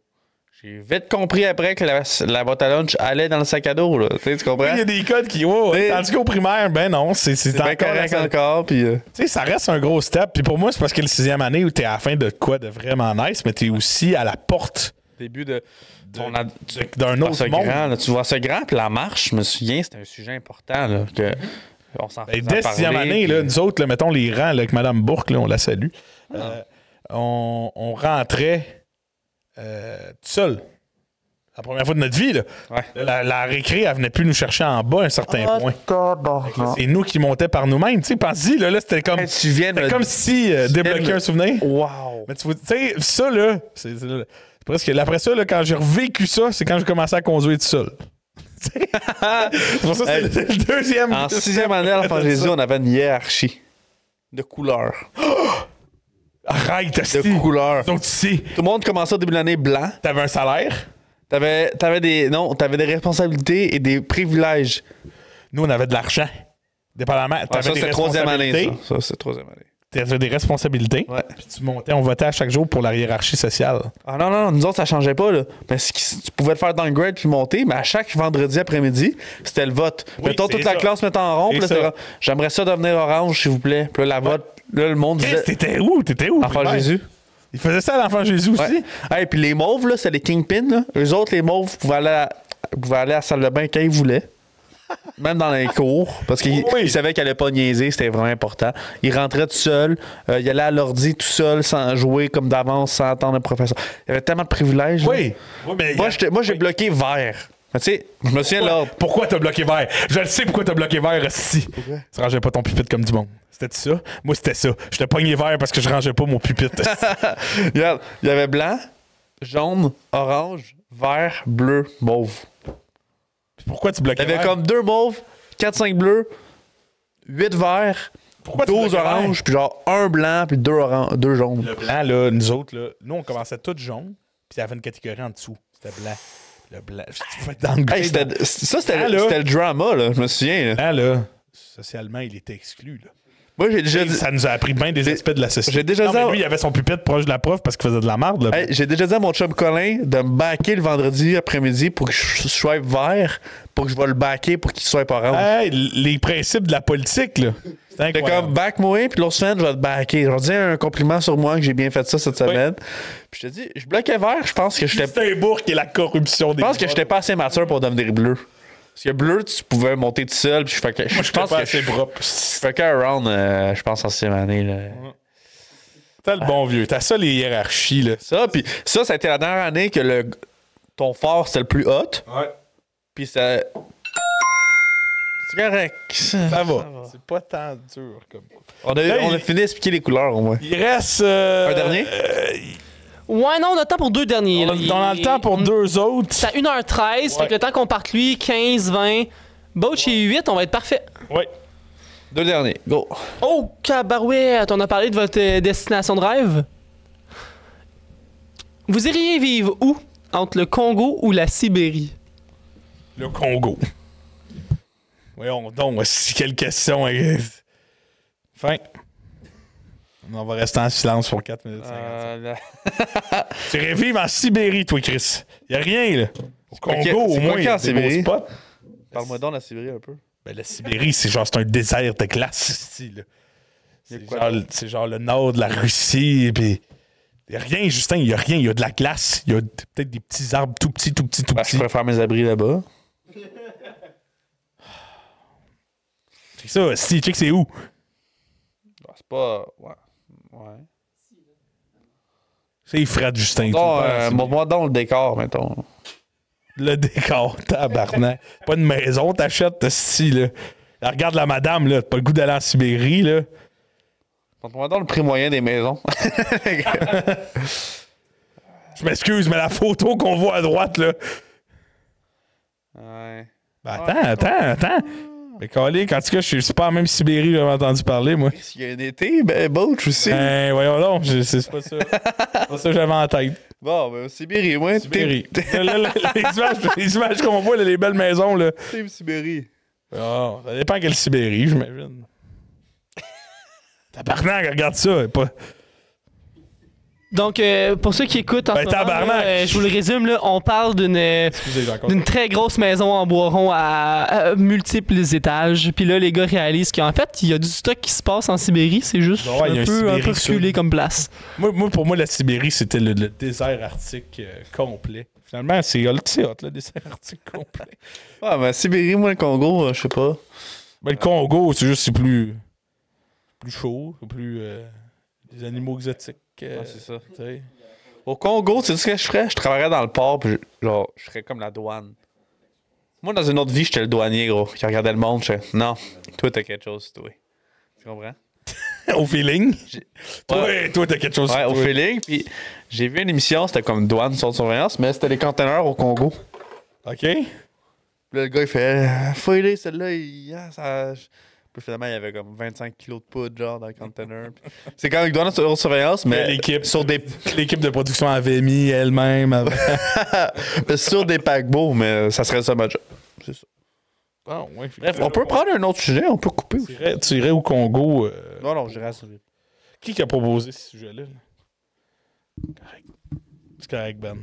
Speaker 1: J'ai vite compris après que la, la boîte à lunch allait dans le sac à dos. Là. Tu sais, tu comprends?
Speaker 2: Il y a des codes qui. Oh,
Speaker 1: Oui.
Speaker 2: Tandis qu'au primaire, ben non, c'est c'est
Speaker 1: C'est bien
Speaker 2: encore.
Speaker 1: correct
Speaker 2: la-
Speaker 1: encore. Puis, euh,
Speaker 2: Tu sais, ça reste un gros step. Puis pour moi, c'est parce que le sixième année où t'es à la fin de quoi de vraiment nice, mais t'es aussi à la porte
Speaker 1: début de. ton ad- tu-
Speaker 2: de- d'un
Speaker 1: vois ce
Speaker 2: autre monde.
Speaker 1: grand, là, tu vois ce grand, puis la marche, je me souviens, c'était un sujet important. Là, que on s'en
Speaker 2: Ben,
Speaker 1: faisait
Speaker 2: dès
Speaker 1: parler,
Speaker 2: sixième année,
Speaker 1: puis- Ah.
Speaker 2: là, nous autres, là, mettons les rangs là, avec Mme Bourque, là, on la salue. euh, on, on rentrait euh, tout seul. La première fois de notre vie. Là.
Speaker 1: Ouais.
Speaker 2: La, la récré, elle venait plus nous chercher en bas à un certain point. C'est nous qui montais par nous-mêmes. Tu sais, pense-y, là, là, c'était comme,
Speaker 1: Ah. Hey, tu viens de
Speaker 2: c'était
Speaker 1: me-
Speaker 2: comme si euh,
Speaker 1: tu viens de
Speaker 2: débloquer
Speaker 1: me-
Speaker 2: un souvenir.
Speaker 1: Wow!
Speaker 2: Mais tu vois, tu sais, ça, là, c'est c'est- c'est presque. Après ça, là, quand j'ai revécu ça, c'est quand j'ai commencé à conduire tout seul. c'est pour ça que c'est le, le deuxième.
Speaker 1: En sixième année à l'enfant Jésus, on avait une hiérarchie de couleurs.
Speaker 2: Arrête,
Speaker 1: De
Speaker 2: esti.
Speaker 1: couleurs.
Speaker 2: Donc, tu sais,
Speaker 1: Tout le monde commençait au début de l'année blanc.
Speaker 2: t'avais un salaire.
Speaker 1: T'avais, t'avais des. Non, t'avais des responsabilités et des privilèges.
Speaker 2: Nous, on avait de l'argent. Dépendamment,
Speaker 1: Ah,
Speaker 2: t'avais
Speaker 1: ça,
Speaker 2: des
Speaker 1: c'est troisième année.
Speaker 2: responsabilités.
Speaker 1: Ça, Ça, c'est troisième année.
Speaker 2: T'avais des responsabilités.
Speaker 1: Ouais.
Speaker 2: Puis tu montais, on votait à chaque jour pour la hiérarchie sociale.
Speaker 1: Ah non, non, non, nous autres, ça changeait pas, là. Mais ce qui- tu pouvais le faire dans le grade puis monter, mais à chaque vendredi après-midi, c'était le vote.
Speaker 2: Oui,
Speaker 1: Mettons,
Speaker 2: c'est
Speaker 1: toute la
Speaker 2: ça.
Speaker 1: classe mettait en rond, puis là,
Speaker 2: C'est
Speaker 1: c'était
Speaker 2: ça.
Speaker 1: comme, J'aimerais ça devenir orange, s'il vous plaît. Puis là, la vote, là, le monde
Speaker 2: Chris,
Speaker 1: disait.
Speaker 2: t'étais où? T'étais où?
Speaker 1: Enfant
Speaker 2: primaire?
Speaker 1: Jésus.
Speaker 2: Il faisait ça à l'enfant Jésus aussi.
Speaker 1: Ouais. Hey, puis les mauves, là, c'est les kingpins, là. Eux autres, les mauves, pouvaient aller à, pouvaient aller à la salle de bain quand ils voulaient. Même dans les cours, parce qu'ils
Speaker 2: Oui.
Speaker 1: ils savaient qu'ils allaient pas niaiser, c'était vraiment important. Ils rentraient tout seuls, euh, ils allaient à l'ordi tout seuls, sans jouer comme d'avance, sans attendre le professeur. Il y avait tellement de privilèges. là.
Speaker 2: Oui. Oui, mais
Speaker 1: Moi, j'étais- moi, j'ai bloqué vert. Mais tu sais, je me souviens de l'ordre.
Speaker 2: Pourquoi t'as bloqué vert? Je le sais pourquoi t'as bloqué vert si. Tu rangeais pas ton pupitre comme du monde. C'était ça? Moi, c'était ça. Je te pognais vert parce que je rangeais pas mon pupitre.
Speaker 1: Regarde, il y avait blanc, jaune, orange, vert, bleu, mauve.
Speaker 2: pourquoi tu bloquais
Speaker 1: Il y avait
Speaker 2: vert?
Speaker 1: comme deux mauves, 4-5 bleus, 8 verts,
Speaker 2: Pourquoi tu
Speaker 1: 12
Speaker 2: bloquais vert?
Speaker 1: oranges, puis genre un blanc, puis deux, oran- deux jaunes.
Speaker 2: Le blanc, là, nous autres, là, nous, on commençait tout jaune, puis il y avait une catégorie en dessous. C'était blanc. Le blanc. Tu pouvais être dans le
Speaker 1: Hey,
Speaker 2: grade, dans
Speaker 1: c'était-
Speaker 2: le
Speaker 1: ça,
Speaker 2: Ah,
Speaker 1: c'était
Speaker 2: là.
Speaker 1: c'était le drama, là, je me souviens. là.
Speaker 2: blanc, là, socialement, il était exclu, là.
Speaker 1: Moi, j'ai déjà,
Speaker 2: Et
Speaker 1: dit-
Speaker 2: Ça nous a appris bien des
Speaker 1: J'ai-
Speaker 2: aspects de la société.
Speaker 1: j'ai déjà
Speaker 2: non,
Speaker 1: dit-
Speaker 2: mais lui, il avait son pupitre proche de la prof parce qu'il faisait de la marde, là.
Speaker 1: hey, j'ai déjà dit à mon chum Colin de me backer le vendredi après-midi pour que je sois vert, pour que je vais le backer pour qu'il soit orange.
Speaker 2: Hey, les principes de la politique, là. C'était
Speaker 1: T'es
Speaker 2: incroyable.
Speaker 1: comme back moi, puis l'autre semaine, je vais te backer. Je vais te dire un compliment sur moi que j'ai bien fait ça cette semaine. Puis je te dis, je bloquais vert, je pense que j'étais.
Speaker 2: Justin Bourque et la corruption des
Speaker 1: Je pense que
Speaker 2: votes.
Speaker 1: j'étais pas assez mature pour devenir bleu. Parce que bleu, tu pouvais monter tout seul, puis je fais que.
Speaker 2: Moi,
Speaker 1: je pense que je
Speaker 2: c'est propre.
Speaker 1: je fais qu'un round, euh, je pense, en sixième année. Là.
Speaker 2: T'as le bon vieux. T'as ça, les hiérarchies, là.
Speaker 1: Ça, puis ça, ça a été la dernière année que le, ton fort, c'était le plus hot.
Speaker 2: Ouais.
Speaker 1: Puis ça. C'est correct.
Speaker 2: Ça va. C'est pas tant dur comme
Speaker 1: On a,
Speaker 2: Là,
Speaker 1: on a
Speaker 2: il-
Speaker 1: fini d'expliquer les couleurs, au moins.
Speaker 2: Il reste. euh,
Speaker 1: Un dernier?
Speaker 2: euh,
Speaker 3: Ouais, non, on a le temps pour deux derniers.
Speaker 2: on,
Speaker 3: là.
Speaker 2: a, on a le temps pour deux autres.
Speaker 3: C'est à 1h13, fait
Speaker 2: Ouais.
Speaker 3: que le temps qu'on parte, lui, 15, 20. Boach et 8, on va être parfait.
Speaker 2: Ouais.
Speaker 1: Deux derniers. Go.
Speaker 3: Oh, cabarouette, on a parlé de votre euh, destination de rêve. Vous iriez vivre où Entre le Congo ou la Sibérie
Speaker 2: Le Congo. Voyons donc, si quelle question. hein. Fin. On va rester en silence pour 4 minutes. 50.
Speaker 1: Euh.
Speaker 2: Tu revivre en Sibérie, toi, Chris. Y a rien, là. Au Congo,
Speaker 1: quoi
Speaker 2: au
Speaker 1: qu'il- c'est
Speaker 2: moins,
Speaker 1: quoi qu'il y a
Speaker 2: y a
Speaker 1: en
Speaker 2: des beaux
Speaker 1: Sibérie?
Speaker 2: spots.
Speaker 1: Parle-moi donc de la Sibérie un peu.
Speaker 2: Ben, la Sibérie, c'est genre, c'est un désert de glace, ici, là.
Speaker 1: C'est
Speaker 2: C'est
Speaker 1: quoi,
Speaker 2: genre, c'est genre le nord de la Russie, puis Il n'y a rien, Justin, il n'y a rien. Il y a de la glace, il y a d- peut-être des petits arbres tout petits, tout petits, tout
Speaker 1: Bah, je
Speaker 2: petits.
Speaker 1: pourrais faire mes abris là-bas.
Speaker 2: C'est ça, si, check, c'est où?
Speaker 1: Ah, c'est pas. Ouais. Ouais.
Speaker 2: C'est Fred Justin.
Speaker 1: Non,
Speaker 2: tout le temps,
Speaker 1: euh,
Speaker 2: c'est-
Speaker 1: moi, dans le décor, mettons.
Speaker 2: Le décor, tabarnak. pas une maison, t'achètes, si, là. Là, regarde la madame, là. T'as pas le goût d'aller en Sibérie, là.
Speaker 1: Montre-moi dans le prix moyen des maisons.
Speaker 2: Je m'excuse, mais la photo qu'on voit à droite, là.
Speaker 1: ouais.
Speaker 2: Ben, attends, attends, attends. Mais calé, quand tu cas, je suis pas en même Sibérie, j'avais entendu parler, moi.
Speaker 1: S'il y a un été, ben, Boach aussi.
Speaker 2: Ben, voyons donc, je- c'est pas ça. C'est pas ça que j'avais en tête.
Speaker 1: Bon, ben, Sibérie, moi.
Speaker 2: Sibérie. Là, là, là, les images, les images qu'on voit, là, les belles maisons, là.
Speaker 1: Team Sibérie.
Speaker 2: Oh, ça dépend quelle Sibérie, j'imagine. Tabarnak, regarde ça. Pas...
Speaker 3: Donc, euh, pour ceux qui écoutent en
Speaker 2: Ben,
Speaker 3: ce moment,
Speaker 2: tabarnak.
Speaker 3: là, euh, je vous le résume, là, on parle d'une euh,
Speaker 2: Excusez, j'ai encore-
Speaker 3: d'une très grosse maison en bois rond à, à multiples étages. Puis là, les gars réalisent qu'en fait, il y a du stock qui se passe en Sibérie. C'est juste
Speaker 2: Ouais, il y a
Speaker 3: un,
Speaker 2: un
Speaker 3: peu, un
Speaker 2: Sibérie
Speaker 3: peu
Speaker 2: sud.
Speaker 3: reculé comme place.
Speaker 2: Moi, moi, pour moi, la Sibérie, c'était le, le désert arctique euh, complet. Finalement, c'est c'est hot, le désert arctique complet.
Speaker 1: Ouais, mais Sibérie, moi, le Congo, euh, je sais pas.
Speaker 2: Mais le Congo, c'est juste c'est plus, plus chaud, c'est plus euh, des animaux exotiques. euh,
Speaker 1: ça.
Speaker 2: tu sais.
Speaker 1: Au Congo, tu sais ce que je ferais? Je travaillerais dans le port, puis je, genre, je serais comme la douane. Moi, dans une autre vie, j'étais le douanier, gros, qui regardait le monde. Je fais, non, toi, t'as quelque chose, toi. Tu comprends?
Speaker 2: au feeling. Toi,
Speaker 1: Ouais.
Speaker 2: toi, t'as quelque chose.
Speaker 1: Ouais,
Speaker 2: sur
Speaker 1: au
Speaker 2: toi.
Speaker 1: feeling. Puis j'ai vu une émission, c'était comme douane, sur surveillance, mais c'était les conteneurs au Congo.
Speaker 2: OK.
Speaker 1: Puis là, le gars, il fait euh, Fouillez celle-là, il- ah, ça. je- Puis finalement, il y avait comme 25 kilos de poudre, genre, dans le container. Puis C'est quand même douane sur surveillance, mais
Speaker 2: L'équipe.
Speaker 1: sur des,
Speaker 2: L'équipe de production avait mis elle-même. avant.
Speaker 1: sur des paquebots, mais ça serait ça, ma job. C'est ça.
Speaker 2: Ah, ouais, je-
Speaker 1: Bref, on peut prendre un autre sujet, on peut couper.
Speaker 2: Tu
Speaker 1: aussi.
Speaker 2: irais, tu irais au Congo. euh,
Speaker 1: Non, non, j'irai à la surveillance.
Speaker 2: Qui qui a proposé ce sujet-là? là? Correct. C'est correct, Ben.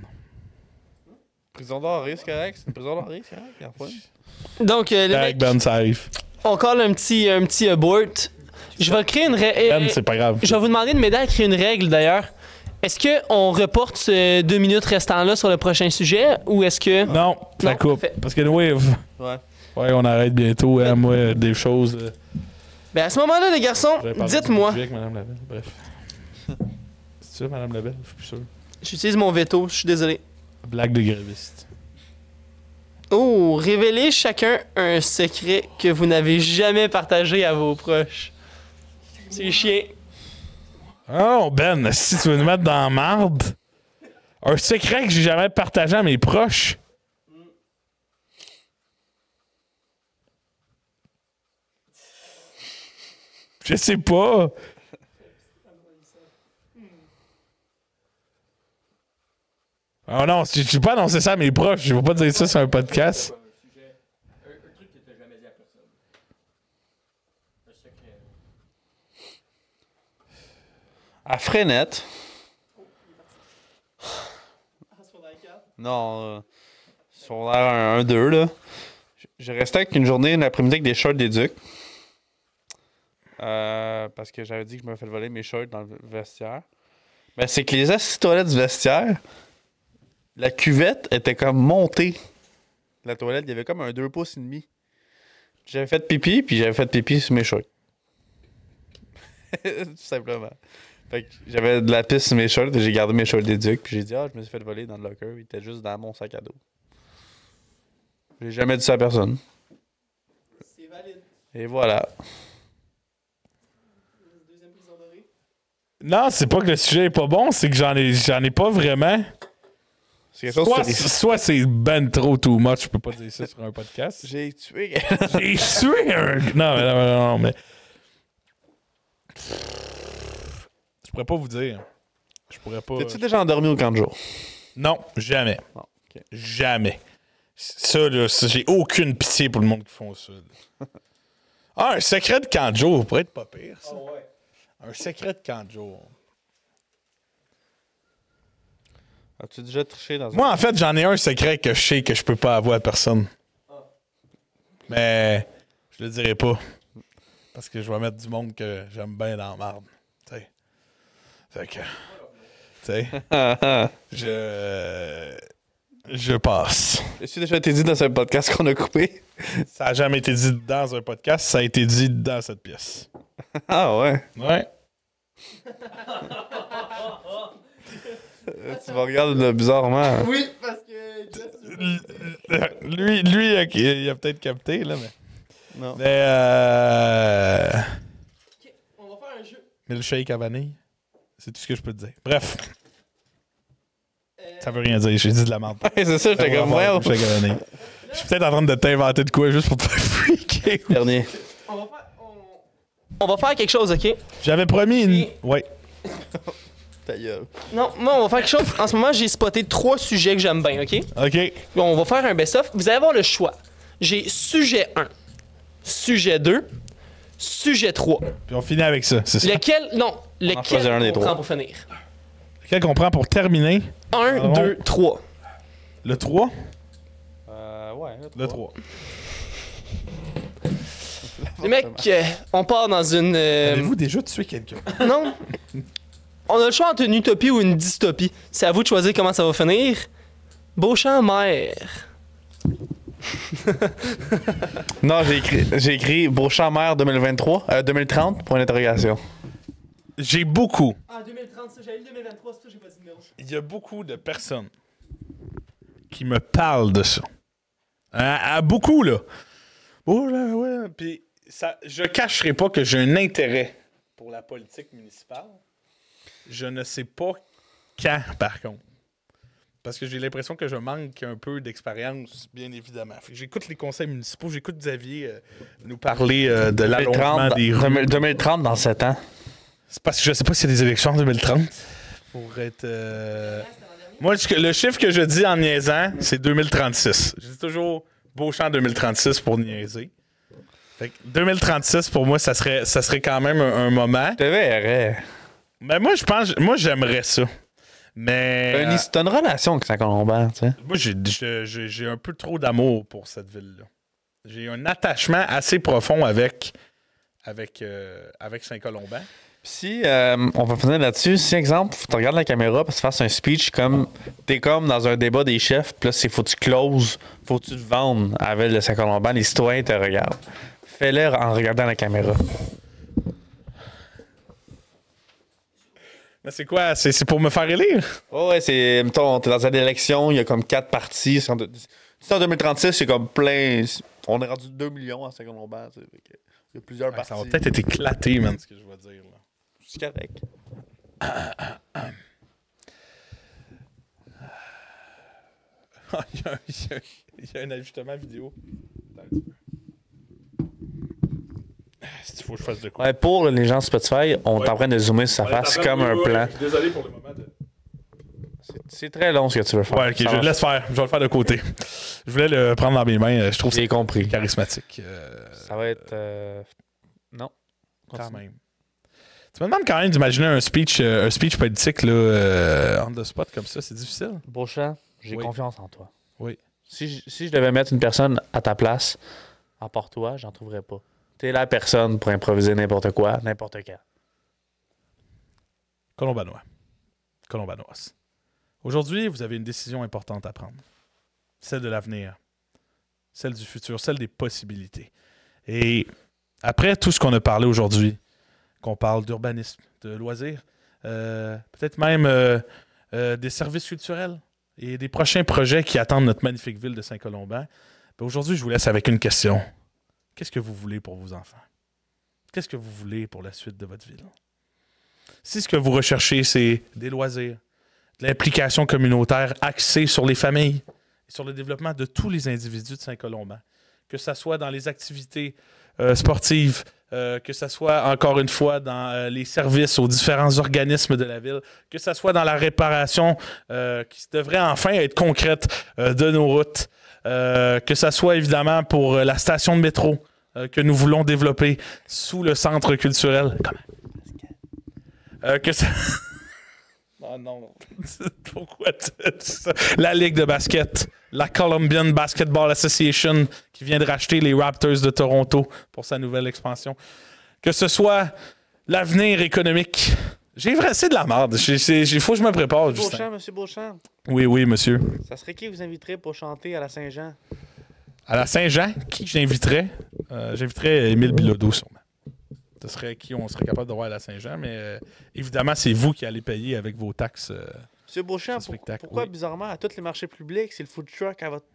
Speaker 1: Prison d'Henri, c'est correct? C'est une prison d'Henri, c'est correct? y a pas de-
Speaker 3: Donc, euh, les
Speaker 2: Correct,
Speaker 3: mecs,
Speaker 2: Ben, ça arrive.
Speaker 3: on colle un petit, un petit abort. Je vais créer une... ré- euh,
Speaker 2: Ben, c'est pas grave.
Speaker 3: Je vais vous demander de m'aider à créer une règle d'ailleurs. Est-ce qu'on reporte ce deux minutes restant-là sur le prochain sujet ou est-ce que.
Speaker 2: Non, ça
Speaker 3: Non,
Speaker 2: coupe.
Speaker 3: parfait.
Speaker 2: Parce que nous, ouais,
Speaker 1: Ouais.
Speaker 2: on arrête bientôt. hein, moi, euh, des choses. euh,
Speaker 3: Ben à ce moment-là, les garçons,
Speaker 2: j'avais parlé du
Speaker 3: dites-moi.
Speaker 2: budget avec Madame Labelle. Bref. C'est ça, Madame Labelle? Je suis plus sûr.
Speaker 3: J'utilise mon veto, je suis désolé.
Speaker 2: Blague de gréviste.
Speaker 3: Oh, révélez chacun un secret que vous n'avez jamais partagé à vos proches. C'est chiant.
Speaker 2: Oh, Ben, si tu veux nous mettre dans la marde, un secret que j'ai jamais partagé à mes proches. Je sais pas. Oh non, je ne pas annoncé ça à mes proches. Je ne vais pas dire ça sur un podcast.
Speaker 1: À Frenette. Non, euh, sur l'air 1-2, là. Je- Je restais avec une journée, une après-midi avec des shirts des Ducs. Euh, parce que j'avais dit que je me fais voler mes shirts dans le vestiaire. Mais c'est que les assises toilettes du vestiaire, la cuvette était comme montée. La toilette, il y avait comme un 2 pouces et demi. J'avais fait pipi, puis j'avais fait pipi sur mes shorts. Tout simplement. Fait que j'avais de la pisse sur mes shorts et j'ai gardé mes shorts des Ducs. Puis j'ai dit, ah, je me suis fait voler dans le locker. Il était juste dans mon sac à dos. J'ai jamais dit ça à personne.
Speaker 3: C'est valide.
Speaker 1: Et voilà.
Speaker 3: Deuxième prison dorée.
Speaker 2: Non, c'est pas que le sujet est pas bon, c'est que j'en ai, j'en ai pas vraiment.
Speaker 1: C'est quelque
Speaker 2: Soit,
Speaker 1: chose sur-
Speaker 2: soit c'est ben trop too much, je peux pas dire ça sur un podcast.
Speaker 1: J'ai tué.
Speaker 2: J'ai tué un. Non, mais non, mais non, non, mais. Je pourrais pas vous dire. Je pourrais pas. euh,
Speaker 1: T'as-tu déjà endormi au camp de jour?
Speaker 2: Non, jamais.
Speaker 1: Non, ok.
Speaker 2: Jamais. Ça, là, ça, j'ai aucune pitié pour le monde qui font ça. là. Ah, un secret de camp de jour pourrait être pas pire, ça. Un secret de camp de jour.
Speaker 1: As-tu déjà triché dans un.
Speaker 2: Moi, en fait, j'en ai un secret que je sais que je peux pas avouer à personne. Mais je le dirai pas. Parce que je vais mettre du monde que j'aime bien dans la marde. Tu sais. Fait que- tu sais. Je. Je passe.
Speaker 1: Je suis déjà été dit dans un podcast qu'on a coupé.
Speaker 2: Ça a jamais été dit dans un podcast, ça a été dit dans cette pièce.
Speaker 1: Ah ouais.
Speaker 2: Ouais.
Speaker 1: Tu me regardes là, bizarrement.
Speaker 3: Oui, parce que.
Speaker 2: Lui, lui ok, il a peut-être capté, là, mais.
Speaker 1: Non.
Speaker 2: Mais. Euh...
Speaker 3: On va faire un jeu.
Speaker 2: Milkshake à vanille. C'est tout ce que je peux te dire. Bref. Ça veut rien dire, j'ai dit de la merde.
Speaker 1: c'est ça, j'étais comme, ouais,
Speaker 2: Milkshake à vanille. Je suis peut-être en train de t'inventer de quoi juste pour te faire freaker.
Speaker 1: dernier.
Speaker 3: On va faire. On... va faire quelque chose, ok?
Speaker 2: J'avais promis une.
Speaker 3: Et-
Speaker 2: Ouais.
Speaker 1: Ta gueule.
Speaker 3: Non, moi, on va faire quelque chose. En ce moment, j'ai spoté trois sujets que j'aime bien, ok?
Speaker 2: Ok.
Speaker 3: On va faire un best-of. Vous allez avoir le choix. J'ai sujet 1, sujet 2, sujet 3.
Speaker 2: Puis on finit avec ça, c'est ça.
Speaker 3: Lequel. Non, lequel
Speaker 1: choisit un des
Speaker 3: on
Speaker 1: trois.
Speaker 3: prend pour finir?
Speaker 2: Lequel qu'on prend pour terminer
Speaker 3: 1,
Speaker 2: bon?
Speaker 3: 2, 3.
Speaker 2: Le 3
Speaker 1: Euh, ouais.
Speaker 2: Le 3.
Speaker 3: Les mecs, euh, on part dans une. euh,
Speaker 2: Avez-vous déjà tué quelqu'un
Speaker 3: Non. On a le choix entre une utopie ou une dystopie. C'est à vous de choisir comment ça va finir. Beauchamp mère.
Speaker 1: Non, j'ai écrit, j'ai écrit Beauchamp Mère 2023, euh, 2030, point d'interrogation.
Speaker 2: J'ai beaucoup.
Speaker 3: Ah, 2030, ça, j'ai eu 2023, c'est ça, j'ai pas dit numéro.
Speaker 2: Il y a beaucoup de personnes qui me parlent de ça. À, à beaucoup, là. Oh là, ouais. Puis ça, je cacherai pas que j'ai un intérêt pour la politique municipale. Je ne sais pas quand, par contre. Parce que j'ai l'impression que je manque un peu d'expérience, bien évidemment. Fait que J'écoute les conseils municipaux, j'écoute Xavier euh, nous parler euh, de l'allongement
Speaker 1: 2030,
Speaker 2: des rues.
Speaker 1: 2000- 2030 dans 7 ans.
Speaker 2: C'est parce que je sais pas s'il y a des élections en 2030. Pour être. euh, Moi, ce que- le chiffre que je dis en niaisant, c'est 2036. Je dis toujours Beauchamp 2036 pour niaiser. Fait que 2036, pour moi, ça serait, ça serait quand même un, un moment.
Speaker 1: TVR.
Speaker 2: Mais moi, je pense. Moi, j'aimerais ça. Mais. euh,
Speaker 1: C'est une relation que ça colombe, tu sais.
Speaker 2: moi, j'ai- j'ai j'ai- j'ai un peu trop d'amour pour cette ville-là. J'ai un attachement assez profond avec. Avec, euh, avec Saint-Colomban.
Speaker 1: Si euh, on va finir là-dessus, si exemple, faut que tu regardes la caméra parce que tu fasses un speech comme t'es comme dans un débat des chefs, puis là c'est faut que tu closes, faut que tu te vendes avec le Saint-Colomban, les citoyens te regardent. Fais-le en regardant la caméra.
Speaker 2: Mais c'est quoi? C'est c'est pour me faire élire?
Speaker 1: Ouais, ouais, c'est. Mettons, t'es dans une élection, il y a comme quatre partis. c'est en de- Tu sais, en 2036, c'est comme plein. On est rendu 2 millions à Saint-Colomban, tu sais. fait que Il y a plusieurs
Speaker 2: Ouais,
Speaker 1: partis.
Speaker 2: Ça va peut-être être éclaté, man, ce que je vais dire. Là.
Speaker 1: C'est correct.
Speaker 2: Ah, Il y, a un- il y a un- il y a un ajustement vidéo. Attends un petit peu. Il faut que je fasse de quoi.
Speaker 1: Ouais, pour les gens Spotify, on
Speaker 2: Ouais.
Speaker 1: est en train de zoomer sur sa face comme un plan.
Speaker 2: Désolé pour le moment. De...
Speaker 1: C'est- C'est très long ce que tu veux faire.
Speaker 2: Ouais, ok,
Speaker 1: Ça
Speaker 2: je le
Speaker 1: marche.
Speaker 2: laisse faire. Je vais le faire de côté. Je voulais le prendre dans mes mains. euh, Je trouve ça
Speaker 1: J'ai compris.
Speaker 2: charismatique. euh,
Speaker 1: Ça va être. euh, Non.
Speaker 2: quand
Speaker 1: Continue.
Speaker 2: même. Tu me demandes quand même d'imaginer un speech, euh, un speech politique là, euh, on the spot comme ça. C'est difficile.
Speaker 1: Beauchamp, j'ai
Speaker 2: Oui.
Speaker 1: confiance en toi.
Speaker 2: Oui.
Speaker 1: Si je, si je devais mettre une personne à ta place, en part toi, j'en trouverais pas. T'es la personne pour improviser n'importe quoi, n'importe quand.
Speaker 2: Colombanois. Colombanoise. Aujourd'hui, vous avez une décision importante à prendre. Celle de l'avenir. Celle du futur. Celle des possibilités. Et après tout ce qu'on a parlé aujourd'hui, qu'on parle d'urbanisme, de loisirs, euh, peut-être même euh, euh, des services culturels et des prochains projets qui attendent notre magnifique ville de Saint-Colomban, ben aujourd'hui, je vous laisse avec une question. Qu'est-ce que vous voulez pour vos enfants? Qu'est-ce que vous voulez pour la suite de votre ville? Si ce que vous recherchez, c'est des loisirs, de l'implication communautaire axée sur les familles et sur le développement de tous les individus de Saint-Colomban, que ce soit dans les activités euh, sportives, euh, que ce soit encore une fois dans euh, les services aux différents organismes de la ville, que ce soit dans la réparation euh, qui devrait enfin être concrète euh, de nos routes, euh, que ce soit évidemment pour euh, la station de métro euh, que nous voulons développer sous le centre culturel. Euh, que ça.
Speaker 1: Ah,
Speaker 2: Oh non. Pourquoi tu dis ça? La Ligue de basket, la Colombian Basketball Association qui vient de racheter les Raptors de Toronto pour sa nouvelle expansion. Que ce soit l'avenir économique, J'ai vrai, c'est de la merde. Il faut que je me prépare, Justin.
Speaker 1: Beauchamp, monsieur Beauchamp,
Speaker 2: Oui, oui, monsieur.
Speaker 1: ça serait qui vous inviterez pour chanter à la Saint-Jean?
Speaker 2: À la Saint-Jean, qui j'inviterais Euh, J'inviterais Émile Bilodeau, sûrement. Ce serait qui on serait capable de voir à la Saint-Jean, mais euh, évidemment, c'est vous qui allez payer avec vos taxes. euh.
Speaker 1: Monsieur Beauchamp,
Speaker 2: Ce
Speaker 1: pour-
Speaker 2: spectacle,
Speaker 1: pourquoi
Speaker 2: oui.
Speaker 1: bizarrement à tous les marchés publics, c'est le food truck à votre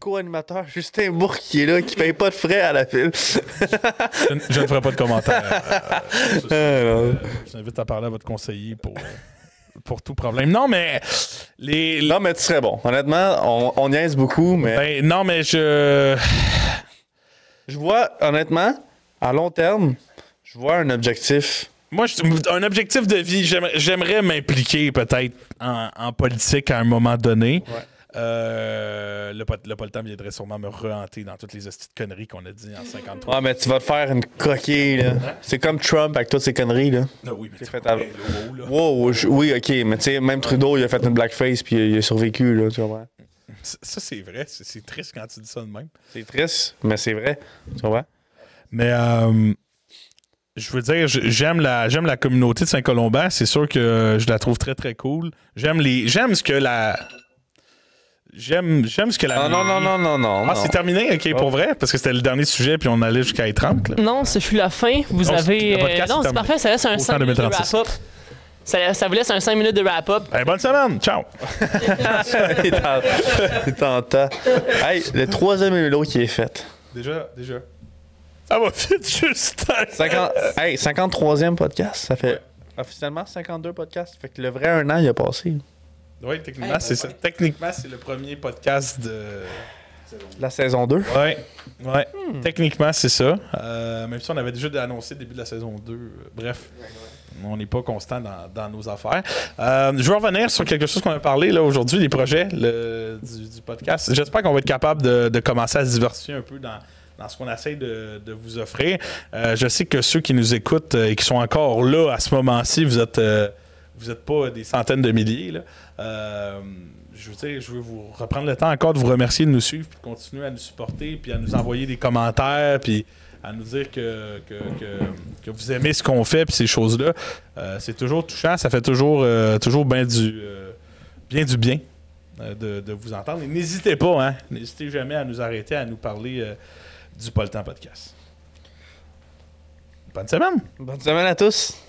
Speaker 1: co-animateur Justin Bourque qui est là, qui paye pas de frais à la file?
Speaker 2: je, ne- je ne ferai pas de
Speaker 1: Ah,
Speaker 2: commentaires. euh, sur ça. Euh, je vous invite à parler à votre conseiller pour, euh, pour tout problème. Non, mais les,
Speaker 1: Non, mais tu serais bon. Honnêtement, on, on niaise beaucoup, mais
Speaker 2: ben, non, mais je.
Speaker 1: je vois, honnêtement, à long terme, je vois un objectif.
Speaker 2: Moi, je- un objectif de vie, j'aimerais- j'aimerais m'impliquer peut-être en, en politique à un moment donné.
Speaker 1: Ouais.
Speaker 2: Euh, le, pot- le Poltem viendrait sûrement me rehanter dans toutes les hosties de conneries qu'on a dit en 53.
Speaker 1: Ah, mais tu vas te faire une coquille, là.
Speaker 2: Hein?
Speaker 1: C'est comme Trump avec toutes ses conneries, là.
Speaker 2: Ah oui, mais
Speaker 1: J'ai
Speaker 2: t'as
Speaker 1: fait
Speaker 2: pas
Speaker 1: avant.
Speaker 2: bien le wow, là.
Speaker 1: Wow, je- oui, ok, mais tu sais, même Trudeau, il a fait une blackface puis il a survécu, là, tu comprends?
Speaker 2: Ça, ça, c'est vrai. C'est c'est triste quand tu dis ça de même.
Speaker 1: C'est triste, mais c'est vrai, tu comprends?
Speaker 2: Mais euh, je veux dire, j- j'aime la, j'aime la communauté de Saint-Colomban. C'est sûr que euh, je la trouve très, très cool. J'aime les. J'aime ce que la. J'aime, j'aime ce que la.
Speaker 1: Ah, non, non, non, non, non.
Speaker 2: Ah,
Speaker 1: non.
Speaker 2: c'est terminé, ok, pour vrai, parce que c'était le dernier sujet, puis on allait jusqu'à 30.
Speaker 3: Non, ce fut la fin. Vous
Speaker 2: Non,
Speaker 3: avez.
Speaker 2: c'est- le podcast
Speaker 3: euh, non,
Speaker 2: est
Speaker 3: c'est
Speaker 2: terminé.
Speaker 3: parfait, ça laisse un
Speaker 2: Autant
Speaker 3: 5 minutes de
Speaker 2: 2036.
Speaker 3: wrap-up. Ça, ça vous laisse un 5 minutes de wrap-up.
Speaker 2: Hey, bonne semaine, ciao.
Speaker 1: Il est en- il est en temps. Hey, le troisième vélo qui est fait.
Speaker 2: Déjà, déjà. Ça va vite, Justin.
Speaker 1: 50 hey, 53e podcast, ça fait officiellement 52 podcasts. Fait que le vrai un an, il a passé.
Speaker 2: Oui, techniquement, c'est ça. Techniquement, c'est le premier podcast de.
Speaker 1: La saison 2.
Speaker 2: Ouais, ouais. Techniquement, c'est ça. Euh, même si on avait déjà annoncé le début de la saison 2. euh, bref, on n'est pas constant dans, dans nos affaires. Euh, je veux revenir sur quelque chose qu'on a parlé là aujourd'hui, les projets le- du, du podcast. J'espère qu'on va être capable de, de commencer à se diversifier un peu dans, dans ce qu'on essaie de, de vous offrir. Euh, je sais que ceux qui nous écoutent euh, et qui sont encore là à ce moment-ci, vous êtes. euh, vous n'êtes pas des centaines de milliers. Là. Euh, je veux dire, je veux vous reprendre le temps encore de vous remercier de nous suivre, puis de continuer à nous supporter, puis à nous envoyer des commentaires, puis à nous dire que, que, que- que vous aimez ce qu'on fait, puis ces choses-là. Euh, c'est toujours touchant, ça fait toujours, euh, toujours bien du, euh, bien du bien euh, de, de vous entendre. Et n'hésitez pas, hein, n'hésitez jamais à nous arrêter, à nous parler euh, du Pas le temps podcast. Bonne semaine!
Speaker 1: Bonne semaine à tous.